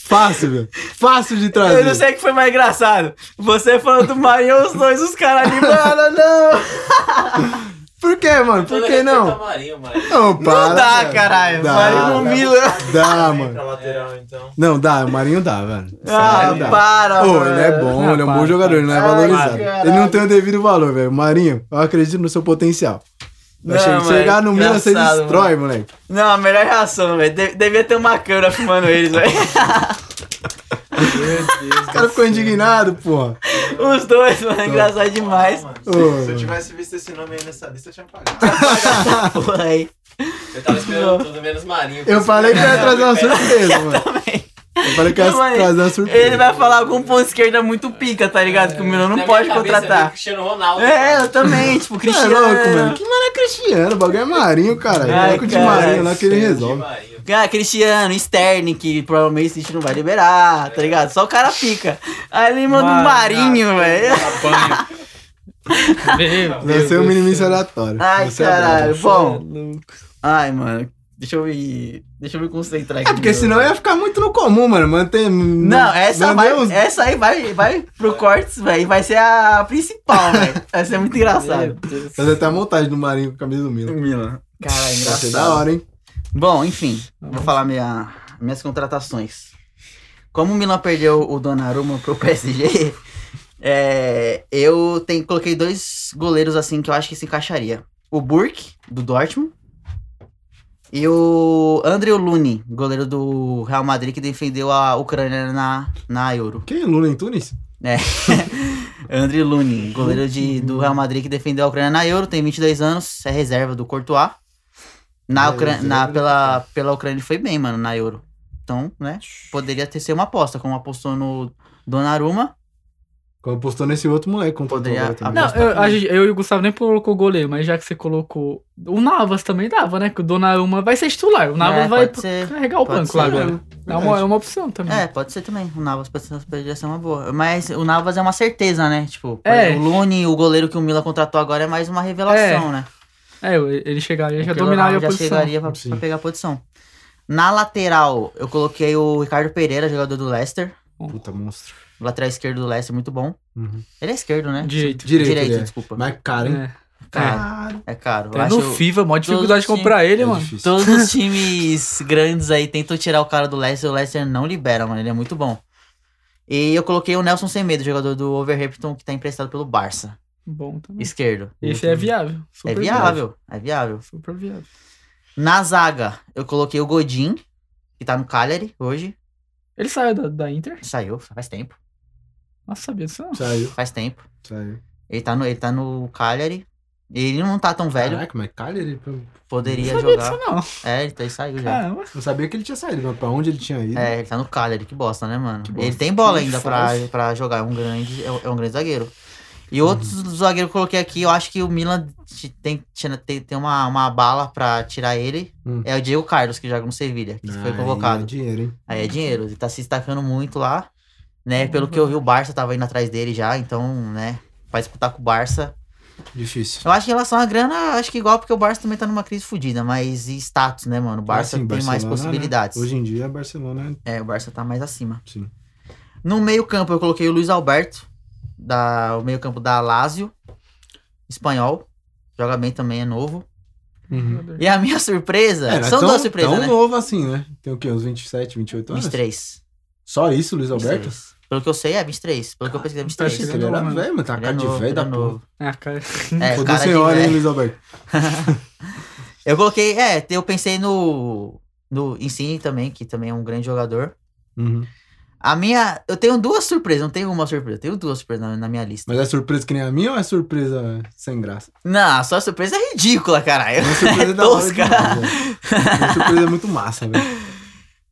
[SPEAKER 3] Fácil, velho. Fácil de trazer.
[SPEAKER 1] Eu não sei o que foi mais engraçado. Você falando do Marinho, os dois, os caras ali, mano, não.
[SPEAKER 3] Por que, mano? Por
[SPEAKER 4] Todo
[SPEAKER 3] que
[SPEAKER 4] respeito ao
[SPEAKER 3] não?
[SPEAKER 4] Marinho, Marinho.
[SPEAKER 3] Não, para,
[SPEAKER 1] é não dá,
[SPEAKER 3] velho.
[SPEAKER 1] caralho.
[SPEAKER 3] Dá,
[SPEAKER 1] Marinho no
[SPEAKER 3] dá.
[SPEAKER 1] Milan.
[SPEAKER 3] Dá,
[SPEAKER 4] Vem
[SPEAKER 3] mano.
[SPEAKER 4] pra lateral, então.
[SPEAKER 3] Não, dá. O Marinho dá, velho.
[SPEAKER 1] Ah,
[SPEAKER 3] Sério, dá.
[SPEAKER 1] para,
[SPEAKER 3] Ô,
[SPEAKER 1] mano.
[SPEAKER 3] ele é bom,
[SPEAKER 2] Não,
[SPEAKER 3] ele é um
[SPEAKER 2] para,
[SPEAKER 3] bom jogador, ele não é
[SPEAKER 1] para.
[SPEAKER 3] valorizado.
[SPEAKER 1] Ai,
[SPEAKER 3] ele não
[SPEAKER 1] caralho.
[SPEAKER 3] tem o devido valor, velho. Marinho, eu acredito no seu potencial. Vai
[SPEAKER 1] Não,
[SPEAKER 3] che-
[SPEAKER 1] mano,
[SPEAKER 3] chegar no Milan, você
[SPEAKER 1] engraçado,
[SPEAKER 3] destrói, moleque.
[SPEAKER 1] Não, a melhor reação, velho. De- devia ter uma câmera filmando eles, velho.
[SPEAKER 3] O cara ficou indignado, porra.
[SPEAKER 1] Os dois, mano, é engraçado demais.
[SPEAKER 4] Mano, se-
[SPEAKER 3] Ô.
[SPEAKER 4] se eu tivesse visto esse nome aí nessa lista, eu tinha pagado.
[SPEAKER 1] Porra aí.
[SPEAKER 4] Eu tava esperando tudo menos Marinho.
[SPEAKER 3] Eu falei que eu ia trazer uma surpresa, mano. Eu falei que eu ia
[SPEAKER 1] Não, mas
[SPEAKER 3] trazer uma surpresa.
[SPEAKER 1] Ele vai falar algum ponto esquerda muito pica, tá ligado? Que o Milan não pode contratar.
[SPEAKER 4] Cristiano
[SPEAKER 5] né?
[SPEAKER 4] Ronaldo.
[SPEAKER 1] É, eu também, tipo, Cristiano.
[SPEAKER 3] É louco, mano. Que mano é Cristiano? O bagulho é marinho, cara.
[SPEAKER 1] Ai,
[SPEAKER 3] Coloca o de
[SPEAKER 1] cara,
[SPEAKER 3] marinho lá que ele
[SPEAKER 1] sério.
[SPEAKER 4] De
[SPEAKER 3] resolve.
[SPEAKER 4] Marinho.
[SPEAKER 1] Ah, Cristiano, Sterling, que provavelmente a gente não vai liberar, tá ligado? Só o cara pica. Aí ele manda um
[SPEAKER 2] Mano,
[SPEAKER 3] ah,
[SPEAKER 1] marinho, velho.
[SPEAKER 2] Meu
[SPEAKER 3] Vai
[SPEAKER 2] Deus
[SPEAKER 3] ser um
[SPEAKER 2] do
[SPEAKER 3] mini
[SPEAKER 2] céu.
[SPEAKER 3] início aleatório.
[SPEAKER 1] Ai,
[SPEAKER 3] Vai ser aleatório.
[SPEAKER 1] caralho. Bom,
[SPEAKER 2] Louco.
[SPEAKER 1] ai, mano. Deixa eu me. Deixa eu me concentrar aqui.
[SPEAKER 3] É porque senão ia ficar muito no comum, mano. Manter.
[SPEAKER 1] Não, é essa, vai,
[SPEAKER 3] Deus,
[SPEAKER 1] essa aí vai, vai pro cortes, velho. Vai ser a principal, velho. Vai ser muito engraçado.
[SPEAKER 3] Fazer até a montagem do marinho com a camisa do Milan.
[SPEAKER 1] Cara,
[SPEAKER 3] Vai ser da
[SPEAKER 1] engraçado.
[SPEAKER 3] hora, hein?
[SPEAKER 1] Bom, enfim,
[SPEAKER 2] Tá
[SPEAKER 1] vou falar minha, minhas contratações. Como o Milan perdeu o Donnarumma pro PSG, é, eu tenho, coloquei dois goleiros assim que eu acho que se encaixaria. O Burke, do Dortmund, E o Andrew Lunin, goleiro do Real Madrid, que defendeu a Ucrânia na, na Euro.
[SPEAKER 3] Quem? Lula em Tunis?
[SPEAKER 1] É. Andrew Lunin, goleiro de, do Real Madrid, que defendeu a Ucrânia na Euro, tem 22 anos, é reserva do Courtois. Na
[SPEAKER 3] É,
[SPEAKER 1] Ucrânia, na,
[SPEAKER 3] reserva do
[SPEAKER 1] pela, pela Ucrânia ele foi bem, mano, na Euro. Então, né, poderia ter sido uma aposta, como apostou no Donnarumma.
[SPEAKER 3] Quando postou nesse outro moleque, contratou
[SPEAKER 1] Poderia-
[SPEAKER 3] agora também.
[SPEAKER 2] Não, eu, a gente- eu e o Gustavo nem colocou o goleiro, mas já que você colocou. O Navas também dava, né? Que o Donnarumma vai ser titular. O Navas
[SPEAKER 1] É,
[SPEAKER 2] vai
[SPEAKER 1] pode ser.
[SPEAKER 2] carregar o
[SPEAKER 1] Pode
[SPEAKER 2] banco
[SPEAKER 1] ser,
[SPEAKER 2] lá
[SPEAKER 1] né?
[SPEAKER 2] agora. É uma, é uma opção também.
[SPEAKER 1] É, pode ser também. O Navas pode ser- poderia ser uma boa. Mas o Navas é uma certeza, né? Tipo,
[SPEAKER 2] É.
[SPEAKER 1] o Lune, o goleiro que o Mila contratou agora é mais uma revelação, né?
[SPEAKER 2] É, ele chegaria e já
[SPEAKER 1] Porque o
[SPEAKER 2] dominaria a
[SPEAKER 1] Ronaldo já
[SPEAKER 2] posição.
[SPEAKER 1] chegaria pra,
[SPEAKER 3] Sim.
[SPEAKER 1] pra pegar a posição. Na lateral, eu coloquei o Ricardo Pereira, jogador do Leicester.
[SPEAKER 3] Puta monstro.
[SPEAKER 1] Lateral esquerdo do Leicester, muito bom.
[SPEAKER 3] Uhum.
[SPEAKER 1] Ele é esquerdo, né?
[SPEAKER 2] Direito.
[SPEAKER 3] Direito,
[SPEAKER 1] Direito,
[SPEAKER 3] ele é.
[SPEAKER 1] desculpa.
[SPEAKER 3] Mas cara, hein?
[SPEAKER 2] É.
[SPEAKER 1] Caro,
[SPEAKER 3] Caralho.
[SPEAKER 1] é caro. Eu
[SPEAKER 2] Até Tá no
[SPEAKER 1] acho-
[SPEAKER 2] FIFA, mó dificuldade de
[SPEAKER 1] todos
[SPEAKER 2] comprar ele,
[SPEAKER 3] É
[SPEAKER 2] mano.
[SPEAKER 3] difícil.
[SPEAKER 1] Todos os times grandes aí tentam tirar o cara do Leicester, o Leicester não libera, mano, ele é muito bom. E eu coloquei o Nelson Semedo, jogador do Overhampton, que tá emprestado pelo Barça,
[SPEAKER 2] Bom também.
[SPEAKER 1] esquerdo.
[SPEAKER 2] Esse é viável.
[SPEAKER 1] É
[SPEAKER 2] Hum. super
[SPEAKER 1] viável, é viável.
[SPEAKER 2] Super viável.
[SPEAKER 1] Na zaga, eu coloquei o Godin, que tá no Cagliari hoje,
[SPEAKER 2] Ele saiu da, da Inter?
[SPEAKER 1] saiu, faz tempo,
[SPEAKER 2] Nossa, sabia disso não.
[SPEAKER 3] Saiu,
[SPEAKER 1] faz tempo.
[SPEAKER 3] saiu.
[SPEAKER 1] Ele tá no, ele tá no Cagliari, ele não tá tão velho,
[SPEAKER 3] Caraca, mas Cagliari? pra-
[SPEAKER 1] poderia
[SPEAKER 2] Não sabia
[SPEAKER 1] jogar.
[SPEAKER 2] disso não.
[SPEAKER 1] É, ele tá, ele saiu já.
[SPEAKER 2] Caramba.
[SPEAKER 3] Não sabia que ele tinha saído, mas pra onde ele tinha ido?
[SPEAKER 1] É, ele tá no Cagliari, que bosta, né, mano?
[SPEAKER 3] Que bosta.
[SPEAKER 1] Ele tem bola
[SPEAKER 3] Que
[SPEAKER 1] ainda pra,
[SPEAKER 3] falso.
[SPEAKER 1] pra jogar, é um grande, é um- é um grande zagueiro. E outros
[SPEAKER 3] Uhum.
[SPEAKER 1] zagueiros que eu coloquei aqui, eu acho que o Milan te- tem, tinha- tem, tem uma, uma bala pra tirar ele.
[SPEAKER 3] Hum.
[SPEAKER 1] É o Diego Carlos, que joga no Sevilha, que foi
[SPEAKER 3] Aí
[SPEAKER 1] convocado.
[SPEAKER 3] é dinheiro, hein?
[SPEAKER 1] Aí é dinheiro, ele tá se destacando muito lá,
[SPEAKER 3] Uhum.
[SPEAKER 1] né? Pelo que eu vi, o Barça tava indo atrás dele já, então, né, vai disputar com o Barça.
[SPEAKER 3] Difícil.
[SPEAKER 1] Eu acho que em relação à grana, eu acho que igual, porque o Barça também tá numa crise fodida, mas e status, né, mano? O Barça
[SPEAKER 3] Assim,
[SPEAKER 1] tem mais
[SPEAKER 3] Barcelona, né?
[SPEAKER 1] possibilidades.
[SPEAKER 3] Hoje em dia, Barcelona
[SPEAKER 1] É, o Barça tá mais acima.
[SPEAKER 3] Sim.
[SPEAKER 1] No meio-campo eu coloquei o Luiz Alberto, da, o meio-campo da Lazio, espanhol. Joga bem também, é novo.
[SPEAKER 3] Uhum.
[SPEAKER 1] E a minha surpresa.
[SPEAKER 3] É, não é
[SPEAKER 1] são
[SPEAKER 3] tão,
[SPEAKER 1] duas surpresas,
[SPEAKER 3] tão
[SPEAKER 1] né?
[SPEAKER 3] novo assim, né? Tem o quê? Uns 27, 28 anos?
[SPEAKER 1] 23.
[SPEAKER 3] Só isso, Luiz Alberto?
[SPEAKER 1] 23. Pelo que eu sei, é 23. Pelo que eu pesquisei, é
[SPEAKER 2] tá
[SPEAKER 1] 23.
[SPEAKER 3] Achei que
[SPEAKER 2] chegando
[SPEAKER 3] ele era
[SPEAKER 2] novo, né?
[SPEAKER 3] velho, mas tá uma
[SPEAKER 1] Ele
[SPEAKER 3] cara de
[SPEAKER 1] novo,
[SPEAKER 3] velho
[SPEAKER 1] ele
[SPEAKER 3] da
[SPEAKER 1] é
[SPEAKER 3] porra.
[SPEAKER 1] novo.
[SPEAKER 2] Ah, cara.
[SPEAKER 1] É,
[SPEAKER 3] Foda
[SPEAKER 1] cara de
[SPEAKER 3] senhora,
[SPEAKER 1] velho.
[SPEAKER 3] hein, né, Luiz Alberto?
[SPEAKER 1] Eu coloquei, é, eu pensei no. No Insigne também, que também é um grande jogador.
[SPEAKER 3] Uhum.
[SPEAKER 1] A minha. Eu tenho duas surpresas, não tenho uma surpresa, eu tenho duas surpresas na, na minha lista.
[SPEAKER 3] Mas é surpresa que nem a minha ou é surpresa sem graça?
[SPEAKER 1] Não, a sua surpresa é ridícula, caralho.
[SPEAKER 3] Uma surpresa da hora
[SPEAKER 1] tosca.
[SPEAKER 3] demais, velho. Uma surpresa muito massa, velho.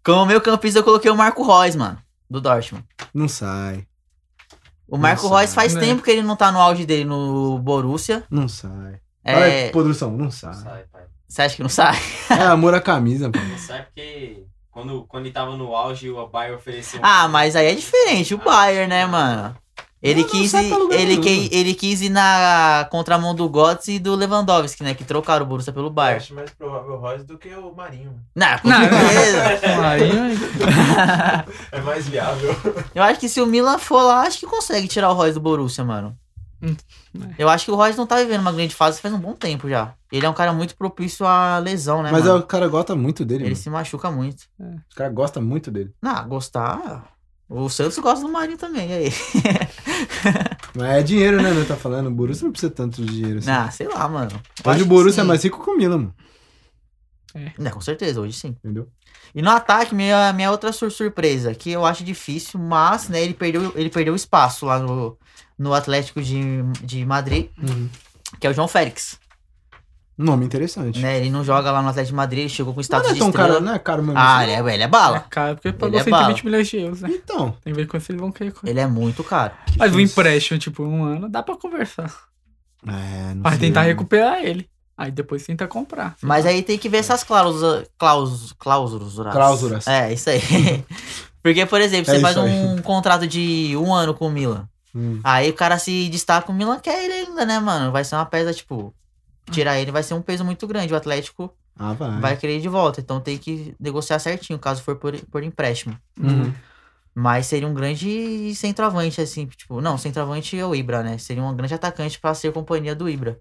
[SPEAKER 1] Como meu campista, eu coloquei o Marco Reus, mano, do Dortmund.
[SPEAKER 3] Não sai,
[SPEAKER 1] O Marco
[SPEAKER 3] Nossa,
[SPEAKER 1] Reus faz
[SPEAKER 2] né?
[SPEAKER 1] tempo que ele não tá no auge dele no Borussia.
[SPEAKER 3] não sai. Olha
[SPEAKER 1] É,
[SPEAKER 3] aí, produção, não
[SPEAKER 4] Não
[SPEAKER 3] sai.
[SPEAKER 4] sai, pai.
[SPEAKER 1] você acha que não sai?
[SPEAKER 3] É amor à camisa, pô.
[SPEAKER 4] Não sai porque quando, quando ele tava no auge, o Bayern ofereceu. um
[SPEAKER 1] Ah, mas aí é diferente, o
[SPEAKER 4] Ah,
[SPEAKER 1] Bayern, né, mano? Ele
[SPEAKER 3] Não, não
[SPEAKER 1] quis,
[SPEAKER 3] sai
[SPEAKER 1] ir-
[SPEAKER 3] pra lugar
[SPEAKER 1] ele,
[SPEAKER 3] nenhum.
[SPEAKER 1] que- ele quis ir na contramão do Götze e do Lewandowski, né? Que trocaram o Borussia pelo
[SPEAKER 6] Eu
[SPEAKER 1] Bayern.
[SPEAKER 6] acho mais provável o Royce do que o Marinho.
[SPEAKER 1] Não, com
[SPEAKER 2] Não,
[SPEAKER 1] certeza.
[SPEAKER 2] Aí,
[SPEAKER 6] É mais viável.
[SPEAKER 1] Eu acho que se o Milan for lá, acho que consegue tirar o Royce do Borussia, mano.
[SPEAKER 2] Hum,
[SPEAKER 1] Eu acho que o Royce não tá vivendo uma grande fase faz um bom tempo já. Ele é um cara muito propício à lesão, né,
[SPEAKER 3] Mas é,
[SPEAKER 1] mano?
[SPEAKER 3] o cara gosta muito dele,
[SPEAKER 1] Ele
[SPEAKER 3] mano.
[SPEAKER 1] se machuca muito.
[SPEAKER 3] O cara gosta muito dele.
[SPEAKER 1] Não, gostar. O Santos gosta do Marinho também, e aí?
[SPEAKER 3] Mas é dinheiro, né? Não tá falando. O Borussia não precisa tanto de dinheiro assim.
[SPEAKER 1] Ah, sei lá, mano. Eu
[SPEAKER 3] Hoje
[SPEAKER 1] acho
[SPEAKER 3] o
[SPEAKER 1] que
[SPEAKER 3] Borussia é
[SPEAKER 1] sim.
[SPEAKER 3] mais rico que o Milan, mano.
[SPEAKER 1] É, com certeza, hoje sim.
[SPEAKER 3] Entendeu?
[SPEAKER 1] E no ataque, minha, minha outra sur- surpresa, que eu acho difícil, mas, né, ele perdeu, ele perdeu espaço lá no, no Atlético de, de Madrid,
[SPEAKER 2] Uhum.
[SPEAKER 1] que é o João Félix.
[SPEAKER 3] Um Nome interessante.
[SPEAKER 1] Né, ele não joga lá no Atlético de Madrid, ele chegou com
[SPEAKER 3] Mas
[SPEAKER 1] status
[SPEAKER 3] não é
[SPEAKER 1] de
[SPEAKER 3] tão
[SPEAKER 1] estrela.
[SPEAKER 3] caro, não é caro mesmo.
[SPEAKER 1] Ah,
[SPEAKER 3] assim.
[SPEAKER 1] ele é, ele é bala.
[SPEAKER 2] cara, porque pagou
[SPEAKER 1] é
[SPEAKER 2] 120
[SPEAKER 1] bala.
[SPEAKER 2] milhões de euros, né?
[SPEAKER 3] Então.
[SPEAKER 2] Tem que ver quanto eles vão querer. co-
[SPEAKER 1] Ele é muito caro.
[SPEAKER 2] Mas o
[SPEAKER 3] difícil.
[SPEAKER 2] empréstimo, tipo, um ano, dá pra conversar.
[SPEAKER 3] É, não
[SPEAKER 2] Mas
[SPEAKER 3] sei.
[SPEAKER 2] tentar recuperar ele. Aí depois tenta comprar.
[SPEAKER 3] é
[SPEAKER 1] Mas
[SPEAKER 3] Uhum.
[SPEAKER 1] aí tem que ver essas cláusulas. Cláusulas. Cláusulas.
[SPEAKER 3] Cláusulas.
[SPEAKER 1] É, isso aí. Porque, por exemplo,
[SPEAKER 3] É
[SPEAKER 1] você
[SPEAKER 3] isso
[SPEAKER 1] faz
[SPEAKER 3] aí.
[SPEAKER 1] um contrato de um ano com o Milan.
[SPEAKER 3] Hum.
[SPEAKER 1] Aí o cara se destaca, o Milan quer ele ainda, né, mano? Vai ser uma peça, tipo. Tirar ele vai ser um peso muito grande. O Atlético
[SPEAKER 3] Ah, vai.
[SPEAKER 1] vai querer ele de volta. Então tem que negociar certinho, caso for por, por empréstimo.
[SPEAKER 3] Uhum.
[SPEAKER 1] Mas seria um grande centroavante, assim, tipo, não, centroavante é o Ibra, né? Seria um grande atacante pra ser companhia do Ibra.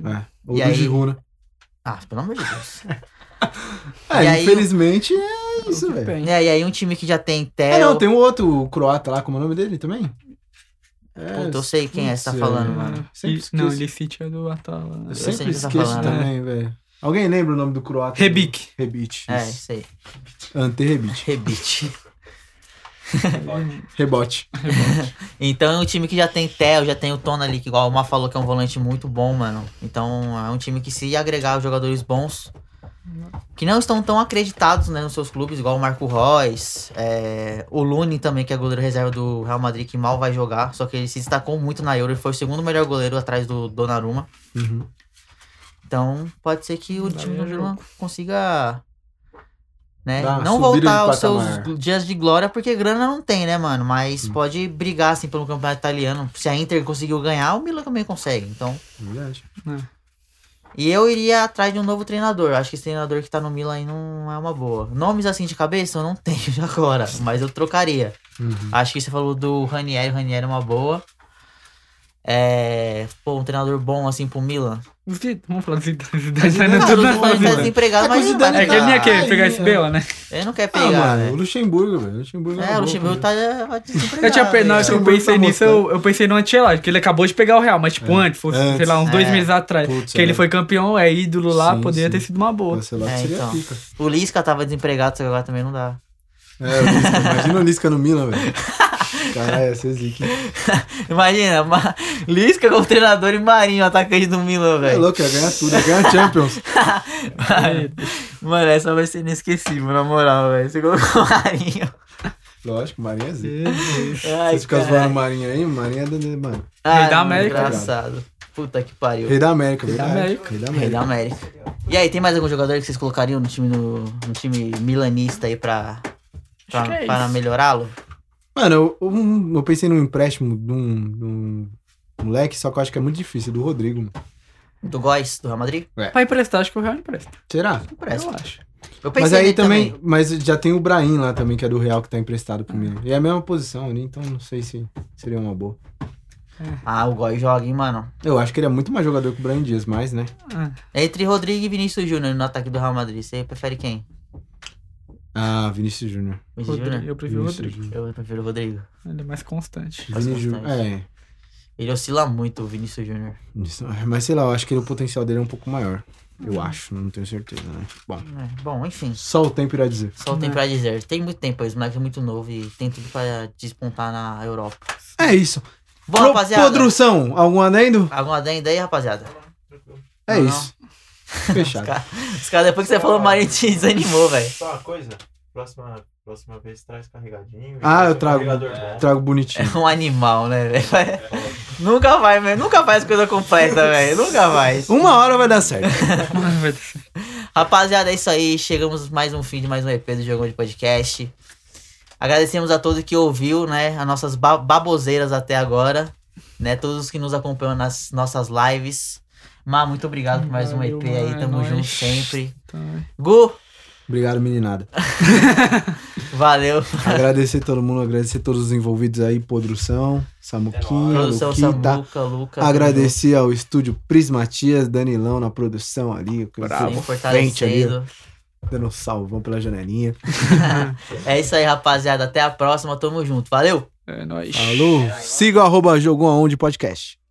[SPEAKER 2] Uhum.
[SPEAKER 3] É. Ou
[SPEAKER 1] E
[SPEAKER 3] do
[SPEAKER 1] aí-
[SPEAKER 3] Giroud, né?
[SPEAKER 1] Ah, pelo amor de Deus.
[SPEAKER 3] É,
[SPEAKER 1] E aí-
[SPEAKER 3] infelizmente é isso, velho.
[SPEAKER 1] é, e aí um time que já tem Theo.
[SPEAKER 3] É, não, tem um outro o croata lá, como é o nome dele também? É,
[SPEAKER 1] Puta, eu sei quem é que você tá
[SPEAKER 3] putz,
[SPEAKER 2] né?
[SPEAKER 1] falando,
[SPEAKER 3] é.
[SPEAKER 1] mano.
[SPEAKER 3] Sempre
[SPEAKER 2] não,
[SPEAKER 3] esqueço.
[SPEAKER 2] ele City é do Atalanta.
[SPEAKER 3] Eu
[SPEAKER 1] sei
[SPEAKER 3] sempre
[SPEAKER 1] quem você tá
[SPEAKER 3] esqueço
[SPEAKER 1] falando,
[SPEAKER 3] também, velho. Alguém lembra o nome do croata?
[SPEAKER 2] Rebic.
[SPEAKER 3] Rebite.
[SPEAKER 1] É,
[SPEAKER 3] isso.
[SPEAKER 1] isso aí. É.
[SPEAKER 3] Ante-rebite.
[SPEAKER 1] Rebite.
[SPEAKER 3] Rebote.
[SPEAKER 1] Então é um time que já tem Theo, já tem o Tona ali, que igual o Mar falou que é um volante muito bom, mano. Então é um time que se agregar jogadores bons, que não estão tão acreditados né, nos seus clubes, igual o Marco Reus, é, o Lune também, que é goleiro reserva do Real Madrid, que mal vai jogar, só que ele se destacou muito na Euro, ele foi o segundo melhor goleiro atrás do Donnarumma.
[SPEAKER 3] Uhum.
[SPEAKER 1] Então pode ser que o time do
[SPEAKER 2] é
[SPEAKER 1] Milan consiga... Né?
[SPEAKER 3] Dá uma
[SPEAKER 1] Não
[SPEAKER 3] subida de
[SPEAKER 1] voltar aos seus
[SPEAKER 3] patamar. Hum.
[SPEAKER 1] dias de glória, porque grana não tem, né, mano? Mas pode brigar, assim, pelo campeonato italiano. Se a Inter conseguiu ganhar, o Milan também consegue, então...
[SPEAKER 3] Verdade.
[SPEAKER 1] E eu iria atrás de um novo treinador. Acho que esse treinador que tá no Milan aí não é uma boa. Nomes assim de cabeça eu não tenho de agora, mas eu trocaria.
[SPEAKER 3] Uhum.
[SPEAKER 1] Acho que você falou do Ranieri, o Ranieri é uma boa. É... Pô, um treinador bom, assim, pro Milan.
[SPEAKER 2] Zid- Vamos falar do Zidane.
[SPEAKER 3] Mas
[SPEAKER 2] Zidane
[SPEAKER 3] Zidane
[SPEAKER 2] é
[SPEAKER 1] Não,
[SPEAKER 2] tudo
[SPEAKER 1] ele
[SPEAKER 2] na
[SPEAKER 3] não faz
[SPEAKER 1] tá
[SPEAKER 2] fazenda.
[SPEAKER 1] desempregado, mas
[SPEAKER 3] É que o
[SPEAKER 1] não vai
[SPEAKER 3] Zidane
[SPEAKER 2] É que ele
[SPEAKER 1] ficar-
[SPEAKER 2] não ia querer pegar esse
[SPEAKER 3] Ah,
[SPEAKER 2] Bela, né?
[SPEAKER 1] Ele não quer
[SPEAKER 3] Ah,
[SPEAKER 1] pegar,
[SPEAKER 3] mano,
[SPEAKER 1] né?
[SPEAKER 3] o Luxemburgo, velho. O Luxemburgo né?
[SPEAKER 1] É,
[SPEAKER 3] bom,
[SPEAKER 1] o Luxemburgo
[SPEAKER 3] velho.
[SPEAKER 1] tá é, desempregado.
[SPEAKER 2] Eu, tinha, pe- na hora
[SPEAKER 1] né?
[SPEAKER 2] que eu
[SPEAKER 3] Luxemburgo
[SPEAKER 2] pensei
[SPEAKER 3] tá
[SPEAKER 2] nisso, eu, eu pensei no Ancelotti, que ele acabou de pegar o Real, mas tipo antes, fosse,
[SPEAKER 3] Antes.
[SPEAKER 2] sei lá, uns dois
[SPEAKER 1] É.
[SPEAKER 2] meses atrás.
[SPEAKER 3] É. Putz,
[SPEAKER 2] que ele
[SPEAKER 3] é.
[SPEAKER 2] foi campeão, é ídolo lá,
[SPEAKER 3] Sim,
[SPEAKER 2] poderia
[SPEAKER 3] sim.
[SPEAKER 2] ter sido uma boa.
[SPEAKER 3] Cancelado
[SPEAKER 1] É,
[SPEAKER 3] seria
[SPEAKER 1] então.
[SPEAKER 3] pica.
[SPEAKER 1] O Lisca tava desempregado, só que agora também não dá.
[SPEAKER 3] É, o Lisca. Imagina o Lisca no Milan, velho. Caralho, essa é zica. hein?
[SPEAKER 1] Imagina, Ma- Lisca como treinador e Marinho, atacante do Milan,
[SPEAKER 3] É
[SPEAKER 1] velho.
[SPEAKER 3] louco, ia ganhar tudo. Ia ganhar Champions.
[SPEAKER 1] Mano, essa vai ser inesquecível, na moral, velho. Você colocou o Marinho.
[SPEAKER 3] Lógico, o Marinho é zica.
[SPEAKER 1] Ai,
[SPEAKER 3] Vocês ficam
[SPEAKER 1] caralho.
[SPEAKER 3] zoando o Marinho aí, o Marinho é do- mano.
[SPEAKER 1] Ai,
[SPEAKER 2] Rei da
[SPEAKER 1] mano,
[SPEAKER 2] América.
[SPEAKER 1] Engraçado. Puta que pariu.
[SPEAKER 3] Rei da América,
[SPEAKER 2] da
[SPEAKER 3] verdade.
[SPEAKER 2] América.
[SPEAKER 3] Rei da
[SPEAKER 1] Rei da
[SPEAKER 3] América.
[SPEAKER 1] América. E aí, tem mais algum jogador que vocês colocariam no time, no, no time milanista aí pra, pra,
[SPEAKER 2] que é
[SPEAKER 1] pra
[SPEAKER 2] isso.
[SPEAKER 1] melhorá-lo?
[SPEAKER 3] Mano, eu, um- eu pensei num empréstimo de um, de um moleque, só que eu acho que é muito difícil, do Rodrigo. mano.
[SPEAKER 1] Do Góis, do Real Madrid?
[SPEAKER 2] Pra emprestar, acho que o Real empresta.
[SPEAKER 3] Será?
[SPEAKER 1] Parece.
[SPEAKER 2] Eu acho.
[SPEAKER 1] Eu pensei
[SPEAKER 3] Mas aí
[SPEAKER 1] nele
[SPEAKER 3] também, Mas já tem o Brahim lá também, que é do Real, que tá emprestado pro Milan. E é a mesma posição ali, então não sei se seria uma boa.
[SPEAKER 1] Ah, o Góis joga, hein, mano.
[SPEAKER 3] Eu acho que ele é muito mais jogador que o Brahim Dias, mas, né?
[SPEAKER 2] Ah,
[SPEAKER 1] Entre Rodrigo e Vinícius Júnior no ataque do Real Madrid, você prefere quem?
[SPEAKER 3] Ah, Vinícius Júnior.
[SPEAKER 1] Vinícius
[SPEAKER 2] Rodrigo,
[SPEAKER 1] Júnior?
[SPEAKER 2] eu prefiro o
[SPEAKER 3] Vinícius
[SPEAKER 2] Rodrigo.
[SPEAKER 1] Eu prefiro o Rodrigo.
[SPEAKER 2] Ele é mais constante.
[SPEAKER 1] Faz
[SPEAKER 3] Vinícius Júnior.
[SPEAKER 1] bastante.
[SPEAKER 3] É,
[SPEAKER 1] Ele oscila muito, o Vinícius Júnior.
[SPEAKER 3] isso. mas sei lá, eu acho que ele- o potencial dele é um pouco maior.
[SPEAKER 2] Uhum.
[SPEAKER 3] Eu acho, não tenho certeza, né? Bom,
[SPEAKER 1] É, bom, enfim.
[SPEAKER 3] só o tempo irá dizer.
[SPEAKER 1] Só tem pra dizer. Tem muito tempo, esse moleque é muito novo e tem tudo pra despontar na Europa.
[SPEAKER 3] É isso.
[SPEAKER 1] Bom,
[SPEAKER 3] Pro-
[SPEAKER 1] rapaziada.
[SPEAKER 3] Produção, algum adendo?
[SPEAKER 1] Algum adendo aí, rapaziada?
[SPEAKER 3] É
[SPEAKER 1] Não,
[SPEAKER 3] isso. Fechado.
[SPEAKER 1] Os caras, depois que você falou, o Marinho te desanimou, velho.
[SPEAKER 4] Só uma coisa, próxima, próxima vez traz carregadinho. e
[SPEAKER 3] Ah,
[SPEAKER 4] traz
[SPEAKER 3] eu
[SPEAKER 4] um
[SPEAKER 3] trago.
[SPEAKER 4] carregador
[SPEAKER 2] né?
[SPEAKER 4] bom.
[SPEAKER 3] Trago bonitinho.
[SPEAKER 1] É um animal, né, velho? Nunca vai, velho. Nunca faz coisa completa, velho. Nunca faz.
[SPEAKER 3] Uma hora vai dar certo.
[SPEAKER 2] Ai, vai dar certo.
[SPEAKER 1] Rapaziada, é isso aí. Chegamos mais um fim de mais um EP do Jogão de Podcast. Agradecemos a todo que ouviu, né? As nossas ba- baboseiras até agora. Né? Todos os que nos acompanham nas nossas lives. Má, muito obrigado por mais um
[SPEAKER 2] Valeu,
[SPEAKER 1] EP
[SPEAKER 2] mano,
[SPEAKER 1] aí.
[SPEAKER 2] é
[SPEAKER 1] Tamo
[SPEAKER 2] nóis.
[SPEAKER 1] junto sempre.
[SPEAKER 2] Então,
[SPEAKER 1] Gu,
[SPEAKER 3] Obrigado, meninada.
[SPEAKER 1] valeu.
[SPEAKER 3] Agradecer todo mundo, agradecer todos os envolvidos aí, Podrução, Samuquinha,
[SPEAKER 1] Produção
[SPEAKER 2] tá
[SPEAKER 3] Luquita.
[SPEAKER 1] Samuca, Luca.
[SPEAKER 3] Agradecer ao estúdio Prismatias, Danilão na produção ali, o cara
[SPEAKER 1] Sim,
[SPEAKER 3] sempre frente ali,
[SPEAKER 1] fortalecendo.
[SPEAKER 3] dando um salvão pela janelinha.
[SPEAKER 1] É isso aí, rapaziada. Até a próxima. Tamo junto. Valeu!
[SPEAKER 2] É nóis.
[SPEAKER 3] Alô, siga o arroba Jogou Aonde Podcast.